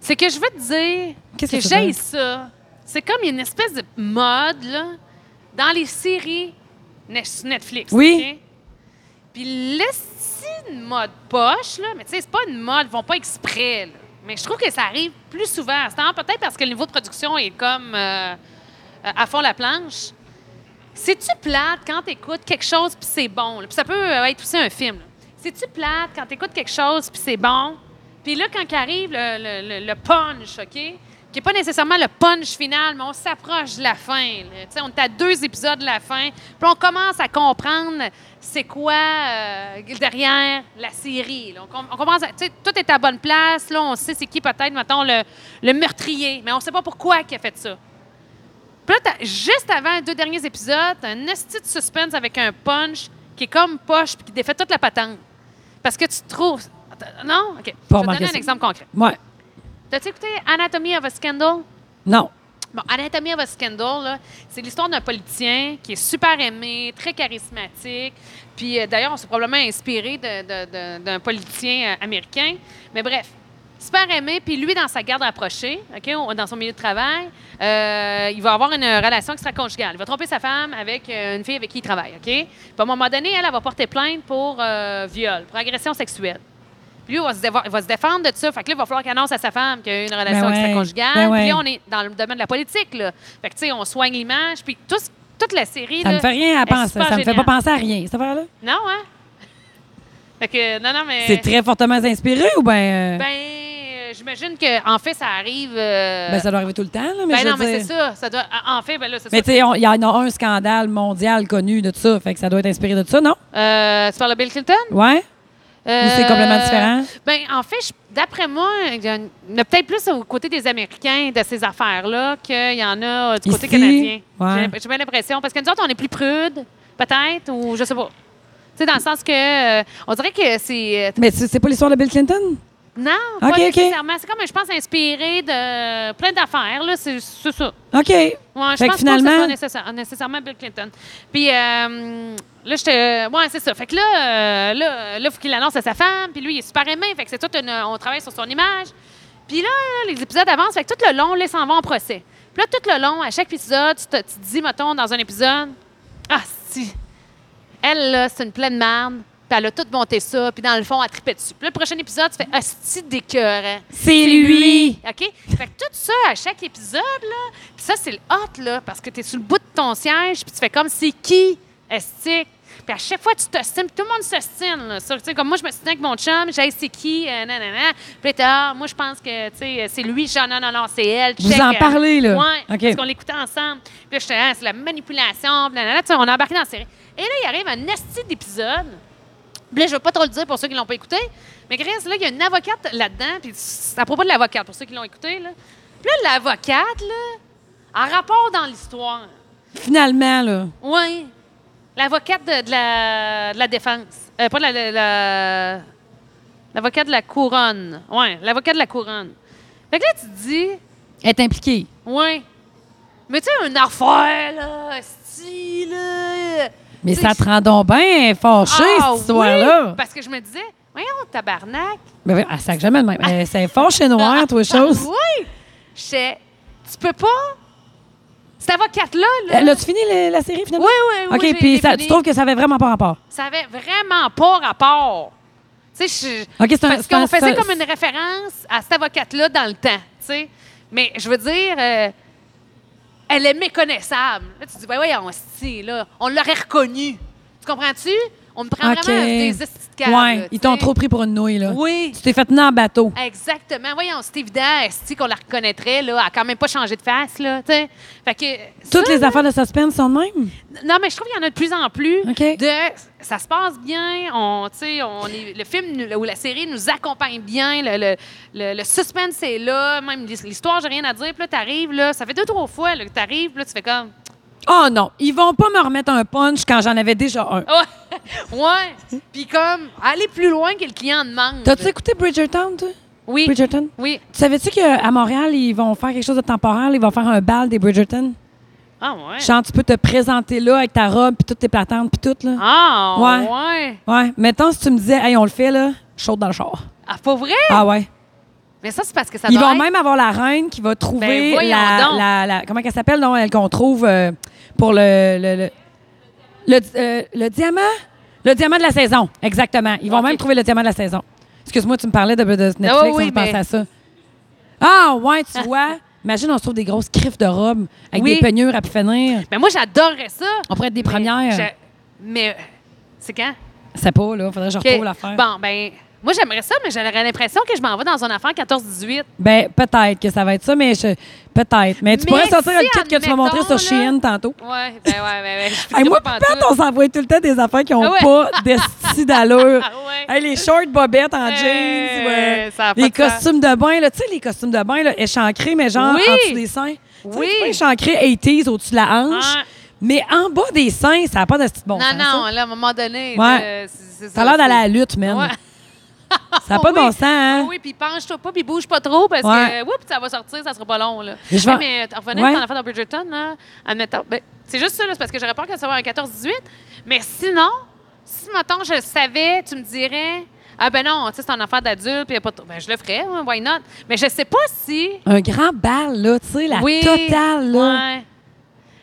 Speaker 2: C'est que je veux te dire
Speaker 1: Qu'est-ce
Speaker 2: que
Speaker 1: que ça
Speaker 2: j'aille ça. C'est comme une espèce de mode là, dans les séries Net- sur Netflix.
Speaker 1: Oui.
Speaker 2: OK? Puis l'esti de mode poche, là, mais tu sais, c'est pas une mode, ils vont pas exprès. là. Mais je trouve que ça arrive plus souvent. C'est peut-être parce que le niveau de production est comme euh, euh, à fond la planche. C'est-tu plate quand t'écoutes quelque chose puis c'est bon? là? Puis ça peut euh, être aussi un film. là. C'est-tu plate quand t'écoutes quelque chose puis c'est bon? Puis là, quand qu'arrive arrive le, le- le punch, OK? Qui n'est pas nécessairement le punch final, mais on s'approche de la fin. là. Tu sais, on est à deux épisodes de la fin. Puis on commence à comprendre c'est quoi euh, derrière la série. là. On, com- on commence à, tu sais, tout est à bonne place. Là, on sait c'est qui peut-être, mettons, le, le meurtrier. Mais on ne sait pas pourquoi il a fait ça. Puis là, t'as- juste avant les deux derniers épisodes, t'as un esti de suspense avec un punch qui est comme poche puis qui défait toute la patente. Parce que tu trouves. Attends, Non? OK. Je vais te
Speaker 1: remarqué
Speaker 2: donner
Speaker 1: ça.
Speaker 2: un exemple concret.
Speaker 1: Ouais.
Speaker 2: T'as-tu écouté Anatomy of a Scandal?
Speaker 1: Non.
Speaker 2: Bon, Anatomy of a Scandal, là, c'est l'histoire d'un politicien qui est super aimé, très charismatique. Puis euh, d'ailleurs, on s'est probablement inspiré de- de- de- d'un politicien euh, américain. Mais bref, super aimé. Puis lui, dans sa garde rapprochée, OK, au- dans son milieu de travail, euh, il va avoir une relation extra-conjugale. Il va tromper sa femme avec euh, une fille avec qui il travaille. OK? Puis à un moment donné, elle, elle va porter plainte pour euh, viol, pour agression sexuelle. Puis lui, il va, se dévo- il va se défendre de ça. Fait que là, il va falloir qu'il annonce à sa femme qu'il y a eu une relation
Speaker 1: Ben ouais.
Speaker 2: extra-conjugale.
Speaker 1: Ben ouais.
Speaker 2: Puis là, on est dans le domaine de la politique, là. Fait que, tu sais, on soigne l'image. Puis tout ce- toute la série,
Speaker 1: Ça
Speaker 2: là,
Speaker 1: me fait rien à
Speaker 2: est
Speaker 1: penser.
Speaker 2: super
Speaker 1: Ça me fait pas
Speaker 2: géniale.
Speaker 1: penser à rien, cette affaire-là.
Speaker 2: Non, hein? Fait que, non, non, mais...
Speaker 1: C'est très fortement inspiré ou ben. euh,
Speaker 2: Ben, euh, j'imagine que en fait, ça arrive. euh,
Speaker 1: Ben, ça doit arriver tout le temps, là, mais
Speaker 2: ben
Speaker 1: je
Speaker 2: non,
Speaker 1: veux
Speaker 2: mais
Speaker 1: dire-
Speaker 2: c'est ça. ça doit, en fait, ben là, c'est ça.
Speaker 1: Mais tu sais, on- il y en a un scandale mondial connu de tout ça, fait que ça doit être inspiré de tout ça, non?
Speaker 2: Euh, tu parles de Bill Clinton?
Speaker 1: Ouais? Ou c'est
Speaker 2: Euh,
Speaker 1: complètement différent?
Speaker 2: Ben, en fait, je- d'après moi, il y en a peut-être plus au côté des Américains de ces affaires-là qu'il y en a euh, du côté
Speaker 1: Ici?
Speaker 2: canadien.
Speaker 1: Ouais.
Speaker 2: J'ai l'imp- J'ai bien l'impression. Parce que nous autres, on est plus prudes, peut-être, ou je sais pas. Tu sais, dans le sens que. euh, on dirait que c'est. euh,
Speaker 1: Mais c'est c'est pas l'histoire de Bill Clinton?
Speaker 2: Non,
Speaker 1: Ok,
Speaker 2: pas
Speaker 1: ok.
Speaker 2: nécessairement. C'est comme, je pense, inspiré de plein d'affaires, là. C'est c'est ça.
Speaker 1: OK.
Speaker 2: Ouais, je
Speaker 1: Fait que
Speaker 2: pense
Speaker 1: finalement-
Speaker 2: pas que ce soit nécessaire- nécessairement Bill Clinton. Puis euh, là, j'étais. Ouais, c'est ça. Fait que là, euh, là, là, faut qu'il l'annonce à sa femme. Puis lui, il est super aimé. Fait que c'est tout. une- on travaille sur son image. Puis là, les épisodes avancent. Fait que tout le long, là, ils s'en vont en procès. Puis là, tout le long, à chaque épisode, tu te, tu te dis, mettons, dans un épisode, ah, si. Elle, là, c'est une pleine marne. Puis elle a tout monté ça. Puis dans le fond, elle tripait dessus. Puis là, le prochain épisode, tu fais, ah, si hein. d'écœurant.
Speaker 1: C'est lui!
Speaker 2: OK? Fait que tout ça, à chaque épisode, là, puis ça, c'est le hot, là, parce que t'es sur le bout de ton siège, puis tu fais comme, c'est qui, Estique? Puis à chaque fois, tu t'ostines, puis tout le monde s'ostine, là. sur- tu sais, comme moi, je me suis avec mon chum, j'ai c'est qui, euh, nanana. Puis là, t'es, ah, moi, je pense que, tu sais, c'est lui, genre, non, non, non, c'est elle.
Speaker 1: Vous
Speaker 2: check,
Speaker 1: en
Speaker 2: euh,
Speaker 1: parlez, là.
Speaker 2: Ouais,
Speaker 1: OK.
Speaker 2: parce qu'on l'écoutait ensemble. Puis là, j'étais, ah, c'est la manipulation, puis nanana. Tu sais, on a embarqué dans la série. Et là, il arrive un esti d'épisode. Puis là, je ne vais pas trop le dire pour ceux qui ne l'ont pas écouté. Mais Chris, là, il y a une avocate là-dedans. Puis c'est à propos de l'avocate, pour ceux qui l'ont écouté. Là. Puis là, l'avocate, là, en rapport dans l'histoire.
Speaker 1: Finalement, là.
Speaker 2: Oui. L'avocate de, de la, de la défense. Euh, pas de la- la- la- L'avocat de la couronne. Oui, l'avocat de la couronne. Fait que là, tu te dis,
Speaker 1: Elle est impliquée.
Speaker 2: ouais. Mais tu sais, un affaire, là, style. là.
Speaker 1: Mais
Speaker 2: Tu sais,
Speaker 1: ça te rend donc bien fâché,
Speaker 2: Ah
Speaker 1: cette histoire-là.
Speaker 2: oui, parce que je me disais, voyons, tabarnak.
Speaker 1: Ben oui, elle sac jamais de même. Euh, C'est fâché noir, toi, chose.
Speaker 2: Bah, Ah, Oui. Je tu peux pas. Cette avocate-là, là,
Speaker 1: Euh, L'as-tu fini la, la série, finalement?
Speaker 2: Oui, oui, oui, j'ai-
Speaker 1: OK, puis
Speaker 2: j'ai
Speaker 1: ça-
Speaker 2: fini.
Speaker 1: tu trouves que ça avait vraiment pas rapport?
Speaker 2: ça avait vraiment pas rapport. Tu sais, je-
Speaker 1: OK, c'est un-
Speaker 2: parce
Speaker 1: c'est un-
Speaker 2: qu'on
Speaker 1: c'est un-
Speaker 2: faisait comme une référence à cette avocate-là dans le temps, tu sais. Mais je veux dire, euh, elle est méconnaissable. Là, tu te dis, ben oui, on là, on l'aurait reconnue. Tu comprends-tu? On me prend
Speaker 1: OK.
Speaker 2: vraiment des estis de câble, là,
Speaker 1: ouais,
Speaker 2: tu
Speaker 1: ils t'ont
Speaker 2: sais.
Speaker 1: trop pris pour une nouille, là.
Speaker 2: Oui.
Speaker 1: Tu t'es fait tenir en bateau.
Speaker 2: Exactement. Voyons, c'est évident, Esti, qu'on la reconnaîtrait, là. Elle a quand même pas changé de face, là, tu sais. Fait que.
Speaker 1: Toutes
Speaker 2: ça,
Speaker 1: les affaires de suspense sont de même?
Speaker 2: Non, mais je trouve qu'il y en a de plus en plus.
Speaker 1: OK.
Speaker 2: De, ça se passe bien, on, tu sais, on est, le film nous- ou la série nous accompagne bien, le, le, le- le suspense est là, même l'his- l'histoire, j'ai rien à dire. Puis là, t'arrives, là, ça fait deux, trois fois là, que t'arrives, puis là, tu fais comme.
Speaker 1: Oh non, ils vont pas me remettre un punch quand j'en avais déjà
Speaker 2: Oh,
Speaker 1: un.
Speaker 2: Ouais! ouais. Puis comme, aller plus loin que le client demande.
Speaker 1: T'as-tu écouté Bridgerton, toi?
Speaker 2: Oui.
Speaker 1: Bridgerton?
Speaker 2: Oui.
Speaker 1: Tu savais-tu qu'à Montréal, ils vont faire quelque chose de temporaire? Ils vont faire un bal des Bridgerton?
Speaker 2: Ah, ouais.
Speaker 1: Genre, tu peux te présenter là avec ta robe, puis toutes tes platantes, puis tout, là.
Speaker 2: Ah,
Speaker 1: Ouais.
Speaker 2: ouais.
Speaker 1: Ouais. Mettons, si tu me disais, hey, on le fait, là, chaude dans le char.
Speaker 2: Ah, pas vrai?
Speaker 1: Ah ouais.
Speaker 2: Mais ça, c'est parce que ça
Speaker 1: Ils
Speaker 2: doit
Speaker 1: vont
Speaker 2: être-
Speaker 1: même avoir la reine qui va trouver
Speaker 2: Ben, voyons
Speaker 1: la,
Speaker 2: donc.
Speaker 1: la- la- Comment qu'elle s'appelle, non? Elle qu'on trouve euh, pour le. Le, le, le- euh, le diamant? Le diamant de la saison, exactement. Ils vont
Speaker 2: Ok.
Speaker 1: même trouver le diamant de la saison. Excuse-moi, tu me parlais de, de Netflix,
Speaker 2: Ah oui, oui,
Speaker 1: on pense
Speaker 2: mais-
Speaker 1: à ça. Ah, ouais, tu vois. Imagine, on se trouve des grosses criffes de robes avec
Speaker 2: Oui.
Speaker 1: des peignures à pu finir.
Speaker 2: Mais Ben, moi, j'adorerais ça.
Speaker 1: On pourrait être des premières.
Speaker 2: Je- Mais euh, c'est quand?
Speaker 1: C'est pas, là. Faudrait que je
Speaker 2: Que-
Speaker 1: retrouve l'affaire.
Speaker 2: Bon, ben, moi, j'aimerais ça, mais j'aurais l'impression que je m'en vais dans une affaire 14-18.
Speaker 1: Ben, peut-être que ça va être ça, mais je... peut-être. Mais tu
Speaker 2: Mais
Speaker 1: pourrais sortir
Speaker 2: si,
Speaker 1: le kit que tu m'as montré sur
Speaker 2: admettons, là-
Speaker 1: Shein tantôt.
Speaker 2: Ouais, ben, ouais, ben, ben. je
Speaker 1: Hey, moi,
Speaker 2: pas
Speaker 1: pis Pat,
Speaker 2: pantoute.
Speaker 1: on s'envoie tout le temps des affaires qui n'ont
Speaker 2: Ah ouais.
Speaker 1: pas d'esti d'allure.
Speaker 2: Ah ouais.
Speaker 1: Hey, les shorts bobettes en
Speaker 2: Hey,
Speaker 1: jeans, ouais.
Speaker 2: ça a pas
Speaker 1: les
Speaker 2: de sens.
Speaker 1: costumes de bain, là, tu sais, les costumes de bain, là, échancrés, mais genre
Speaker 2: Oui.
Speaker 1: en dessous des seins. Tu sais,
Speaker 2: Oui.
Speaker 1: c'est pas échancré 80s au-dessus de la hanche,
Speaker 2: Ouais.
Speaker 1: mais en bas des seins, ça n'a pas d'esti de bon
Speaker 2: Non,
Speaker 1: sens. hein,
Speaker 2: non,
Speaker 1: ça.
Speaker 2: là, à un moment donné.
Speaker 1: Ouais.
Speaker 2: là, c'est- c'est
Speaker 1: Ça a l'air d'aller à la
Speaker 2: c'est-
Speaker 1: lutte, man.
Speaker 2: Ouais.
Speaker 1: Ça n'a pas de
Speaker 2: Ah Oui.
Speaker 1: bon sens, hein?
Speaker 2: Oui, puis penche-toi pas, puis bouge pas trop, parce
Speaker 1: Ouais.
Speaker 2: que, oups, ça va sortir, ça sera pas long, là.
Speaker 1: Mais je vais-
Speaker 2: Hey, Mais euh, en revenant
Speaker 1: Ouais.
Speaker 2: à ton affaire dans Bridgerton, là, admettons, ben, c'est juste ça, là, c'est parce que j'aurais peur que ça soit un 14-18, mais sinon, si, mettons, je le savais, tu me dirais, ah ben non, tu sais, c'est un affaire d'adulte, puis y a pas de- ben, je le ferais, ouais, why not? Mais je sais pas si...
Speaker 1: Un grand bal, là, tu sais, la
Speaker 2: oui,
Speaker 1: totale, là.
Speaker 2: ouais.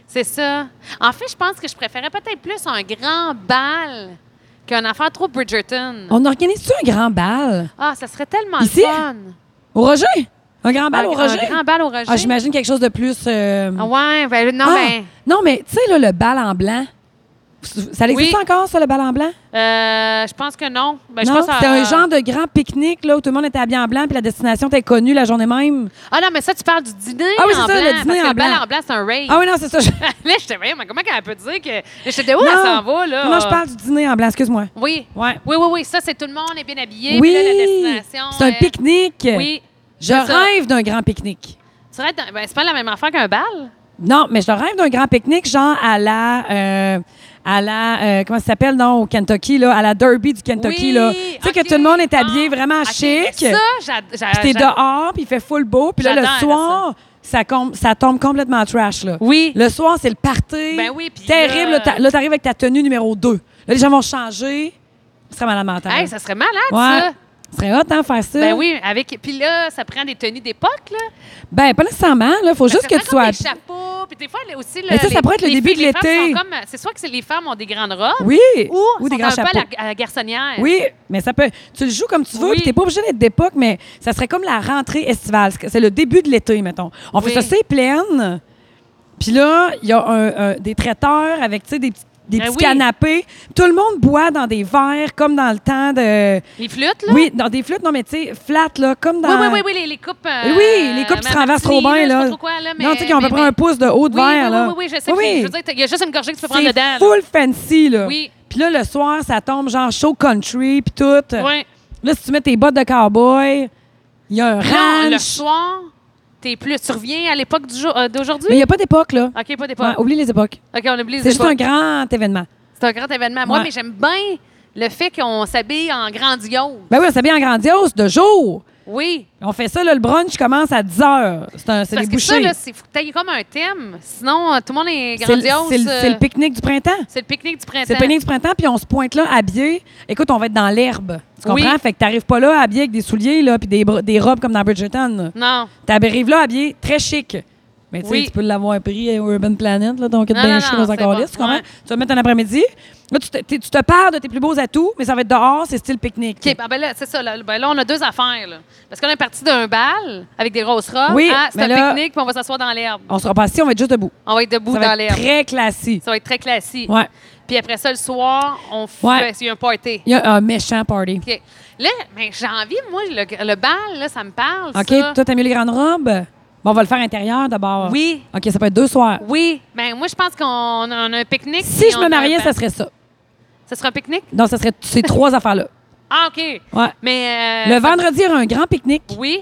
Speaker 2: C'est ça. En fait, je pense que je préférais peut-être plus un grand bal qu'un affaire trop Bridgerton.
Speaker 1: On organise-tu un grand bal?
Speaker 2: Ah, ça serait tellement
Speaker 1: Ici?
Speaker 2: le fun.
Speaker 1: Au Roger? Un grand bal
Speaker 2: Un-
Speaker 1: Ah, au Roger?
Speaker 2: Un grand bal au Roger.
Speaker 1: Ah, j'imagine quelque chose de plus. euh,
Speaker 2: Ah ouais, ben non,
Speaker 1: Ah!
Speaker 2: ben.
Speaker 1: Non, mais tu sais, là, le bal en blanc. Ça existe
Speaker 2: Oui.
Speaker 1: encore, ça, le bal en blanc?
Speaker 2: Euh, je pense que non. Ben, je
Speaker 1: non,
Speaker 2: pense à-
Speaker 1: c'était un genre de grand pique-nique là, où tout le monde était habillé en blanc puis la destination était connue la journée même.
Speaker 2: Ah non, mais ça, tu parles du dîner
Speaker 1: Ah oui,
Speaker 2: en
Speaker 1: c'est ça, le
Speaker 2: blanc,
Speaker 1: dîner
Speaker 2: parce que
Speaker 1: en
Speaker 2: le bal
Speaker 1: blanc.
Speaker 2: en blanc, c'est un rave.
Speaker 1: Ah oui, non, c'est ça. je-
Speaker 2: là, j'étais vraiment, mais comment qu'elle peut dire que. J'étais où elle
Speaker 1: Non.
Speaker 2: s'en va, là?
Speaker 1: Non, non, je parle du dîner en blanc, excuse-moi.
Speaker 2: Oui.
Speaker 1: Ouais.
Speaker 2: Oui, oui, oui. Ça, c'est tout le monde est bien habillé. puis
Speaker 1: Oui,
Speaker 2: là, la destination.
Speaker 1: c'est un
Speaker 2: euh,
Speaker 1: pique-nique.
Speaker 2: Oui.
Speaker 1: Je
Speaker 2: c'est ça.
Speaker 1: rêve d'un grand pique-nique.
Speaker 2: Tu restes dans- ben, c'est pas la même affaire qu'un bal?
Speaker 1: Non, mais je rêve d'un grand pique-nique, genre à la. euh, à la. euh, comment ça s'appelle, non, au Kentucky, là, à la Derby du Kentucky,
Speaker 2: Oui,
Speaker 1: là. Tu sais
Speaker 2: ok.
Speaker 1: que tout le monde est
Speaker 2: Ah,
Speaker 1: habillé vraiment
Speaker 2: ok.
Speaker 1: chic.
Speaker 2: Ça, j'ad- j'a-
Speaker 1: Puis t'es
Speaker 2: j'a-
Speaker 1: dehors, puis il fait full beau, puis là, le
Speaker 2: J'adore
Speaker 1: soir, ça. com- ça tombe complètement trash, là.
Speaker 2: Oui.
Speaker 1: Le soir, c'est le party.
Speaker 2: Ben oui, puis
Speaker 1: Terrible.
Speaker 2: là-
Speaker 1: Là, t'a- là, t'arrives avec ta tenue numéro 2. Là, les gens vont changer. Ce serait malade mental.
Speaker 2: Hey, ça serait malade,
Speaker 1: ouais.
Speaker 2: ça.
Speaker 1: Ce serait hot, hein, faire ça.
Speaker 2: Ben oui, avec. Puis là, ça prend des tenues d'époque, là.
Speaker 1: Ben, pas nécessairement, là. Faut juste
Speaker 2: ça
Speaker 1: que
Speaker 2: prend
Speaker 1: tu
Speaker 2: comme
Speaker 1: sois.
Speaker 2: Des chapeaux, puis des fois, le- aussi. le-
Speaker 1: Mais ça, ça
Speaker 2: les-
Speaker 1: pourrait être le
Speaker 2: les
Speaker 1: début
Speaker 2: filles-
Speaker 1: de
Speaker 2: les femmes
Speaker 1: l'été.
Speaker 2: sont comme- C'est soit que c'est- les femmes ont des grandes robes.
Speaker 1: Oui.
Speaker 2: Ou,
Speaker 1: des grands
Speaker 2: sont un peu à
Speaker 1: chapeaux.
Speaker 2: la- à la garçonnière.
Speaker 1: Oui, mais ça peut. Tu le joues comme tu veux,
Speaker 2: Oui.
Speaker 1: puis t'es pas obligé d'être d'époque, mais ça serait comme la rentrée estivale. C'est c'est le début de l'été, mettons. On
Speaker 2: Oui.
Speaker 1: fait ça, c'est pleine. Puis là, il y a un- un- des traiteurs avec, tu sais, des petits. Des
Speaker 2: Ah
Speaker 1: petits
Speaker 2: oui.
Speaker 1: canapés. Tout le monde boit dans des verres, comme dans le temps de.
Speaker 2: Les flûtes, là.
Speaker 1: Oui, dans des flûtes, non, mais tu sais, flat, là, comme dans.
Speaker 2: Oui, oui, oui, oui, les, les coupes. euh,
Speaker 1: Oui, les coupes qui se
Speaker 2: ma-
Speaker 1: renversent trop
Speaker 2: martini,
Speaker 1: bien,
Speaker 2: je sais
Speaker 1: là.
Speaker 2: pas trop quoi, là, mais-
Speaker 1: non, tu sais, qui ont à peu
Speaker 2: mais-
Speaker 1: près un
Speaker 2: mais-
Speaker 1: pouce de haut de
Speaker 2: oui,
Speaker 1: verre,
Speaker 2: oui,
Speaker 1: là.
Speaker 2: Oui, oui, oui, je sais. puis Je veux dire, il y a juste une gorgée que tu peux prendre
Speaker 1: C'est
Speaker 2: dedans. là.
Speaker 1: full fancy, là.
Speaker 2: Oui.
Speaker 1: Puis là, le soir, ça tombe genre show country, puis tout.
Speaker 2: Ouais.
Speaker 1: Là, si tu mets tes bottes de cowboy, il y a un
Speaker 2: Non, le
Speaker 1: ranch.
Speaker 2: soir, t'es plus. Tu reviens à l'époque du jour- euh, d'aujourd'hui?
Speaker 1: Mais il n'y a pas d'époque, là.
Speaker 2: OK, Ah, pas d'époque.
Speaker 1: Ouais, oublie les époques.
Speaker 2: OK, on oublie les
Speaker 1: C'est juste
Speaker 2: époques.
Speaker 1: un grand événement.
Speaker 2: C'est un grand événement. Moi,
Speaker 1: Ouais.
Speaker 2: mais j'aime bien le fait qu'on s'habille en grandiose.
Speaker 1: Ben oui, c'est bien grandiose, de jour.
Speaker 2: Oui.
Speaker 1: On fait ça, là, le brunch commence à 10 h. C'est un- c'est
Speaker 2: Parce
Speaker 1: les
Speaker 2: que ça,
Speaker 1: bouchées.
Speaker 2: là, c'est faut que t'ailles comme un thème. Sinon, euh, tout le monde est
Speaker 1: C'est le-
Speaker 2: grandiose.
Speaker 1: c'est le-
Speaker 2: euh,
Speaker 1: c'est le pique-nique du printemps.
Speaker 2: c'est le pique-nique du printemps.
Speaker 1: C'est le panier du printemps, puis on se pointe là habillé. Écoute, on va être dans l'herbe. Tu comprends?
Speaker 2: Oui.
Speaker 1: Fait que t'arrives pas là habillé avec des souliers, là, puis des, bro- des robes comme dans Bridgerton.
Speaker 2: Non.
Speaker 1: T'arrives là habillé très chic. Mais tu sais,
Speaker 2: Oui.
Speaker 1: tu peux l'avoir pris au Urban Planet, là, donc
Speaker 2: Non,
Speaker 1: bien
Speaker 2: non,
Speaker 1: chaud
Speaker 2: non,
Speaker 1: dans un
Speaker 2: c'est
Speaker 1: calice,
Speaker 2: bon.
Speaker 1: tu comprends?
Speaker 2: Ouais.
Speaker 1: Tu vas mettre un après-midi. Là, tu te, t'es- tu te pars de tes plus beaux atouts, mais ça va être dehors, c'est style pique-nique.
Speaker 2: OK, ben là, c'est ça. Là, ben là, on a deux affaires. Là. Parce qu'on est parti d'un bal avec des grosses robes.
Speaker 1: Oui,
Speaker 2: à c'est
Speaker 1: mais
Speaker 2: un
Speaker 1: là-
Speaker 2: pique-nique, puis on va s'asseoir dans l'herbe.
Speaker 1: On sera pas assis, on va être juste debout.
Speaker 2: On va être debout
Speaker 1: Ça
Speaker 2: dans
Speaker 1: va être
Speaker 2: l'herbe.
Speaker 1: très classique.
Speaker 2: Ça va être très classique.
Speaker 1: Ouais.
Speaker 2: Puis après ça, le soir, on fait
Speaker 1: Ouais.
Speaker 2: il y a un party.
Speaker 1: Il y a un méchant party.
Speaker 2: OK. Là, ben, j'ai envie, moi, le, le bal, là, ça me parle.
Speaker 1: OK,
Speaker 2: ça.
Speaker 1: toi, t'as mis les grandes robes? Bon, on va le faire intérieur d'abord.
Speaker 2: Oui.
Speaker 1: OK, ça peut être deux soirs.
Speaker 2: Oui. Ben, moi, je pense qu'on on a un pique-nique.
Speaker 1: Si
Speaker 2: puis
Speaker 1: je
Speaker 2: on
Speaker 1: me
Speaker 2: a un
Speaker 1: mariais,
Speaker 2: bal.
Speaker 1: ça serait ça.
Speaker 2: Ça serait un pique-nique?
Speaker 1: Non, ça serait ces trois affaires-là.
Speaker 2: Ah, OK.
Speaker 1: Ouais.
Speaker 2: Mais. euh,
Speaker 1: Le vendredi, il y aura un grand pique-nique.
Speaker 2: Oui.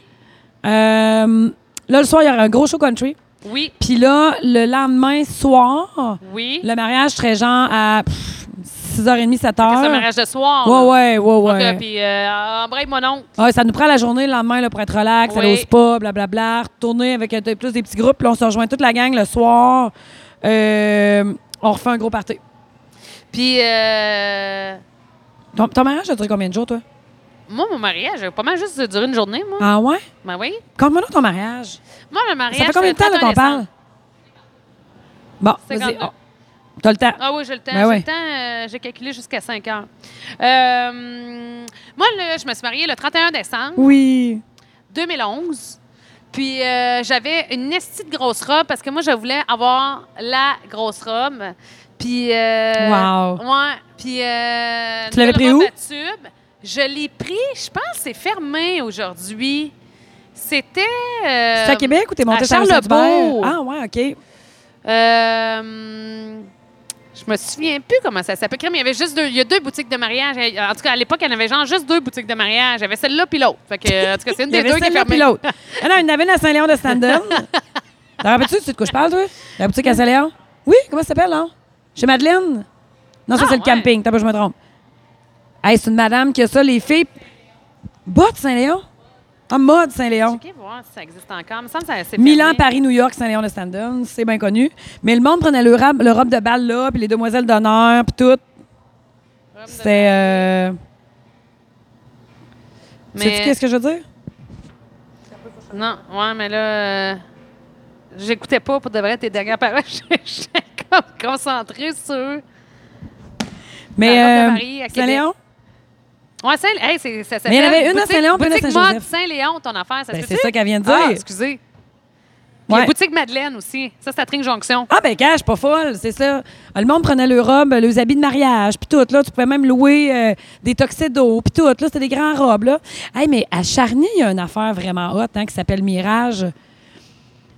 Speaker 1: Euh, là, le soir, il y aura un gros show country.
Speaker 2: Oui.
Speaker 1: Puis là, le lendemain soir,
Speaker 2: Oui.
Speaker 1: le mariage serait genre à pff, 6h30,
Speaker 2: C'est un
Speaker 1: 7h.
Speaker 2: mariage de soir. là.
Speaker 1: Ouais, ouais, ouais,
Speaker 2: Donc,
Speaker 1: ouais.
Speaker 2: euh, puis, euh, embraye mon oncle.
Speaker 1: Ouais, ça nous prend la journée le lendemain là, pour être relax,
Speaker 2: Oui.
Speaker 1: aller au spa, blablabla, retourner avec un peu plus des petits groupes. Puis là, on se rejoint toute la gang le soir. Euh, on refait un gros party.
Speaker 2: Puis, euh,
Speaker 1: Ton, ton mariage, ça a duré combien de jours, toi?
Speaker 2: moi, mon mariage, j'ai pas mal juste duré une journée, moi.
Speaker 1: Ah ouais?
Speaker 2: Ben oui.
Speaker 1: Compte-moi donc ton mariage.
Speaker 2: Moi, le mariage.
Speaker 1: ça fait combien de temps
Speaker 2: c'est
Speaker 1: là,
Speaker 2: le
Speaker 1: qu'on
Speaker 2: 31
Speaker 1: parle?
Speaker 2: décembre.
Speaker 1: Bon, vas-y.
Speaker 2: 59.
Speaker 1: oh, T'as le temps.
Speaker 2: Ah oui, j'ai le temps.
Speaker 1: Ben
Speaker 2: j'ai
Speaker 1: ouais.
Speaker 2: le temps. euh, j'ai calculé jusqu'à 5 heures. Euh, moi, là, je me suis mariée le 31 décembre
Speaker 1: Oui.
Speaker 2: 2011. Puis, euh, j'avais une estie de grosse robe parce que moi, je voulais avoir la grosse robe. Puis. Euh,
Speaker 1: Wow.
Speaker 2: Ouais. Puis. euh,
Speaker 1: Tu l'avais
Speaker 2: nouvelle
Speaker 1: pris
Speaker 2: robe
Speaker 1: où?
Speaker 2: à tube. Je l'ai pris, je pense que c'est fermé aujourd'hui. C'était. euh,
Speaker 1: C'est à Québec ou t'es monté
Speaker 2: à
Speaker 1: sur
Speaker 2: Charlebourg.
Speaker 1: Ah ouais, OK.
Speaker 2: Euh, je me souviens plus comment ça s'appelle. Crème, Il y avait juste deux, il y a deux boutiques de mariage. En tout cas, à l'époque, il y en avait genre juste deux boutiques de mariage. Il y avait celle-là puis l'autre. Fait que, en tout cas, c'est une
Speaker 1: Il y avait
Speaker 2: des deux qui est
Speaker 1: celle-là puis
Speaker 2: fermée.
Speaker 1: l'autre. Ah non, il y en avait une à Saint-Léon de Standen. T'en rappelles-tu de quoi je parle, toi? La boutique à Saint-Léon? Oui, comment ça s'appelle, là? Chez Madeleine? Non, ça,
Speaker 2: Ah,
Speaker 1: c'est le
Speaker 2: ouais.
Speaker 1: camping. T'as pas, je me trompe. Hey, c'est une madame qui a ça, les filles. Bas de Saint-Léon? En mode Saint-Léon.
Speaker 2: Checker voir si ça existe encore. Il me semble que ça- c'est
Speaker 1: Ah. Milan,
Speaker 2: fermé.
Speaker 1: Paris, New York, Saint-Léon de Standen, c'est bien connu. Mais le monde prenait le rab- le robe de balle là, puis les demoiselles d'honneur, puis tout. C'était. Euh...
Speaker 2: Mais-
Speaker 1: Sais-tu qu'est-ce que je veux dire?
Speaker 2: Non, ouais, mais là, euh, j'écoutais pas pour de vrai tes dernières paroles. J'étais comme concentrée sur.
Speaker 1: Mais.
Speaker 2: La robe de
Speaker 1: euh,
Speaker 2: Marie à Québec.
Speaker 1: Saint-Léon?
Speaker 2: Ouais, Saint- hey, c'est- ça
Speaker 1: Mais il y en
Speaker 2: s'appelle
Speaker 1: avait une à
Speaker 2: boutique-
Speaker 1: Saint-Léon puis une à
Speaker 2: boutique
Speaker 1: Saint-Joseph.
Speaker 2: mode Saint-Léon, ton affaire. Ça se
Speaker 1: Ben,
Speaker 2: peut-tu?
Speaker 1: c'est ça qu'elle vient de dire.
Speaker 2: Ah, excusez. Puis il y a
Speaker 1: Ouais.
Speaker 2: Boutique Madeleine aussi. Ça, c'est à Tring Jonction.
Speaker 1: Ah ben cash, pas folle, c'est ça. Ah, Le monde prenait leurs robes, leurs habits de mariage, puis tout. Là, tu pouvais même louer euh, des tuxedos, puis tout. Là, c'était des grands robes, là. Hey, mais à Charny, il y a une affaire vraiment hot, hein, qui s'appelle Mirage.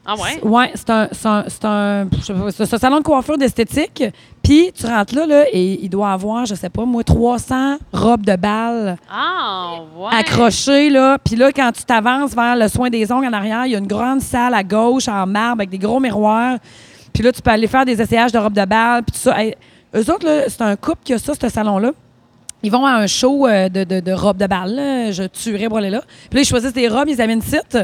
Speaker 2: Ah ouais?
Speaker 1: C'est- Ouais, c'est un, c'est un, c'est un, je sais pas, c'est un salon de coiffure d'esthétique. Puis tu rentres là, là, et il doit avoir, je sais pas, moi, 300 robes de bal
Speaker 2: Ah ouais.
Speaker 1: accrochées, là. Puis là, quand tu t'avances vers le soin des ongles en arrière, il y a une grande salle à gauche en marbre avec des gros miroirs. Puis là, tu peux aller faire des essayages de robes de bal, puis tout ça. Hey, eux autres, là, c'est un couple qui a ça, ce salon-là. Ils vont à un show euh, de, de, de robes de bal. là. Je tuerais pour aller là. Puis là, ils choisissent des robes, ils amènent site.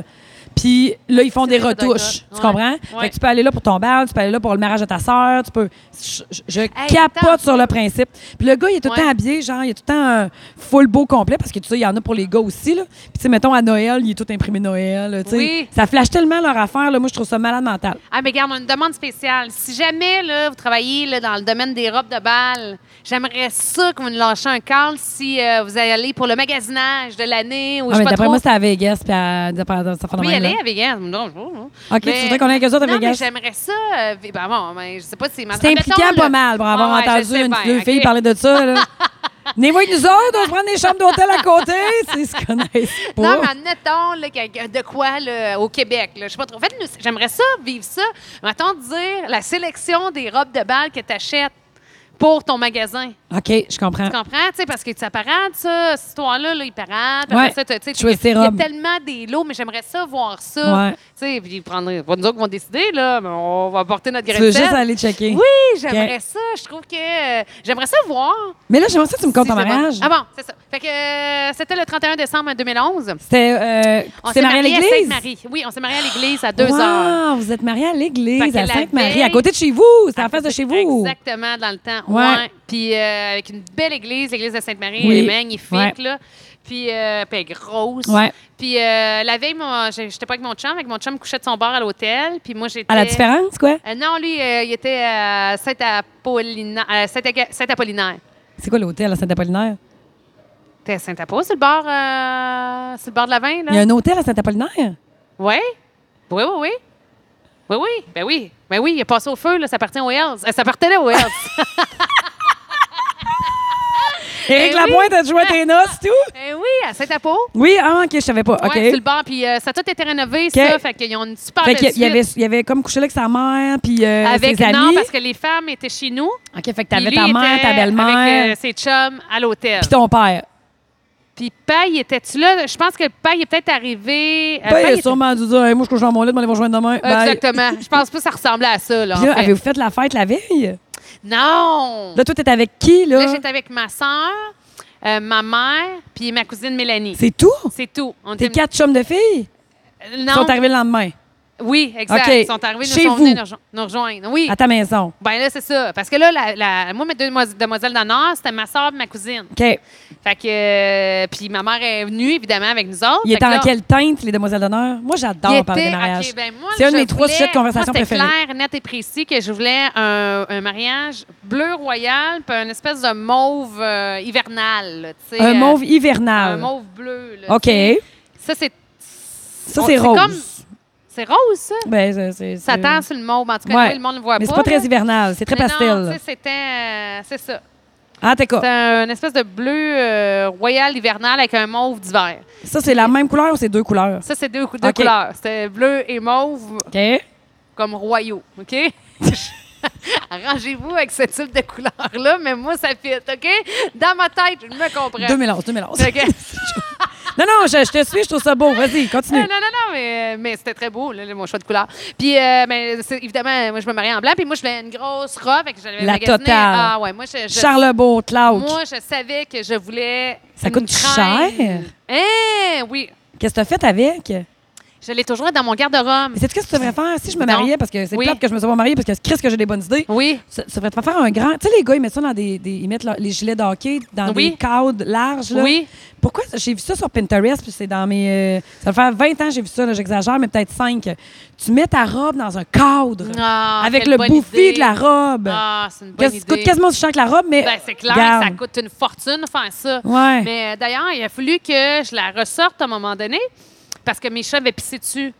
Speaker 1: Puis là, ils font
Speaker 2: C'est
Speaker 1: des
Speaker 2: des
Speaker 1: retouches.
Speaker 2: photographes.
Speaker 1: Tu comprends?
Speaker 2: Ouais.
Speaker 1: Fait que tu peux aller là pour ton bal, tu peux aller là pour le mariage de ta sœur, tu peux. Je, je- je
Speaker 2: attends.
Speaker 1: capote sur le principe. Puis le gars, il est tout le
Speaker 2: Ouais.
Speaker 1: temps habillé, genre, il est tout le temps un full beau complet parce que tu sais, il y en a pour les gars aussi, là. Puis tu sais, mettons à Noël, il est tout imprimé Noël, là, tu sais.
Speaker 2: Oui.
Speaker 1: Ça flash tellement leur affaire, là. Moi, je trouve ça malade mental.
Speaker 2: Ah, mais regarde, on a une demande spéciale. Si jamais là, vous travaillez là, dans le domaine des robes de bal, j'aimerais ça que vous nous lâchiez un call si euh, vous allez pour le magasinage de l'année ou
Speaker 1: Ah,
Speaker 2: je sais
Speaker 1: mais
Speaker 2: pas
Speaker 1: d'après
Speaker 2: trop.
Speaker 1: moi, c'est à Vegas, puis à, ça fait ça fait de
Speaker 2: oui,
Speaker 1: même,
Speaker 2: elle
Speaker 1: là.
Speaker 2: est à Vegas. Non, je vois, non.
Speaker 1: OK, tu voudrais qu'on aille avec eux autres à
Speaker 2: Non, mais
Speaker 1: Vegas?
Speaker 2: j'aimerais ça. euh, vi- ben bon, mais je sais pas si c'est ma-
Speaker 1: C'est
Speaker 2: Ah, mettons,
Speaker 1: impliquant
Speaker 2: là- Ah
Speaker 1: pas mal pour avoir
Speaker 2: Ouais, ouais, je
Speaker 1: entendu
Speaker 2: sais
Speaker 1: une,
Speaker 2: bien,
Speaker 1: deux
Speaker 2: ok.
Speaker 1: filles parler de ça, là. Venez-vous avec nous autres, on se prend des chambres d'hôtel à côté. Tu sais, Ils se connaissent pas.
Speaker 2: Non, mais admettons, là, que- de quoi là, au Québec? Là, je sais pas trop. En fait, nous, j'aimerais ça, vivre ça. Mettons, dire la sélection des robes de bal que tu achètes pour ton magasin.
Speaker 1: OK, je comprends.
Speaker 2: Tu comprends? Tu sais, parce que ça parade, ça, cette histoire-là, là, il parade.
Speaker 1: Ouais.
Speaker 2: Après ça, tu sais,
Speaker 1: Choisis tes
Speaker 2: il y a
Speaker 1: robes.
Speaker 2: tellement des lots, mais j'aimerais ça voir ça.
Speaker 1: Ouais.
Speaker 2: Tu sais, puis ils prendraient- pas nous autres qui vont décider, là, mais on va apporter notre
Speaker 1: Tu
Speaker 2: grain
Speaker 1: veux
Speaker 2: de
Speaker 1: juste
Speaker 2: sel.
Speaker 1: aller checker.
Speaker 2: Oui, j'aimerais ça. Je trouve que. euh, j'aimerais ça voir.
Speaker 1: Mais là, j'aimerais ça que tu me comptes
Speaker 2: si
Speaker 1: en
Speaker 2: c'est bon.
Speaker 1: mariage.
Speaker 2: Ah bon, c'est ça. Fait que euh, c'était le 31 décembre 2011.
Speaker 1: C'était, euh,
Speaker 2: On
Speaker 1: tu t'es marié à
Speaker 2: mariés
Speaker 1: l'église?
Speaker 2: Sainte-Marie. Oui, on s'est mariés à l'église à deux
Speaker 1: Wow,
Speaker 2: heures.
Speaker 1: vous êtes mariés à
Speaker 2: Fait
Speaker 1: l'église,
Speaker 2: que
Speaker 1: à
Speaker 2: la
Speaker 1: Sainte-Marie,
Speaker 2: veille-
Speaker 1: à côté de chez vous. C'est en face de chez vous.
Speaker 2: Exactement, dans le temps. Ouais.
Speaker 1: Ouais.
Speaker 2: Puis euh, avec une belle église, l'église de Sainte-Marie,
Speaker 1: Oui.
Speaker 2: elle est magnifique,
Speaker 1: Ouais.
Speaker 2: là. Puis, euh, puis elle est grosse.
Speaker 1: Ouais.
Speaker 2: Puis euh, la veille, moi, j'ai- j'étais pas avec mon chum. Avec mon chum couchait de son bar à l'hôtel. Puis moi, j'étais...
Speaker 1: À la différence, quoi?
Speaker 2: Euh, non, lui, euh, il était à euh, Saint-Apollina- à Saint-Aga- Saint-Apollinaire.
Speaker 1: C'est quoi l'hôtel à Saint-Apollinaire?
Speaker 2: T'es à Saint-Apo, c'est le bord, euh, c'est le bord de la vin,
Speaker 1: Il y a
Speaker 2: là?
Speaker 1: un hôtel à Saint-Apollinaire?
Speaker 2: Oui? Oui, oui, oui. Oui, oui. Ben oui. Ben oui, il est passé au feu, là. Ça appartient aux Hells. Euh, ça appartenait aux Hells.
Speaker 1: Éric
Speaker 2: Eh oui.
Speaker 1: Lapointe a joué à tes noces, tout?
Speaker 2: ben oui, à Saint-Apo.
Speaker 1: Oui, ah, OK, je savais pas. OK.
Speaker 2: Ouais, c'est le bar. Puis euh, ça a tout été rénové, ça. Fait qu'ils ont une super
Speaker 1: fait
Speaker 2: belle
Speaker 1: qu'il y- il y,
Speaker 2: suite.
Speaker 1: avait, il y avait comme couché là avec sa mère, puis euh,
Speaker 2: avec
Speaker 1: ses amis.
Speaker 2: non, parce que les femmes étaient chez nous.
Speaker 1: OK, fait que
Speaker 2: Puis
Speaker 1: t'avais
Speaker 2: lui
Speaker 1: ta mère,
Speaker 2: était
Speaker 1: ta belle-mère,
Speaker 2: Avec euh, ses chums à l'hôtel.
Speaker 1: puis ton père.
Speaker 2: Puis Paille, était-tu là? Je pense que Paille est peut-être arrivé. euh,
Speaker 1: Ben,
Speaker 2: Paille
Speaker 1: il a
Speaker 2: était-
Speaker 1: sûrement dû dire, Hey, moi, je couche dans mon lit, mais allez vous rejoindre demain. Bye.
Speaker 2: Exactement. Je pense pas que ça ressemblait à ça, là. en
Speaker 1: Puis là,
Speaker 2: fait.
Speaker 1: avez-vous fait la fête la veille?
Speaker 2: Non!
Speaker 1: Là, toi, t'es avec qui, là?
Speaker 2: Là, j'étais avec ma soeur, ma mère, puis ma cousine Mélanie.
Speaker 1: C'est tout?
Speaker 2: C'est tout. On
Speaker 1: Tes
Speaker 2: était-
Speaker 1: quatre chums de filles
Speaker 2: Euh,
Speaker 1: Ils
Speaker 2: Non.
Speaker 1: sont arrivés le lendemain
Speaker 2: Oui, exact.
Speaker 1: OK.
Speaker 2: Ils sont arrivés, nous
Speaker 1: Chez
Speaker 2: sont venus
Speaker 1: vous.
Speaker 2: nous, rejo- nous rejoindre. Oui.
Speaker 1: à ta maison.
Speaker 2: Ben là, c'est ça. Parce que là, la, la- moi, mes deux demois- demoiselles d'honneur, c'était ma soeur et ma cousine.
Speaker 1: OK.
Speaker 2: Fait que. euh, puis ma mère est venue, évidemment, avec nous autres.
Speaker 1: Il
Speaker 2: Fait
Speaker 1: était
Speaker 2: que là,
Speaker 1: en quelle teinte, les demoiselles d'honneur? Moi, j'adore
Speaker 2: il
Speaker 1: parler de
Speaker 2: était-
Speaker 1: mariage.
Speaker 2: OK, ben moi,
Speaker 1: c'est un de
Speaker 2: je
Speaker 1: mes trois
Speaker 2: voulais-
Speaker 1: sujets de conversation
Speaker 2: moi, c'était
Speaker 1: préférés.
Speaker 2: clair, net et précis que je voulais un, un mariage bleu royal, puis une espèce de mauve euh, hivernal. là, tu sais,
Speaker 1: Un
Speaker 2: euh,
Speaker 1: mauve
Speaker 2: Un
Speaker 1: hivernal.
Speaker 2: mauve bleu. là,
Speaker 1: OK.
Speaker 2: tu sais. Ça, c'est.
Speaker 1: Ça,
Speaker 2: on-
Speaker 1: c'est rose.
Speaker 2: comme- C'est rose, ça?
Speaker 1: Ben, c'est- c'est-
Speaker 2: Ça
Speaker 1: c'est-
Speaker 2: tend sur le mauve. En tout cas,
Speaker 1: Ouais.
Speaker 2: oui, le monde le voit
Speaker 1: Mais
Speaker 2: pas.
Speaker 1: c'est pas très
Speaker 2: là.
Speaker 1: hivernal, c'est très
Speaker 2: Mais non,
Speaker 1: pastel.
Speaker 2: tu sais, c'était. euh, c'est ça.
Speaker 1: en tout
Speaker 2: C'était
Speaker 1: cas,
Speaker 2: un espèce de bleu euh, royal hivernal avec un mauve d'hiver.
Speaker 1: ça, c'est la même couleur ou c'est deux couleurs?
Speaker 2: Ça, c'est deux, cou- deux
Speaker 1: OK.
Speaker 2: couleurs. C'était bleu et mauve
Speaker 1: OK.
Speaker 2: comme royaux. OK? Arrangez-vous avec ce type de couleur-là, mais moi, ça fit. OK? Dans ma tête, je me comprends.
Speaker 1: 2011, 2011.
Speaker 2: OK.
Speaker 1: non, non, je, je te suis, je trouve ça beau. Vas-y, continue.
Speaker 2: Non, non, non, non, mais, mais c'était très beau, là, mon choix de couleur. Puis, euh, ben, c'est- évidemment, moi, je me mariais en blanc, puis moi, je voulais une grosse robe. Fait que j'avais
Speaker 1: La
Speaker 2: magasiné.
Speaker 1: totale.
Speaker 2: Ah, ouais, moi, je, je-
Speaker 1: Charlebois, Clark.
Speaker 2: moi, je savais que je voulais.
Speaker 1: Ça
Speaker 2: une
Speaker 1: coûte
Speaker 2: crème.
Speaker 1: cher?
Speaker 2: Hein, oui.
Speaker 1: Qu'est-ce que t'as fait avec? Mais
Speaker 2: Je l'ai toujours dans mon garde-robe.
Speaker 1: sais-tu qu'est-ce que tu devrais faire si je me
Speaker 2: Non.
Speaker 1: mariais? Parce que c'est
Speaker 2: Oui.
Speaker 1: plate que je me sois pas mariée parce que Chris, que j'ai des bonnes idées.
Speaker 2: Oui.
Speaker 1: Ça, ça devrait te faire faire un grand. Tu sais, les gars, ils mettent ça dans des. des- ils mettent leur- les gilets de hockey dans
Speaker 2: Oui.
Speaker 1: des cadres larges. Là.
Speaker 2: Oui.
Speaker 1: Pourquoi? J'ai vu ça sur Pinterest, puis c'est dans mes. euh, ça va faire 20 ans que j'ai vu ça, là, j'exagère, mais peut-être 5. Tu mets ta robe dans un cadre
Speaker 2: Ah,
Speaker 1: avec
Speaker 2: quelle
Speaker 1: le
Speaker 2: bonne
Speaker 1: bouffi
Speaker 2: idée.
Speaker 1: de la robe.
Speaker 2: Ah, c'est une
Speaker 1: Ça
Speaker 2: bonne idée.
Speaker 1: coûte quasiment aussi cher que la robe, mais.
Speaker 2: Ben, c'est clair,
Speaker 1: garde.
Speaker 2: ça coûte une fortune faire ça.
Speaker 1: Ouais.
Speaker 2: Mais euh, d'ailleurs, il a fallu que je la ressorte à un moment donné parce que mes chats avaient pissé dessus.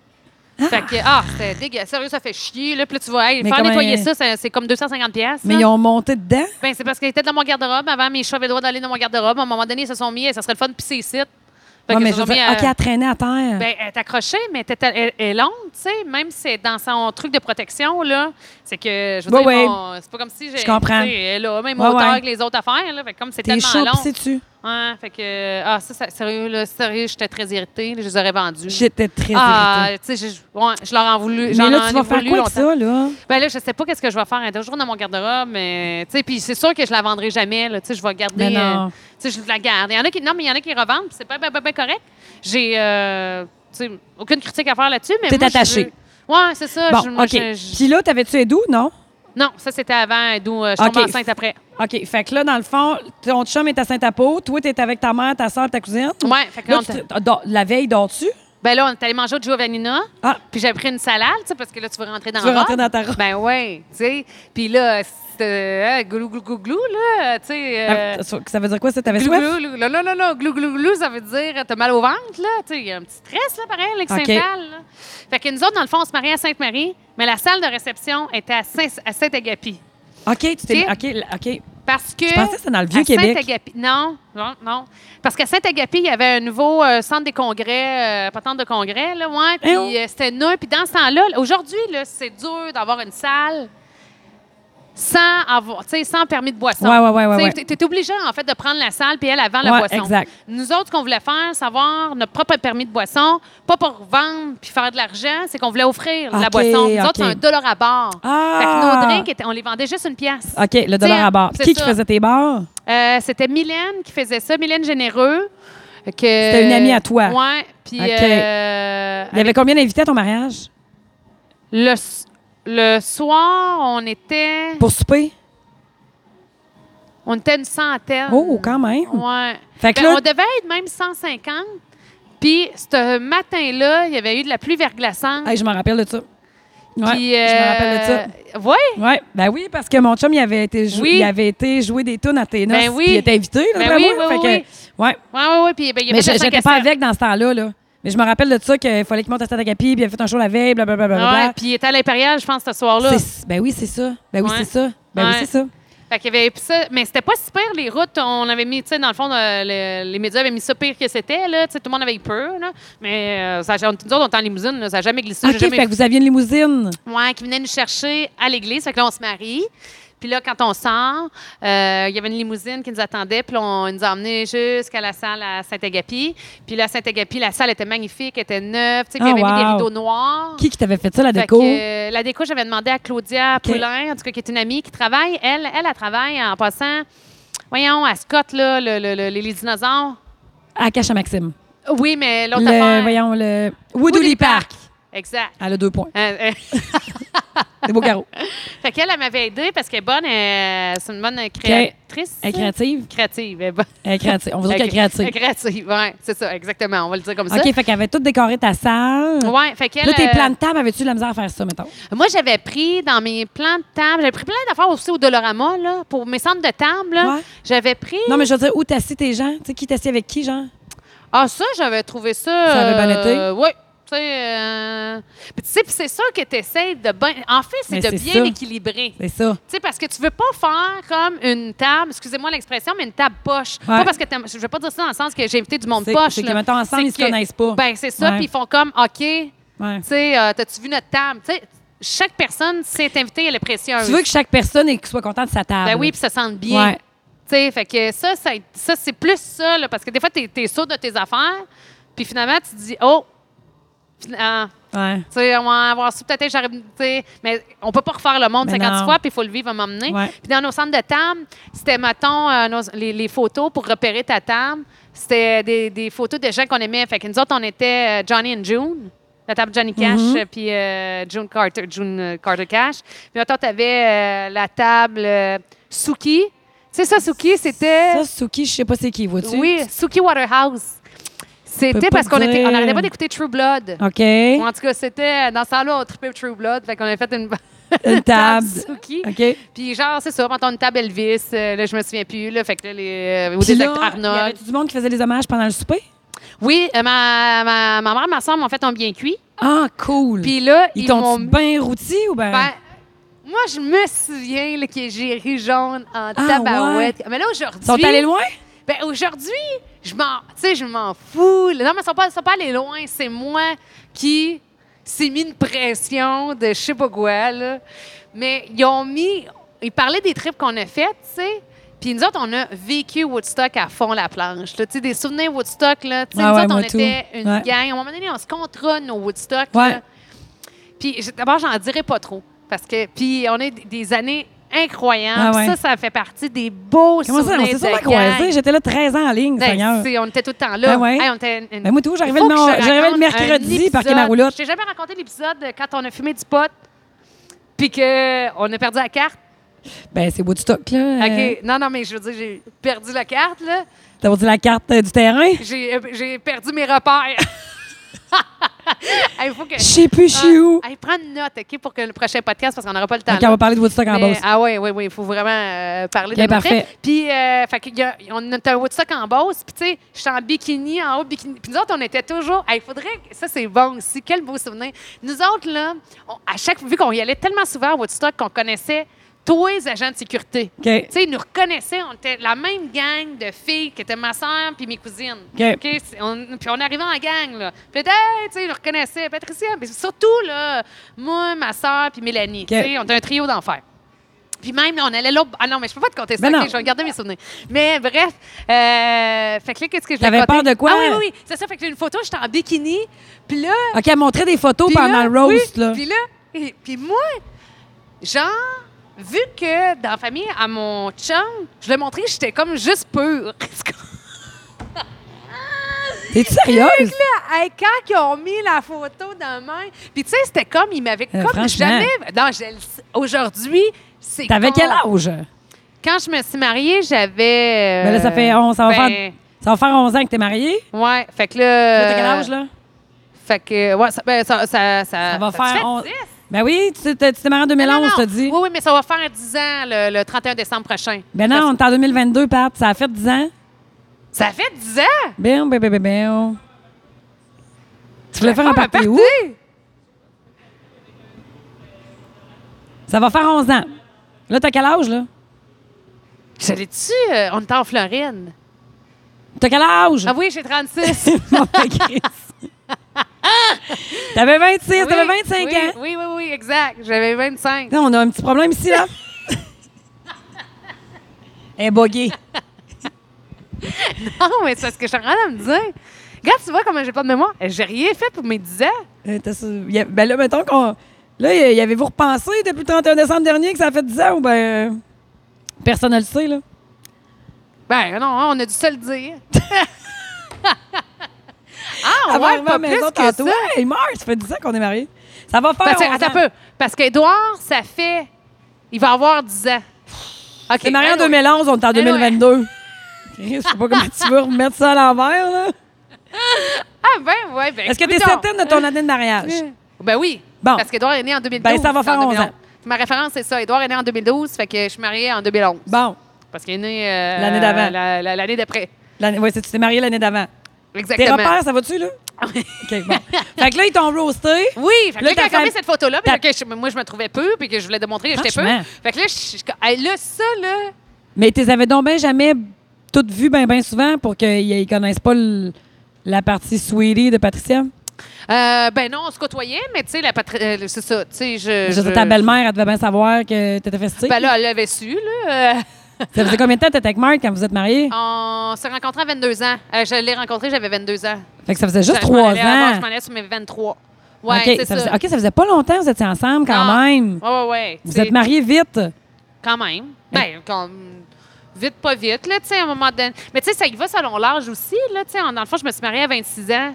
Speaker 2: Fait que, ah, c'était dégueu. Sérieux, ça fait chier. Là. Puis là, tu vas hey,
Speaker 1: Mais
Speaker 2: faire
Speaker 1: comment-
Speaker 2: nettoyer ça, ça, c'est comme 250$. piastres,
Speaker 1: Mais
Speaker 2: là.
Speaker 1: ils ont monté dedans.
Speaker 2: Ben, c'est parce qu'ils étaient dans mon garde-robe. Avant, mes chats avaient le droit d'aller dans mon garde-robe. À un moment donné, ils se sont mis, et ça serait le fun de pisser ici. Fait
Speaker 1: Ouais,
Speaker 2: qu'ils
Speaker 1: mais
Speaker 2: se
Speaker 1: je veux
Speaker 2: sont mis
Speaker 1: dire,
Speaker 2: à-
Speaker 1: OK, à traîner à terre.
Speaker 2: Ben, elle est accrochée, mais elle est- elle elle est longue, tu sais. Même si c'est dans son truc de protection, là, c'est que, je veux
Speaker 1: Ouais,
Speaker 2: dire,
Speaker 1: ouais.
Speaker 2: bon, c'est pas comme si j'ai.
Speaker 1: Je comprends.
Speaker 2: tu sais, Elle a même
Speaker 1: Ouais,
Speaker 2: auteur
Speaker 1: ouais.
Speaker 2: que les autres affaires, là. Fait que comme c'est
Speaker 1: T'es
Speaker 2: tellement
Speaker 1: chaud,
Speaker 2: long.
Speaker 1: sais-tu?
Speaker 2: Ouais, fait que, ah, ça, ça- sérieux, là, sérieux, j'étais très irritée. là, Je les aurais vendus.
Speaker 1: J'étais très
Speaker 2: Ah,
Speaker 1: irritée.
Speaker 2: tu sais, je, ouais, je leur en voulu. j'en
Speaker 1: Mais
Speaker 2: en
Speaker 1: là, tu
Speaker 2: ai
Speaker 1: vas faire
Speaker 2: voulu
Speaker 1: quoi avec
Speaker 2: longtemps.
Speaker 1: ça, là?
Speaker 2: Ben là, je sais pas qu'est-ce que je vais faire. Elle est toujours dans mon garde-robe, mais tu sais, puis c'est sûr que je la vendrai jamais. Là, tu sais, je vais garder.
Speaker 1: Mais Ben non.
Speaker 2: euh, tu sais, je la garde. Il y en a qui, non, mais il y en a qui revendent. puis C'est pas ben, ben, ben correct. J'ai, euh, tu sais, aucune critique à faire là-dessus, mais
Speaker 1: T'es
Speaker 2: moi, je
Speaker 1: attachée.
Speaker 2: veux- Ouais, c'est ça. Ah, je-
Speaker 1: Bon,
Speaker 2: moi,
Speaker 1: OK.
Speaker 2: je- je-
Speaker 1: Puis là, t'avais-tu aidé ou non?
Speaker 2: Non, ça c'était avant, euh, d'où je
Speaker 1: OK.
Speaker 2: tombe enceinte après.
Speaker 1: OK. Fait que là, dans le fond, ton chum est à Saint-Apo. Toi, t'es avec ta mère, ta soeur, ta cousine.
Speaker 2: Ouais, fait que
Speaker 1: Là,
Speaker 2: on
Speaker 1: tu
Speaker 2: était-
Speaker 1: te- dors- la veille, dors-tu?
Speaker 2: ben là, on est allé manger au Giovannina.
Speaker 1: Ah,
Speaker 2: Puis j'ai pris une salade, tu sais, parce que là, tu veux rentrer dans
Speaker 1: Tu veux
Speaker 2: la
Speaker 1: rentrer
Speaker 2: robe.
Speaker 1: dans ta robe.
Speaker 2: Ben oui, tu sais. Puis là, c'était euh, glou, glou, glou, glou, là, tu sais. euh,
Speaker 1: ça ça veut dire quoi, ça? T'avais
Speaker 2: Glou,
Speaker 1: soif?
Speaker 2: glou, glou, là, là, là, là, glou, glou, glou, ça veut dire euh, t'as mal au ventre, là. Tu sais, il y a un petit stress, là, pareil, avec
Speaker 1: OK.
Speaker 2: Saint-Pal. là. Fait que nous autres, dans le fond, on se mariait à Sainte-Marie, mais la salle de réception était à Saint- à Saint-Agapi.
Speaker 1: OK, tu t'es...
Speaker 2: OK.
Speaker 1: OK, l- OK.
Speaker 2: Parce que. Je
Speaker 1: pensais que c'était dans le Vieux-Québec.
Speaker 2: Non, non, non. Parce qu'à Saint-Agapi, il y avait un nouveau euh, centre des congrès, euh, patente de congrès, là, ouais. Puis
Speaker 1: Eh oh.
Speaker 2: euh, c'était nul. Puis dans ce temps-là, là, aujourd'hui, là, c'est dur d'avoir une salle sans avoir, tu sais, sans permis de boisson.
Speaker 1: Ouais, ouais, ouais, ouais,
Speaker 2: Tu sais,
Speaker 1: ouais.
Speaker 2: t'es- T'es obligé, en fait, de prendre la salle, puis elle avant la
Speaker 1: Ouais,
Speaker 2: boisson.
Speaker 1: exact.
Speaker 2: Nous autres, ce qu'on voulait faire, c'est avoir notre propre permis de boisson, pas pour vendre puis faire de l'argent, c'est qu'on voulait offrir la
Speaker 1: OK,
Speaker 2: boisson. Nous
Speaker 1: OK.
Speaker 2: autres, c'est un dollar à barre.
Speaker 1: Ah!
Speaker 2: Fait que nos drinks, étaient- on les vendait juste une pièce.
Speaker 1: OK, le dollar
Speaker 2: Tiens,
Speaker 1: à barre.
Speaker 2: c'est
Speaker 1: Qui qui
Speaker 2: ça.
Speaker 1: faisait tes bars?
Speaker 2: Euh, c'était Mylène qui faisait ça, Mylène Généreux. que-
Speaker 1: C'était une amie à toi.
Speaker 2: Ouais. Puis
Speaker 1: OK.
Speaker 2: euh,
Speaker 1: Il y avait combien d'invités à ton mariage?
Speaker 2: le, s- le soir, on était,
Speaker 1: Pour souper?
Speaker 2: on était une centaine.
Speaker 1: Oh, quand même.
Speaker 2: Euh, Ouais.
Speaker 1: Fait que
Speaker 2: Ben,
Speaker 1: là-
Speaker 2: on devait être même 150. Puis ce matin-là, il y avait eu de la pluie verglaçante.
Speaker 1: Hey, je me rappelle de ça. Ouais,
Speaker 2: Puis,
Speaker 1: je me rappelle de ça.
Speaker 2: euh, Ouais.
Speaker 1: Oui, ben oui, parce que mon chum, il avait été, jou-
Speaker 2: Oui.
Speaker 1: il avait été jouer des tunes à tes noces,
Speaker 2: Ben oui.
Speaker 1: puis Il était invité, là,
Speaker 2: Ben
Speaker 1: d'après
Speaker 2: oui,
Speaker 1: moi.
Speaker 2: oui,
Speaker 1: fait
Speaker 2: oui,
Speaker 1: que, ouais.
Speaker 2: Ouais, ouais, ouais. Puis ben, il y avait
Speaker 1: Mais
Speaker 2: de
Speaker 1: je-
Speaker 2: cinq
Speaker 1: j'étais
Speaker 2: à
Speaker 1: pas
Speaker 2: sept.
Speaker 1: avec dans ce temps-là, là. Mais je me rappelle de ça qu'il fallait qu'il monte à Satagapi, puis il avait fait un show la veille, blablabla.
Speaker 2: Ah Ouais, puis il était à l'Impérial, je pense, ce soir-là.
Speaker 1: C'est- ben oui, c'est ça. Ben oui,
Speaker 2: Ouais.
Speaker 1: c'est ça. Ben oui,
Speaker 2: Ouais.
Speaker 1: c'est ça.
Speaker 2: Fait qu'il y avait puis ça, mais c'était pas si pire les routes. On avait mis, tu sais, dans le fond, euh, le- les médias avaient mis ça pire que c'était là. Tu sais, tout le monde avait eu peur là. Mais euh, ça, on, nous autres, on était en limousine, là, ça a jamais glissé.
Speaker 1: OK,
Speaker 2: j'ai jamais
Speaker 1: fait que vous aviez une limousine.
Speaker 2: Ouais, qui venait nous chercher à l'église. Fait que là, on se marie. Puis là, quand on sort, euh, il y avait une limousine qui nous attendait. Puis là, on ils nous a emmenés jusqu'à la salle à Saint-Agapi. Puis là, à Saint-Agapi, la salle était magnifique, elle était neuve. Tu sais, puis
Speaker 1: Ah,
Speaker 2: il y avait mis des
Speaker 1: wow.
Speaker 2: rideaux noirs.
Speaker 1: Qui qui t'avait fait ça, la
Speaker 2: Fait
Speaker 1: déco?
Speaker 2: que, euh, la déco, j'avais demandé à Claudia Poulain, en tout cas, qui est une amie qui travaille. Elle, elle, elle travaille en passant, voyons, à Scott, là, le- le- le- les, les dinosaures.
Speaker 1: À Cache à Maxime.
Speaker 2: Oui, mais l'autre
Speaker 1: Le,
Speaker 2: affaire.
Speaker 1: voyons, le Woodley Park.
Speaker 2: Exact.
Speaker 1: Elle a deux points.
Speaker 2: Euh, euh,
Speaker 1: Des beaux carreaux.
Speaker 2: fait qu'elle, elle m'avait aidée parce qu'elle est bonne, euh, c'est une bonne créatrice.
Speaker 1: Elle est créative.
Speaker 2: Créative, elle est bonne.
Speaker 1: Elle est créative. On va dire qu'elle est
Speaker 2: Elle
Speaker 1: créative.
Speaker 2: est créative, ouais, c'est ça, exactement. On va le dire comme
Speaker 1: OK, fait qu'elle avait tout décoré ta salle.
Speaker 2: ça. Ouais, fait qu'elle.
Speaker 1: Là, tes
Speaker 2: euh,
Speaker 1: plans de table, avais-tu de la misère à faire ça, mettons?
Speaker 2: Moi, j'avais pris dans mes plans de table, j'avais pris plein d'affaires aussi au Dolorama, là, pour mes centres de table, là.
Speaker 1: Ouais.
Speaker 2: J'avais pris.
Speaker 1: Non, mais je veux dire, où t'assis tes gens? Tu sais, qui t'assis avec qui, genre?
Speaker 2: Ah, ça, j'avais trouvé ça.
Speaker 1: Ça avait bien
Speaker 2: euh, Oui. Tu sais, euh, puis tu sais, puis c'est ça que tu essaies de bien. En fait, c'est
Speaker 1: Mais
Speaker 2: de
Speaker 1: c'est
Speaker 2: bien
Speaker 1: ça.
Speaker 2: équilibrer.
Speaker 1: C'est ça.
Speaker 2: Tu sais, parce que tu veux pas faire comme une table, excusez-moi l'expression, mais une table poche. Pas
Speaker 1: Ouais.
Speaker 2: parce que t'aimes- je veux pas dire ça dans le sens que j'ai invité du monde
Speaker 1: C'est-
Speaker 2: poche.
Speaker 1: c'est que,
Speaker 2: là.
Speaker 1: mettons, ensemble,
Speaker 2: C'est
Speaker 1: ils se
Speaker 2: que-
Speaker 1: connaissent pas.
Speaker 2: Ben, c'est ça,
Speaker 1: Ouais.
Speaker 2: puis ils font comme, OK, tu
Speaker 1: Ouais.
Speaker 2: sais, euh, t'as-tu vu notre table? Tu sais, chaque personne, si elle est invitée, elle est précieuse.
Speaker 1: Tu veux que chaque personne ait- soit contente de sa table.
Speaker 2: Ah Ben oui, puis ça sente bien.
Speaker 1: Ouais.
Speaker 2: Tu sais, fait que ça, ça, ça, c'est plus ça, là, parce que des fois, t'es es sûr de tes affaires, puis finalement, tu te dis, oh, fin- ah,
Speaker 1: Ouais.
Speaker 2: tu sais, on va avoir ça, peut-être, j'arrive, tu sais, mais on peut pas refaire le monde
Speaker 1: Mais
Speaker 2: 50
Speaker 1: non.
Speaker 2: fois, puis il faut le vivre à m'emmener.
Speaker 1: Ouais.
Speaker 2: Puis dans nos centres de table, c'était, mettons, euh, nos- les, les photos pour repérer ta table, c'était des, des photos de gens qu'on aimait. Fait que nous autres, on était euh, Johnny and June. La table Johnny Cash,
Speaker 1: Mm-hmm.
Speaker 2: euh, puis euh, June Carter, June euh, Carter Cash. Puis mettons, t'avais euh, la table euh, Suki. Tu sais, ça, Suki, c'était.
Speaker 1: Ça, Suki, je sais pas c'est qui, vois-tu?
Speaker 2: Euh. Oui, Suki Waterhouse. C'était
Speaker 1: pas
Speaker 2: parce qu'on
Speaker 1: dire.
Speaker 2: était- on n'arrêtait pas d'écouter True Blood.
Speaker 1: OK.
Speaker 2: Ou En tout cas, c'était euh, dans ce temps-là, on tripait True Blood. Fait qu'on avait fait une,
Speaker 1: Une table.
Speaker 2: Suzuki.
Speaker 1: OK.
Speaker 2: Puis genre, c'est ça, maintenant une table Elvis. euh, là, je me souviens plus. Là, fait que là, les, euh, ou
Speaker 1: Puis
Speaker 2: des
Speaker 1: là,
Speaker 2: acteurs
Speaker 1: y
Speaker 2: Arnold.
Speaker 1: avait-tu du monde qui faisait les hommages pendant le souper?
Speaker 2: Oui, euh, ma, ma, ma mère, ma soeur m'ont fait un bien cuit.
Speaker 1: Ah, cool.
Speaker 2: Puis là,
Speaker 1: ils
Speaker 2: ils,
Speaker 1: t'ont
Speaker 2: m'ont...
Speaker 1: bien routi ou ben?
Speaker 2: Ben, moi, je me souviens là, que j'ai ri jaune en
Speaker 1: Ah,
Speaker 2: tabarouette. Mais là,
Speaker 1: ils sont
Speaker 2: aujourd'hui.
Speaker 1: allés loin?
Speaker 2: Ben, aujourd'hui, je m'en, tu sais, je m'en fous. Non, mais ils sont pas, ils sont pas allés loin. C'est moi qui s'est mis une pression de je sais pas quoi, là. Mais ils ont mis. Ils parlaient des trips qu'on a faites, tu sais. Puis nous autres, on a vécu Woodstock à fond la planche. là. Tu sais, des souvenirs Woodstock, là. Tu sais,
Speaker 1: Ah
Speaker 2: nous
Speaker 1: ouais,
Speaker 2: autres, on
Speaker 1: moi tout.
Speaker 2: était une
Speaker 1: Ouais.
Speaker 2: gang. À un moment donné, on se contrôle nos Woodstock.
Speaker 1: Ouais.
Speaker 2: là. Puis j- d'abord, j'en dirais pas trop. Parce que, puis on a eu des années incroyables.
Speaker 1: Ah ouais.
Speaker 2: Ça, ça fait partie des beaux
Speaker 1: Comment ça? On
Speaker 2: souvenirs
Speaker 1: s'est
Speaker 2: de
Speaker 1: sûrement
Speaker 2: gang.
Speaker 1: croisés. J'étais là 13 ans en ligne,
Speaker 2: Ben,
Speaker 1: Seigneur.
Speaker 2: c'est- on était tout le temps là.
Speaker 1: Ben ouais.
Speaker 2: Hey, on était une-
Speaker 1: Ben, moi, tout, j'arrivais
Speaker 2: Faut
Speaker 1: le,
Speaker 2: que
Speaker 1: non-
Speaker 2: je te
Speaker 1: j'arrivais le
Speaker 2: raconte
Speaker 1: mercredi,
Speaker 2: un
Speaker 1: parquer ma
Speaker 2: épisode.
Speaker 1: roulotte.
Speaker 2: Je t'ai jamais raconté l'épisode de quand on a fumé du pot, puis qu'on a perdu la carte.
Speaker 1: Ben, c'est Woodstock, là. Euh,
Speaker 2: OK. Non, non, mais je veux dire, j'ai perdu la carte, là.
Speaker 1: T'as dit la carte euh, du terrain?
Speaker 2: J'ai, euh, j'ai perdu mes repères. Il faut que.
Speaker 1: Je sais plus, je suis où.
Speaker 2: Hey, prends une note, OK, pour que le prochain podcast, parce qu'on n'aura pas le temps.
Speaker 1: OK,
Speaker 2: Ah, là.
Speaker 1: on va parler de Woodstock en
Speaker 2: Mais-
Speaker 1: boss.
Speaker 2: Ah oui, oui, oui, il faut vraiment euh, parler
Speaker 1: Bien
Speaker 2: de notre
Speaker 1: parfait.
Speaker 2: trip. Puis, euh, fait qu'il y a- on a un Woodstock en bosse, puis tu sais, je suis en bikini, en haut bikini. Puis nous autres, on était toujours, il faudrait, que- ça c'est bon aussi, quel beau souvenir. Nous autres, là, on- à chaque, vu qu'on y allait tellement souvent à Woodstock qu'on connaissait tous les agents de sécurité.
Speaker 1: OK.
Speaker 2: Tu sais, ils nous reconnaissaient, on était la même gang de filles qui étaient ma soeur puis mes cousines.
Speaker 1: OK.
Speaker 2: OK, c'est- on- puis on arrivait en gang, là. Puis, hey, tu sais, ils nous reconnaissaient. Patricia, mais surtout, là, moi, ma soeur puis Mélanie. Tu sais, on était un trio d'enfer. Puis même, là, on allait là. Ah non, mais je peux pas te compter ça.
Speaker 1: Ben
Speaker 2: ok,
Speaker 1: non.
Speaker 2: je vais garder mes souvenirs. Mais bref, euh, fait que là, qu'est-ce que je voulais
Speaker 1: T'avais
Speaker 2: raconter?
Speaker 1: peur de quoi?
Speaker 2: Ah oui, oui, oui. C'est ça, fait que j'ai une photo, j'étais en bikini. Puis là,
Speaker 1: OK, elle montrait des photos
Speaker 2: puis
Speaker 1: pendant
Speaker 2: là,
Speaker 1: le roast,
Speaker 2: oui,
Speaker 1: là.
Speaker 2: Puis là, et- puis moi, genre, vu que dans la famille, à mon chum, je lui ai montré que j'étais comme juste pure.
Speaker 1: T'es-tu
Speaker 2: Fait
Speaker 1: sérieuse?
Speaker 2: que là, hey, quand ils ont mis la photo dans la main, puis tu sais, c'était comme, ils m'avaient
Speaker 1: Euh,
Speaker 2: comme
Speaker 1: franchement.
Speaker 2: jamais... Non, je le sais. aujourd'hui, c'est
Speaker 1: T'avais
Speaker 2: con.
Speaker 1: quel âge?
Speaker 2: Quand je me suis mariée, j'avais... euh,
Speaker 1: Ben là, ça fait 11, ça va
Speaker 2: ben-
Speaker 1: faire- Ça va faire 11 ans que t'es mariée.
Speaker 2: Ouais, fait que
Speaker 1: Toi,
Speaker 2: là...
Speaker 1: T'as quel âge, là?
Speaker 2: Fait que, ouais, ça, ben, ça, ça, ça...
Speaker 1: Ça va
Speaker 2: tu
Speaker 1: faire
Speaker 2: fais
Speaker 1: 11.
Speaker 2: 10?
Speaker 1: Ben oui, tu t'es tu t'es mariée en
Speaker 2: Non, non,
Speaker 1: 2011,
Speaker 2: non. Oh,
Speaker 1: t'as dit.
Speaker 2: Oui, oui, mais ça va faire 10 ans le, le 31 décembre prochain.
Speaker 1: Ben non, on est en 2022, Pat. Ça a fait 10 ans.
Speaker 2: Ça fait 10 ans!
Speaker 1: Ben, ben, ben, ben, ben. Tu voulais faire un
Speaker 2: Ah,
Speaker 1: party
Speaker 2: party!
Speaker 1: où? Ça va faire 11 ans. Là, t'as quel âge, là?
Speaker 2: J'allais-tu? euh, on était en Floride.
Speaker 1: T'as quel âge?
Speaker 2: Ah oui, j'ai 36. Oui,
Speaker 1: Bon, ben, Chris. T'avais 26, t'avais 25
Speaker 2: oui,
Speaker 1: ans.
Speaker 2: Oui, oui, oui, exact. J'avais 25.
Speaker 1: Là, on a un petit problème ici, là. Elle est boguée.
Speaker 2: Non, mais c'est ce que je suis en train de me dire. Regarde, tu vois comment j'ai pas de mémoire. Eh, J'ai rien fait pour mes 10 ans.
Speaker 1: Euh, t'as ça- y a- Ben là, mettons qu'on. Là, y y avez-vous repensé depuis le 31 décembre dernier que ça fait 10 ans ou ben. euh, Personne ne le sait, là.
Speaker 2: Ben non, hein, on a dû se le dire. ah,
Speaker 1: Avant
Speaker 2: ouais,
Speaker 1: d'arriver à la
Speaker 2: pas plus
Speaker 1: maison
Speaker 2: que
Speaker 1: tantôt,
Speaker 2: ça.
Speaker 1: hey, meurt, ça fait 10 ans qu'on est mariés. Ça va faire.
Speaker 2: Parce, que-
Speaker 1: 11
Speaker 2: attends
Speaker 1: ans.
Speaker 2: un peu. Parce qu'Édouard, ça fait... Il va avoir 10 ans. OK.
Speaker 1: C'est marié en
Speaker 2: anyway.
Speaker 1: 2011, on est en
Speaker 2: Anyway.
Speaker 1: 2022. Chris, je sais pas comment tu veux remettre ça à l'envers, là.
Speaker 2: Ah ben ouais, ben
Speaker 1: Est-ce que tu es
Speaker 2: coudonc.
Speaker 1: certaine de ton année de mariage?
Speaker 2: Ben oui.
Speaker 1: Bon.
Speaker 2: Parce qu'Edouard est né en 2012.
Speaker 1: Ben, ça va
Speaker 2: en
Speaker 1: faire 11 ans.
Speaker 2: 2011. Ma référence, c'est ça. Edouard est né en 2012, fait que je suis mariée en 2011.
Speaker 1: Bon.
Speaker 2: Parce qu'il est né... euh,
Speaker 1: L'année d'avant.
Speaker 2: la- la- L'année d'après.
Speaker 1: L'année- Ouais, c'est- tu t'es marié l'année d'avant. Tes
Speaker 2: Exactement.
Speaker 1: repères, ça va-tu, là? OK, bon. Fait que là, ils t'ont roasté.
Speaker 2: Oui, fait que
Speaker 1: Là,
Speaker 2: là, quand
Speaker 1: t'as
Speaker 2: j'ai regardé
Speaker 1: fait-
Speaker 2: cette photo-là, puis
Speaker 1: t'as-
Speaker 2: que je- moi, je me trouvais peu, puis que je voulais démontrer que j'étais peu.
Speaker 1: Franchement.
Speaker 2: Fait que là, je- je- hey, là, ça, là...
Speaker 1: Mais tu les avais donc bien jamais toutes vues bien, bien ben souvent pour qu'ils connaissent pas le- la partie sweetie de Patricia.
Speaker 2: euh, ben non, on se côtoyait, mais tu sais, la patrie... euh, c'est ça, tu sais, je...
Speaker 1: Je sais, ta belle-mère, elle devait bien savoir que t'étais festive.
Speaker 2: Ben là, elle l'avait su, là. euh,
Speaker 1: Ça faisait combien de temps que t'étais avec Marc quand vous êtes mariés?
Speaker 2: Ah. on s'est rencontrés à 22 ans. Euh, je l'ai rencontré, j'avais 22 ans.
Speaker 1: Fait que ça faisait juste
Speaker 2: Je m'en
Speaker 1: trois ans.
Speaker 2: allais avant, je m'en allais sur mes 23. Ouais,
Speaker 1: OK, ça
Speaker 2: c'est ça.
Speaker 1: faisait- OK, ça faisait pas longtemps que vous étiez ensemble quand
Speaker 2: Non.
Speaker 1: même.
Speaker 2: Ouais, ouais, ouais.
Speaker 1: Vous
Speaker 2: T'sais,
Speaker 1: êtes mariés vite.
Speaker 2: Quand même. Ben, quand- vite, pas vite, là, tu sais, à un moment donné. Mais tu sais, ça y va selon l'âge aussi, là, tu sais. en- Dans le fond, je me suis mariée à 26 ans.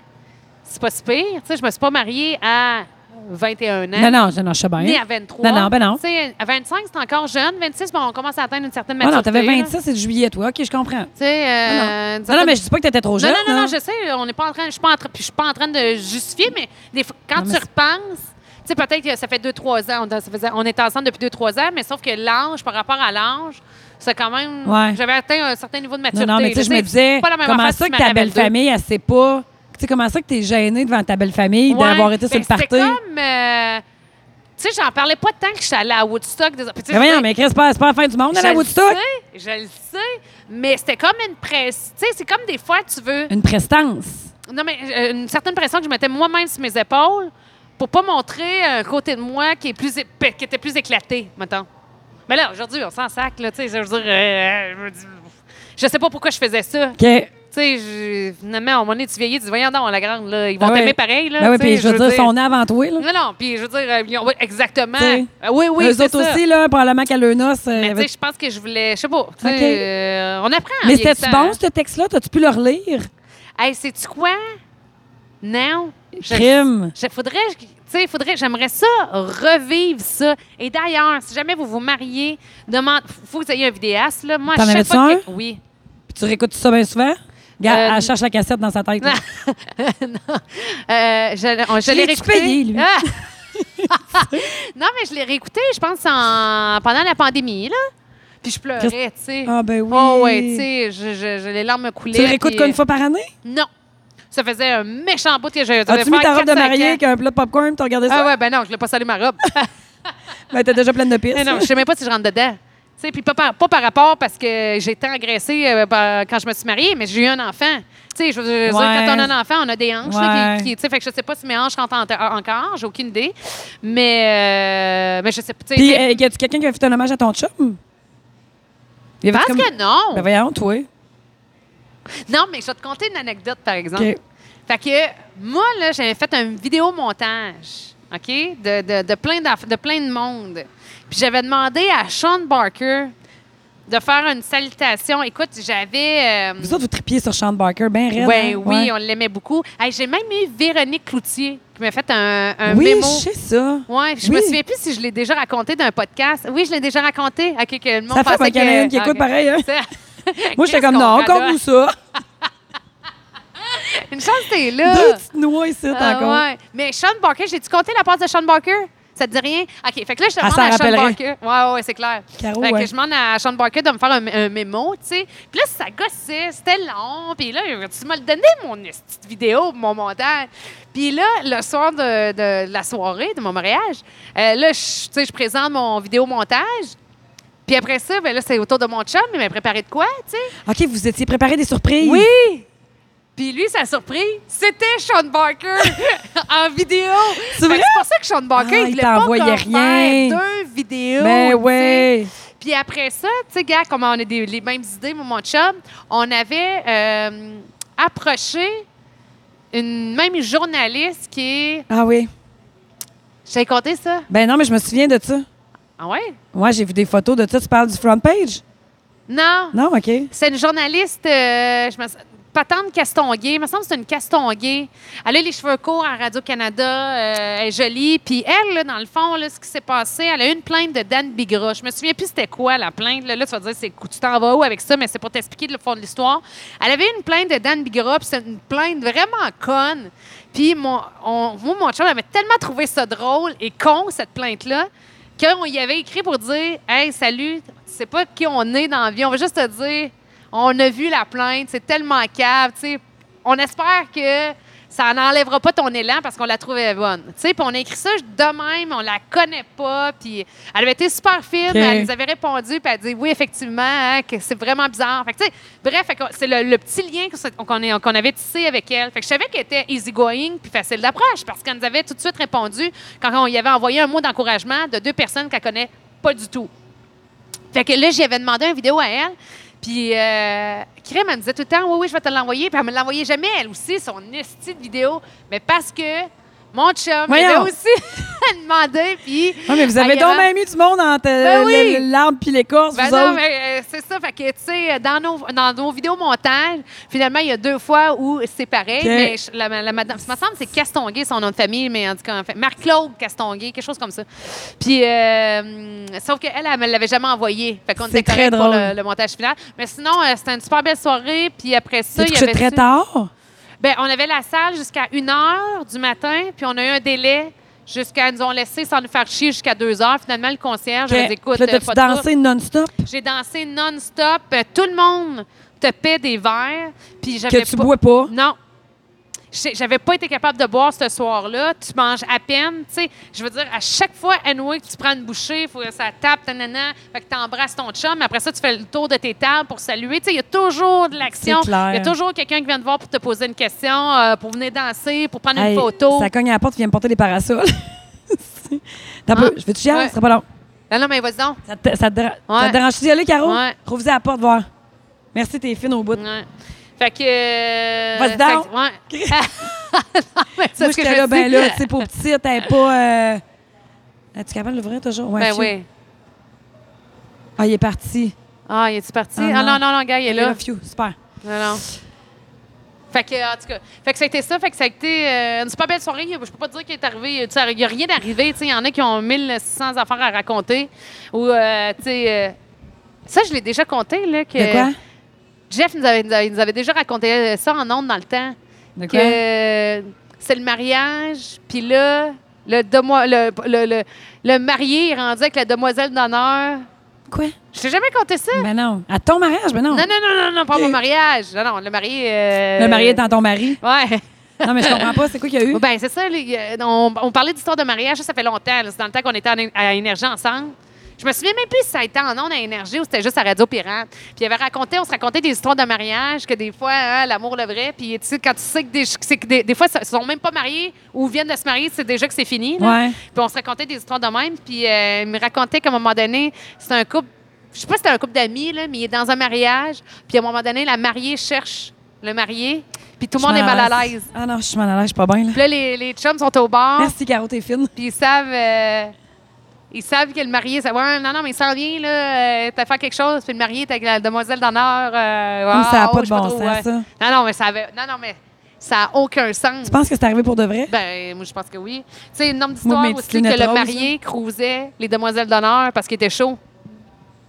Speaker 2: C'est pas si pire. Tu sais, je me suis pas mariée à 21 ans.
Speaker 1: Non, non, je, non, je sais bien.
Speaker 2: Ni à 23.
Speaker 1: Non, non, ben non.
Speaker 2: Tu sais, à 25, c'est encore jeune. 26, bon, on commence à atteindre une certaine
Speaker 1: Ah
Speaker 2: maturité.
Speaker 1: non, t'avais
Speaker 2: là.
Speaker 1: 26, c'est de juillet, toi. OK, je comprends. Ah
Speaker 2: Tu sais, euh,
Speaker 1: Non, non.
Speaker 2: une
Speaker 1: Non, non,
Speaker 2: certaine-
Speaker 1: mais je dis pas que t'étais trop jeune.
Speaker 2: Non, non, non,
Speaker 1: là.
Speaker 2: je sais, on n'est pas en train, je suis pas en train, puis je suis pas en train de justifier, mais des fois, quand
Speaker 1: Non, mais
Speaker 2: tu repenses, tu sais, peut-être que ça fait 2-3 ans, on, ça faisait- on était ensemble depuis 2-3 ans, mais sauf que l'âge, par rapport à l'âge, c'est quand même,
Speaker 1: Ouais.
Speaker 2: j'avais atteint un certain niveau de maturité.
Speaker 1: Non, non, mais tu sais, je
Speaker 2: là,
Speaker 1: me
Speaker 2: c'est
Speaker 1: disais,
Speaker 2: pas la même
Speaker 1: comment
Speaker 2: affaire si
Speaker 1: ça
Speaker 2: tu
Speaker 1: que
Speaker 2: m'en
Speaker 1: ta
Speaker 2: avais
Speaker 1: belle-famille, elle sait pas Tu sais, comment ça que t'es gêné devant ta belle famille
Speaker 2: Ouais,
Speaker 1: d'avoir été sur
Speaker 2: ben,
Speaker 1: le party?
Speaker 2: C'était comme. euh, tu sais, j'en parlais pas tant que je suis allée à Woodstock. Des... Puis,
Speaker 1: Mais
Speaker 2: tu sais, je
Speaker 1: Ben voyons,
Speaker 2: dis-
Speaker 1: mais Chris, c'est pas c'est pas la fin du monde à
Speaker 2: je
Speaker 1: la
Speaker 2: le
Speaker 1: Woodstock.
Speaker 2: sais, Je le sais, mais c'était comme une presse. Tu sais, c'est comme des fois, tu veux.
Speaker 1: Une prestance.
Speaker 2: Non, mais euh, une certaine pression que je mettais moi-même sur mes épaules pour pas montrer un côté de moi qui, est plus épais- qui était plus éclaté, mettons. Mais là, aujourd'hui, on s'en sac, là, tu sais, je veux dire, euh, je me dis- je sais pas pourquoi je faisais ça. Tu
Speaker 1: OK. Ben
Speaker 2: sais, je- finalement, à un moment donné, tu vieillis, tu dis, voyons donc, la grande, là, ils vont
Speaker 1: ouais.
Speaker 2: t'aimer pareil, là.
Speaker 1: Ben oui,
Speaker 2: tu sais,
Speaker 1: puis je veux dire, son nez avant toi, là.
Speaker 2: Non, non, puis je veux dire, euh, ils ont- ouais, exactement.
Speaker 1: T'sais,
Speaker 2: Euh, oui, oui,
Speaker 1: Eux
Speaker 2: c'est
Speaker 1: autres
Speaker 2: ça.
Speaker 1: aussi, là, probablement qu'à leur noce. euh,
Speaker 2: Mais tu
Speaker 1: avec-
Speaker 2: sais, je pense que je voulais, je sais pas, tu sais,
Speaker 1: Ok.
Speaker 2: euh, on apprend. en
Speaker 1: Mais c'était-tu
Speaker 2: vieillissant,
Speaker 1: bon, ce texte-là? T'as-tu pu le relire?
Speaker 2: Hey, sais-tu quoi? Non. Je-
Speaker 1: Crime.
Speaker 2: je- faudrait, je- tu sais, faudrait, j'aimerais ça, revivre ça. Et d'ailleurs, si jamais vous vous mariez, demande, faut que vous ayez un vidéaste, là. Moi, à
Speaker 1: T'en
Speaker 2: chaque
Speaker 1: avais-tu
Speaker 2: fois
Speaker 1: un?
Speaker 2: que- Oui.
Speaker 1: Puis tu réécoutes ça bien souvent? Regarde,
Speaker 2: Euh,
Speaker 1: elle cherche la cassette dans sa tête. là.
Speaker 2: non. Euh, je on- je
Speaker 1: Je
Speaker 2: l'ai
Speaker 1: l'ai-tu
Speaker 2: réécouté.
Speaker 1: payé, lui?
Speaker 2: Ah! non, mais je l'ai réécouté, je pense, en- pendant la pandémie, là. Puis je pleurais, tu sais.
Speaker 1: Ah, ben oui.
Speaker 2: Oh, ouais, tu sais, je, je- je- les larmes coulaient.
Speaker 1: Tu le réécoutes
Speaker 2: puis- euh,
Speaker 1: qu'une fois par année?
Speaker 2: Non. Ça faisait un méchant bout que j'ai.
Speaker 1: As-tu mis ta robe de mariée avec un plat de popcorn, t'as regardé ça?
Speaker 2: Ah ouais, ben non, je l'ai pas salé ma robe.
Speaker 1: Ben, t'es déjà pleine de pistes.
Speaker 2: Mais non, je sais même pas si je rentre dedans. Tu sais, puis pas par, pas par rapport parce que j'ai été engraissée euh, par- quand je me suis mariée, mais j'ai eu un enfant. Tu sais, je veux dire,
Speaker 1: Ouais.
Speaker 2: quand on a un enfant, on a des hanches. là,
Speaker 1: Ouais.
Speaker 2: qui, qui- tu sais, fait que je sais pas si mes hanches rentrent en- encore, j'ai aucune idée. Mais, euh, mais je sais pas. tu sais,
Speaker 1: Puis,
Speaker 2: mais-
Speaker 1: euh, y a-tu quelqu'un qui a fait un hommage à ton chum? Il y
Speaker 2: je
Speaker 1: avait
Speaker 2: pense
Speaker 1: comme-
Speaker 2: que non.
Speaker 1: Ben, voyons, toi.
Speaker 2: Non, mais je vais te conter une anecdote, par exemple.
Speaker 1: OK.
Speaker 2: Fait que moi, là, j'avais fait un vidéomontage, OK, de, de, de, plein d'aff- de plein de monde. Puis j'avais demandé à Sean Barker de faire une salutation. Écoute, j'avais... euh,
Speaker 1: Vous autres, vous tripiez sur Sean Barker, ben raide.
Speaker 2: ouais,
Speaker 1: hein?
Speaker 2: oui,
Speaker 1: Ouais.
Speaker 2: on l'aimait beaucoup. Hey, J'ai même eu Véronique Cloutier qui m'a fait un, un
Speaker 1: oui,
Speaker 2: mémo.
Speaker 1: je sais ça.
Speaker 2: Ouais, puis je me
Speaker 1: Oui.
Speaker 2: souviens plus si je l'ai déjà raconté d'un podcast. Oui, je l'ai déjà raconté. OK, que le monde
Speaker 1: Ça fait
Speaker 2: pensait
Speaker 1: un Canadien
Speaker 2: que-
Speaker 1: qui écoute
Speaker 2: Ah,
Speaker 1: pareil, hein?
Speaker 2: C'est-
Speaker 1: Moi, j'étais
Speaker 2: Qu'est-ce
Speaker 1: comme,
Speaker 2: qu'on
Speaker 1: non,
Speaker 2: radote?
Speaker 1: encore vous ça.
Speaker 2: Une chance que t'es là.
Speaker 1: Deux petites noix ici,
Speaker 2: Ah,
Speaker 1: encore.
Speaker 2: ouais. Mais Sean Barker, j'ai-tu compté la passe de Sean Barker? Ça te dit rien? OK, fait que là, je demande
Speaker 1: s'en
Speaker 2: à Sean
Speaker 1: rappellerait.
Speaker 2: Barker. Ouais, ouais, c'est clair.
Speaker 1: Caro,
Speaker 2: fait que
Speaker 1: ouais.
Speaker 2: je demande à Sean Barker de me faire un, un mémo, tu sais. Puis là, ça gossait, c'était long. Puis là, tu m'as donné mon petite vidéo, mon montage. Puis là, le soir de, de la soirée, de mon mariage, euh, là, je- tu sais, je présente mon vidéo montage. Puis après ça, ben là, c'est autour de mon chum. Il m'a préparé de quoi, tu sais?
Speaker 1: OK, vous étiez préparé des surprises.
Speaker 2: Oui! Puis lui, sa surprise, c'était Sean Barker en vidéo.
Speaker 1: C'est
Speaker 2: Fait que
Speaker 1: vrai?
Speaker 2: C'est pour ça que Sean Barker,
Speaker 1: Ah,
Speaker 2: il
Speaker 1: il
Speaker 2: voulait pas
Speaker 1: t'envoyait
Speaker 2: qu'on
Speaker 1: rien.
Speaker 2: fasse deux vidéos.
Speaker 1: Ben
Speaker 2: tu sais.
Speaker 1: ouais.
Speaker 2: Puis après ça, tu sais, gars, comme on a des- les mêmes idées, moi, mon chum, on avait euh, approché une même journaliste qui est...
Speaker 1: Ah oui.
Speaker 2: J'ai compté ça?
Speaker 1: Ben non, mais je me souviens de ça.
Speaker 2: Ah ouais?
Speaker 1: Moi, j'ai vu des photos de ça. Tu parles du front page?
Speaker 2: Non.
Speaker 1: Non, OK.
Speaker 2: C'est une journaliste, euh, je me sou- Patente Castonguay, il me semble que c'est une Castonguay. Elle a les cheveux courts à Radio-Canada, euh, elle est jolie. Puis elle, là, dans le fond, là, ce qui s'est passé, elle a eu une plainte de Dan Bigra. Je me souviens plus c'était quoi la plainte. Là, Là, tu vas dire, c'est cou- tu t'en vas où avec ça, mais c'est pour t'expliquer le fond de l'histoire. Elle avait eu une plainte de Dan Bigra, puis c'est une plainte vraiment conne. Puis mon, on- moi, mon chum avait tellement trouvé ça drôle et con, cette plainte-là, qu'on y avait écrit pour dire Hey, salut, c'est pas qui on est dans la vie, on va juste te dire on a vu la plainte, c'est tellement cave, tu sais. On espère que ça n'enlèvera pas ton élan parce qu'on la trouvait bonne. Tu sais, puis on a écrit ça de même, on la connaît pas, puis elle avait été super fine,
Speaker 1: OK.
Speaker 2: elle nous avait répondu, puis elle a dit oui, effectivement, hein, que c'est vraiment bizarre. Fait que, tu sais, bref, fait que c'est le, le petit lien que c'est- qu'on est- qu'on avait tissé avec elle. Fait que je savais qu'elle était easygoing puis facile d'approche parce qu'elle nous avait tout de suite répondu quand on y avait envoyé un mot d'encouragement de deux personnes qu'elle connaît pas du tout. Fait que là, j'avais demandé une vidéo à elle. Puis, euh, Crème, elle me disait tout le temps, oui, oui, je vais te l'envoyer. Puis, elle me l'envoyait jamais, elle aussi, son esti de vidéo. Mais parce que mon chum, il
Speaker 1: Voyons.
Speaker 2: avait aussi demandé. Puis.
Speaker 1: Ah, mais vous avez
Speaker 2: elle y
Speaker 1: donc
Speaker 2: avait-
Speaker 1: même eu du monde entre euh,
Speaker 2: Ben oui.
Speaker 1: l'arbre puis l'écorce,
Speaker 2: Ben
Speaker 1: vous
Speaker 2: non,
Speaker 1: autres.
Speaker 2: mais euh, c'est ça. Fait que, tu sais, euh, dans nos, dans nos vidéos montages, finalement, il y a deux fois où c'est pareil.
Speaker 1: OK.
Speaker 2: Mais je- la, la madame, ça me semble que c'est Castonguay, son nom de famille, mais en tout cas, en fait, Marc-Claude Castonguay, quelque chose comme ça. Puis, euh, hum, sauf qu'elle, elle me l'avait jamais envoyé. Fait qu'on
Speaker 1: C'est
Speaker 2: était
Speaker 1: très
Speaker 2: correct pour
Speaker 1: drôle.
Speaker 2: le, le montage final. Mais sinon, euh, c'était une super belle soirée. Puis après ça,
Speaker 1: Vous
Speaker 2: il y
Speaker 1: couché
Speaker 2: avait.
Speaker 1: très
Speaker 2: ça-
Speaker 1: tard.
Speaker 2: ben, on avait la salle jusqu'à 1 heure du matin, puis on a eu un délai jusqu'à. Ils nous ont laissé sans nous faire chier jusqu'à 2 heures. Finalement, le concierge,
Speaker 1: Puis
Speaker 2: avait dit écoute,
Speaker 1: là,
Speaker 2: euh,
Speaker 1: t'as-tu
Speaker 2: pas de trouble.
Speaker 1: dansé non-stop?
Speaker 2: J'ai dansé non-stop. Euh, Tout le monde te paie des verres. Puis j'avais
Speaker 1: Que tu bois pas?
Speaker 2: Non. J'ai- J'avais pas été capable de boire ce soir-là. Tu manges à peine. Tu sais, je veux dire, à chaque fois, anyway, que tu prends une bouchée, faut que ça tape, nanana. Fait que t'embrasses ton chum. Après ça, tu fais le tour de tes tables pour saluer. Tu sais, il y a toujours de l'action.
Speaker 1: C'est clair.
Speaker 2: Il y a toujours quelqu'un qui vient te voir pour te poser une question, euh, pour venir danser, pour prendre
Speaker 1: Hey,
Speaker 2: une photo.
Speaker 1: Ça cogne à la porte, tu viens me porter les parasols. T'as un
Speaker 2: Ah.
Speaker 1: peu, je veux-tu y aller?
Speaker 2: Ouais.
Speaker 1: Ce sera pas long.
Speaker 2: Non, non, mais vas-y donc.
Speaker 1: Ça te, ça te déra- ça te
Speaker 2: Ouais.
Speaker 1: dérange-tu d'y aller, Caro?
Speaker 2: Ouais. Mm.
Speaker 1: Trouve-y à la porte, voir. Merci, t'es fine au bout.
Speaker 2: Ouais. Fait que. euh,
Speaker 1: Vas-y donc.
Speaker 2: fait que- Ouais. Non, mais c'est
Speaker 1: Moi,
Speaker 2: ce que
Speaker 1: j'étais
Speaker 2: je
Speaker 1: là,
Speaker 2: dis.
Speaker 1: ben là, tu sais, pour petite, t'es pas. Euh... Es-tu capable de l'ouvrir toujours? Ouais,
Speaker 2: Ben
Speaker 1: chill.
Speaker 2: oui.
Speaker 1: Ah, il est parti.
Speaker 2: Ah, il est-tu parti?
Speaker 1: Ah,
Speaker 2: Ah
Speaker 1: non.
Speaker 2: non, non, non, gars, il est
Speaker 1: Il
Speaker 2: là.
Speaker 1: Phew, Super.
Speaker 2: Non, non. Fait que, en tout cas, fait que ça a été ça. Fait que ça a été euh, une super belle soirée. Je peux pas te dire qu'il est arrivé. tu sais, Il n'y a rien d'arrivé. tu sais, Il y en a qui ont 1600 affaires à raconter. Ou, euh, tu sais. euh, ça, je l'ai déjà compté, là. Que
Speaker 1: De quoi?
Speaker 2: euh, Jeff nous avait, nous avait- nous avait déjà raconté euh, ça en ondes dans le temps.
Speaker 1: De quoi?
Speaker 2: que c'est le mariage, puis là, le, demoi- le, le, le, le marié est rendu avec la demoiselle d'honneur.
Speaker 1: Quoi?
Speaker 2: Je t'ai jamais conté ça.
Speaker 1: Ben non. À ton mariage, ben non.
Speaker 2: Non, non, non, non, non, pas mon mariage. Non, non, le marié... euh,
Speaker 1: Le marié est dans ton mari.
Speaker 2: Ouais.
Speaker 1: Non, mais je comprends pas, c'est quoi qu'il y a eu?
Speaker 2: Ben, c'est ça. les- euh, on, on parlait d'histoire de mariage, ça, ça fait longtemps. là. C'est dans le temps qu'on était en é- à Énergie ensemble. Je me souviens même plus si ça a été en ondes à Énergie ou c'était juste à Radio Pirate. Puis il avait raconté, on se racontait des histoires de mariage, que des fois, hein, l'amour le vrai. Puis tu sais, quand tu sais que des, que c'est que des, des fois, ils sont même pas mariés ou viennent de se marier, c'est déjà que c'est fini. là.
Speaker 1: Ouais.
Speaker 2: Puis on se racontait des histoires de même. Puis euh, il me racontait qu'à un moment donné, c'est un couple, je sais pas si c'était un couple d'amis, là, mais il est dans un mariage. Puis à un moment donné, la mariée cherche le marié. Puis tout le monde est mal à l'aise.
Speaker 1: Ah non, je suis mal à l'aise, je suis pas bien, là.
Speaker 2: Puis là, les, les chums sont au bar,
Speaker 1: Merci, Caro, t'es fine.
Speaker 2: puis ils savent... euh, ils savent que le marié, ça, ouais, non, non, mais il s'en vient, là, euh, t'as fait quelque chose, puis le marié était avec la demoiselle d'honneur. Euh,
Speaker 1: Comme ça a
Speaker 2: ah,
Speaker 1: pas
Speaker 2: oh,
Speaker 1: de
Speaker 2: je sais
Speaker 1: bon
Speaker 2: trop,
Speaker 1: sens,
Speaker 2: ouais.
Speaker 1: ça.
Speaker 2: Non, non, mais ça avait, non, non, mais ça a aucun sens.
Speaker 1: Tu penses que c'est arrivé pour de vrai?
Speaker 2: Ben, moi, je pense que oui. Tu sais, une norme
Speaker 1: Moi,
Speaker 2: d'histoire
Speaker 1: mes petites
Speaker 2: aussi que
Speaker 1: lunettes
Speaker 2: le
Speaker 1: roses, hein.
Speaker 2: marié cruisait les demoiselles d'honneur parce qu'il était chaud.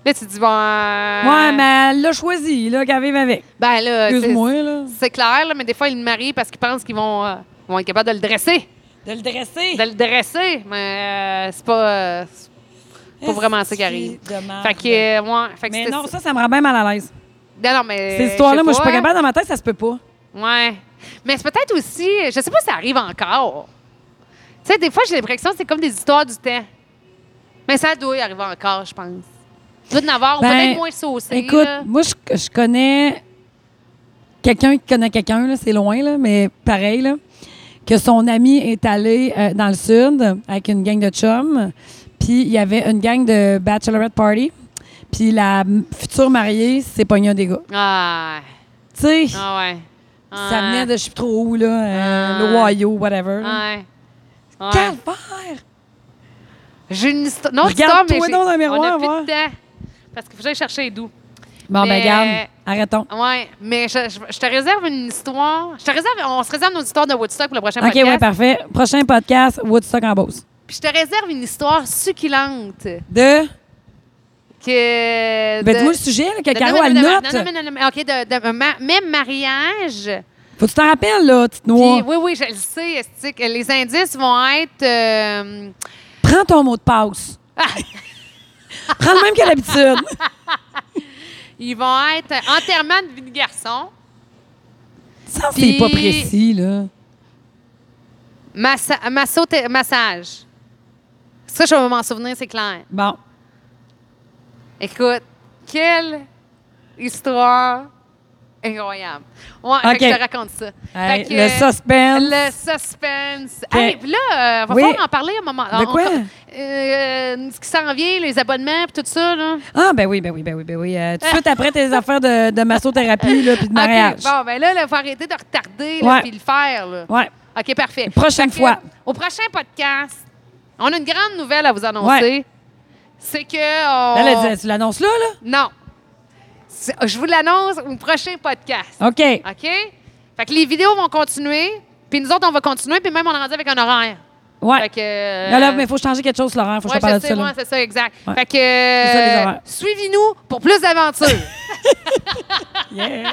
Speaker 2: Là, tu te dis, bon. euh,
Speaker 1: Ouais, mais elle l'a choisi, là, qu'elle vive avec.
Speaker 2: Ben, là, c'est-
Speaker 1: Excuse-moi, là.
Speaker 2: c'est clair, là, mais des fois, ils le marient parce qu'ils pensent qu'ils vont, euh, vont être capables de le dresser.
Speaker 1: De le dresser.
Speaker 2: De le dresser, mais euh, c'est pas. euh, c'est pas vraiment ça qui arrive.
Speaker 1: Esti de merde.
Speaker 2: Fait que, euh, ouais, fait que
Speaker 1: Mais
Speaker 2: c'était
Speaker 1: non,
Speaker 2: ça.
Speaker 1: ça, ça me rend bien mal à l'aise.
Speaker 2: Non, non, mais.
Speaker 1: Ces histoires-là,
Speaker 2: Euh, sais
Speaker 1: moi, je suis pas capable dans ma tête, ça se peut pas.
Speaker 2: Ouais. Mais c'est peut-être aussi. Je sais pas si ça arrive encore. Tu sais, des fois, j'ai l'impression que c'est comme des histoires du temps. Mais ça doit y arriver encore, je pense. Il doit y en avoir, ou
Speaker 1: Ben,
Speaker 2: peut-être moins saucé.
Speaker 1: Écoute,
Speaker 2: là.
Speaker 1: moi, je, je connais quelqu'un qui connaît quelqu'un, là, c'est loin, là, mais pareil, là, que son ami est allé euh, dans le sud avec une gang de chums, puis il y avait une gang de bachelorette party, puis la m- future mariée s'est pognée un dégât.
Speaker 2: Ah,
Speaker 1: Tu sais,
Speaker 2: ah ouais. Ah,
Speaker 1: ça venait de je sais plus trop où, là, euh,
Speaker 2: Ah.
Speaker 1: l'Ohio, whatever. là.
Speaker 2: Ouais. Ouais.
Speaker 1: Calvaire!
Speaker 2: J'ai une histoire. Non,
Speaker 1: Regarde-toi
Speaker 2: mais j'ai-
Speaker 1: donc dans le
Speaker 2: on
Speaker 1: miroir,
Speaker 2: a plus
Speaker 1: voir.
Speaker 2: de temps. Parce qu'il faut que j'aille chercher d'où.
Speaker 1: Bon, ben,
Speaker 2: Mais- euh,
Speaker 1: garde, arrêtons.
Speaker 2: Ouais, mais je, je- je te réserve une histoire. Je te réserve, on se réserve nos histoires de Woodstock pour le prochain
Speaker 1: OK,
Speaker 2: podcast.
Speaker 1: ouais, parfait. Prochain podcast, Woodstock en Beauce.
Speaker 2: Puis je te réserve une histoire succulente
Speaker 1: De.
Speaker 2: que.
Speaker 1: Ben,
Speaker 2: de-
Speaker 1: dis-moi le sujet, là, que
Speaker 2: De-
Speaker 1: Caro,
Speaker 2: non, mais-
Speaker 1: elle
Speaker 2: non, mais-
Speaker 1: note.
Speaker 2: Non, non, mais- non, mais- OK, de, de- ma- même mariage.
Speaker 1: Faut que tu t'en rappelles, là, petite
Speaker 2: puis-
Speaker 1: noire.
Speaker 2: oui, oui, je le sais. esti, que Les indices vont être. euh,
Speaker 1: Prends ton mot de passe. Prends le même qu'à l'habitude.
Speaker 2: ils vont être enterrement de vie de garçon,
Speaker 1: Ça, c'est
Speaker 2: Puis-
Speaker 1: pas précis, là.
Speaker 2: massa- massothé- massage. Ça, je vais m'en souvenir, c'est clair.
Speaker 1: Bon.
Speaker 2: Écoute, quelle histoire incroyable. Ouais, fait que
Speaker 1: OK.
Speaker 2: je te raconte ça.
Speaker 1: Hey,
Speaker 2: Fait que,
Speaker 1: le suspense.
Speaker 2: Le suspense. Hey, puis là, euh, va
Speaker 1: Oui.
Speaker 2: falloir en parler un moment.
Speaker 1: De quoi?
Speaker 2: euh, ce qui s'en vient, les abonnements, puis tout ça. Là.
Speaker 1: Ah, ben oui, ben oui, ben oui, ben oui. Euh, tout de suite après tes affaires de, de massothérapie, là, puis de mariage.
Speaker 2: OK, bon, ben là, il faut arrêter de retarder, là,
Speaker 1: Ouais.
Speaker 2: puis le faire. Là.
Speaker 1: Ouais.
Speaker 2: OK, parfait.
Speaker 1: Prochaine
Speaker 2: Fait que,
Speaker 1: fois.
Speaker 2: Au prochain podcast, on a une grande nouvelle à vous annoncer.
Speaker 1: Ouais.
Speaker 2: C'est que... on-
Speaker 1: Ben, Là, là, tu l'annonces là, là?
Speaker 2: Non. C'est- Je vous l'annonce au prochain podcast.
Speaker 1: OK.
Speaker 2: OK? Fait que les vidéos vont continuer, puis nous autres, on va continuer, puis même on est rendu avec un horaire. Fait
Speaker 1: Ouais.
Speaker 2: que... euh,
Speaker 1: Là, là, mais faut changer quelque chose, Laurent. Faut que je
Speaker 2: ouais,
Speaker 1: te parle de
Speaker 2: sais,
Speaker 1: ça, là.
Speaker 2: ouais, c'est ça, exact.
Speaker 1: Ouais.
Speaker 2: Fait que
Speaker 1: ça, les
Speaker 2: euh,
Speaker 1: horaires.
Speaker 2: suivez-nous pour plus d'aventures.
Speaker 1: Yeah.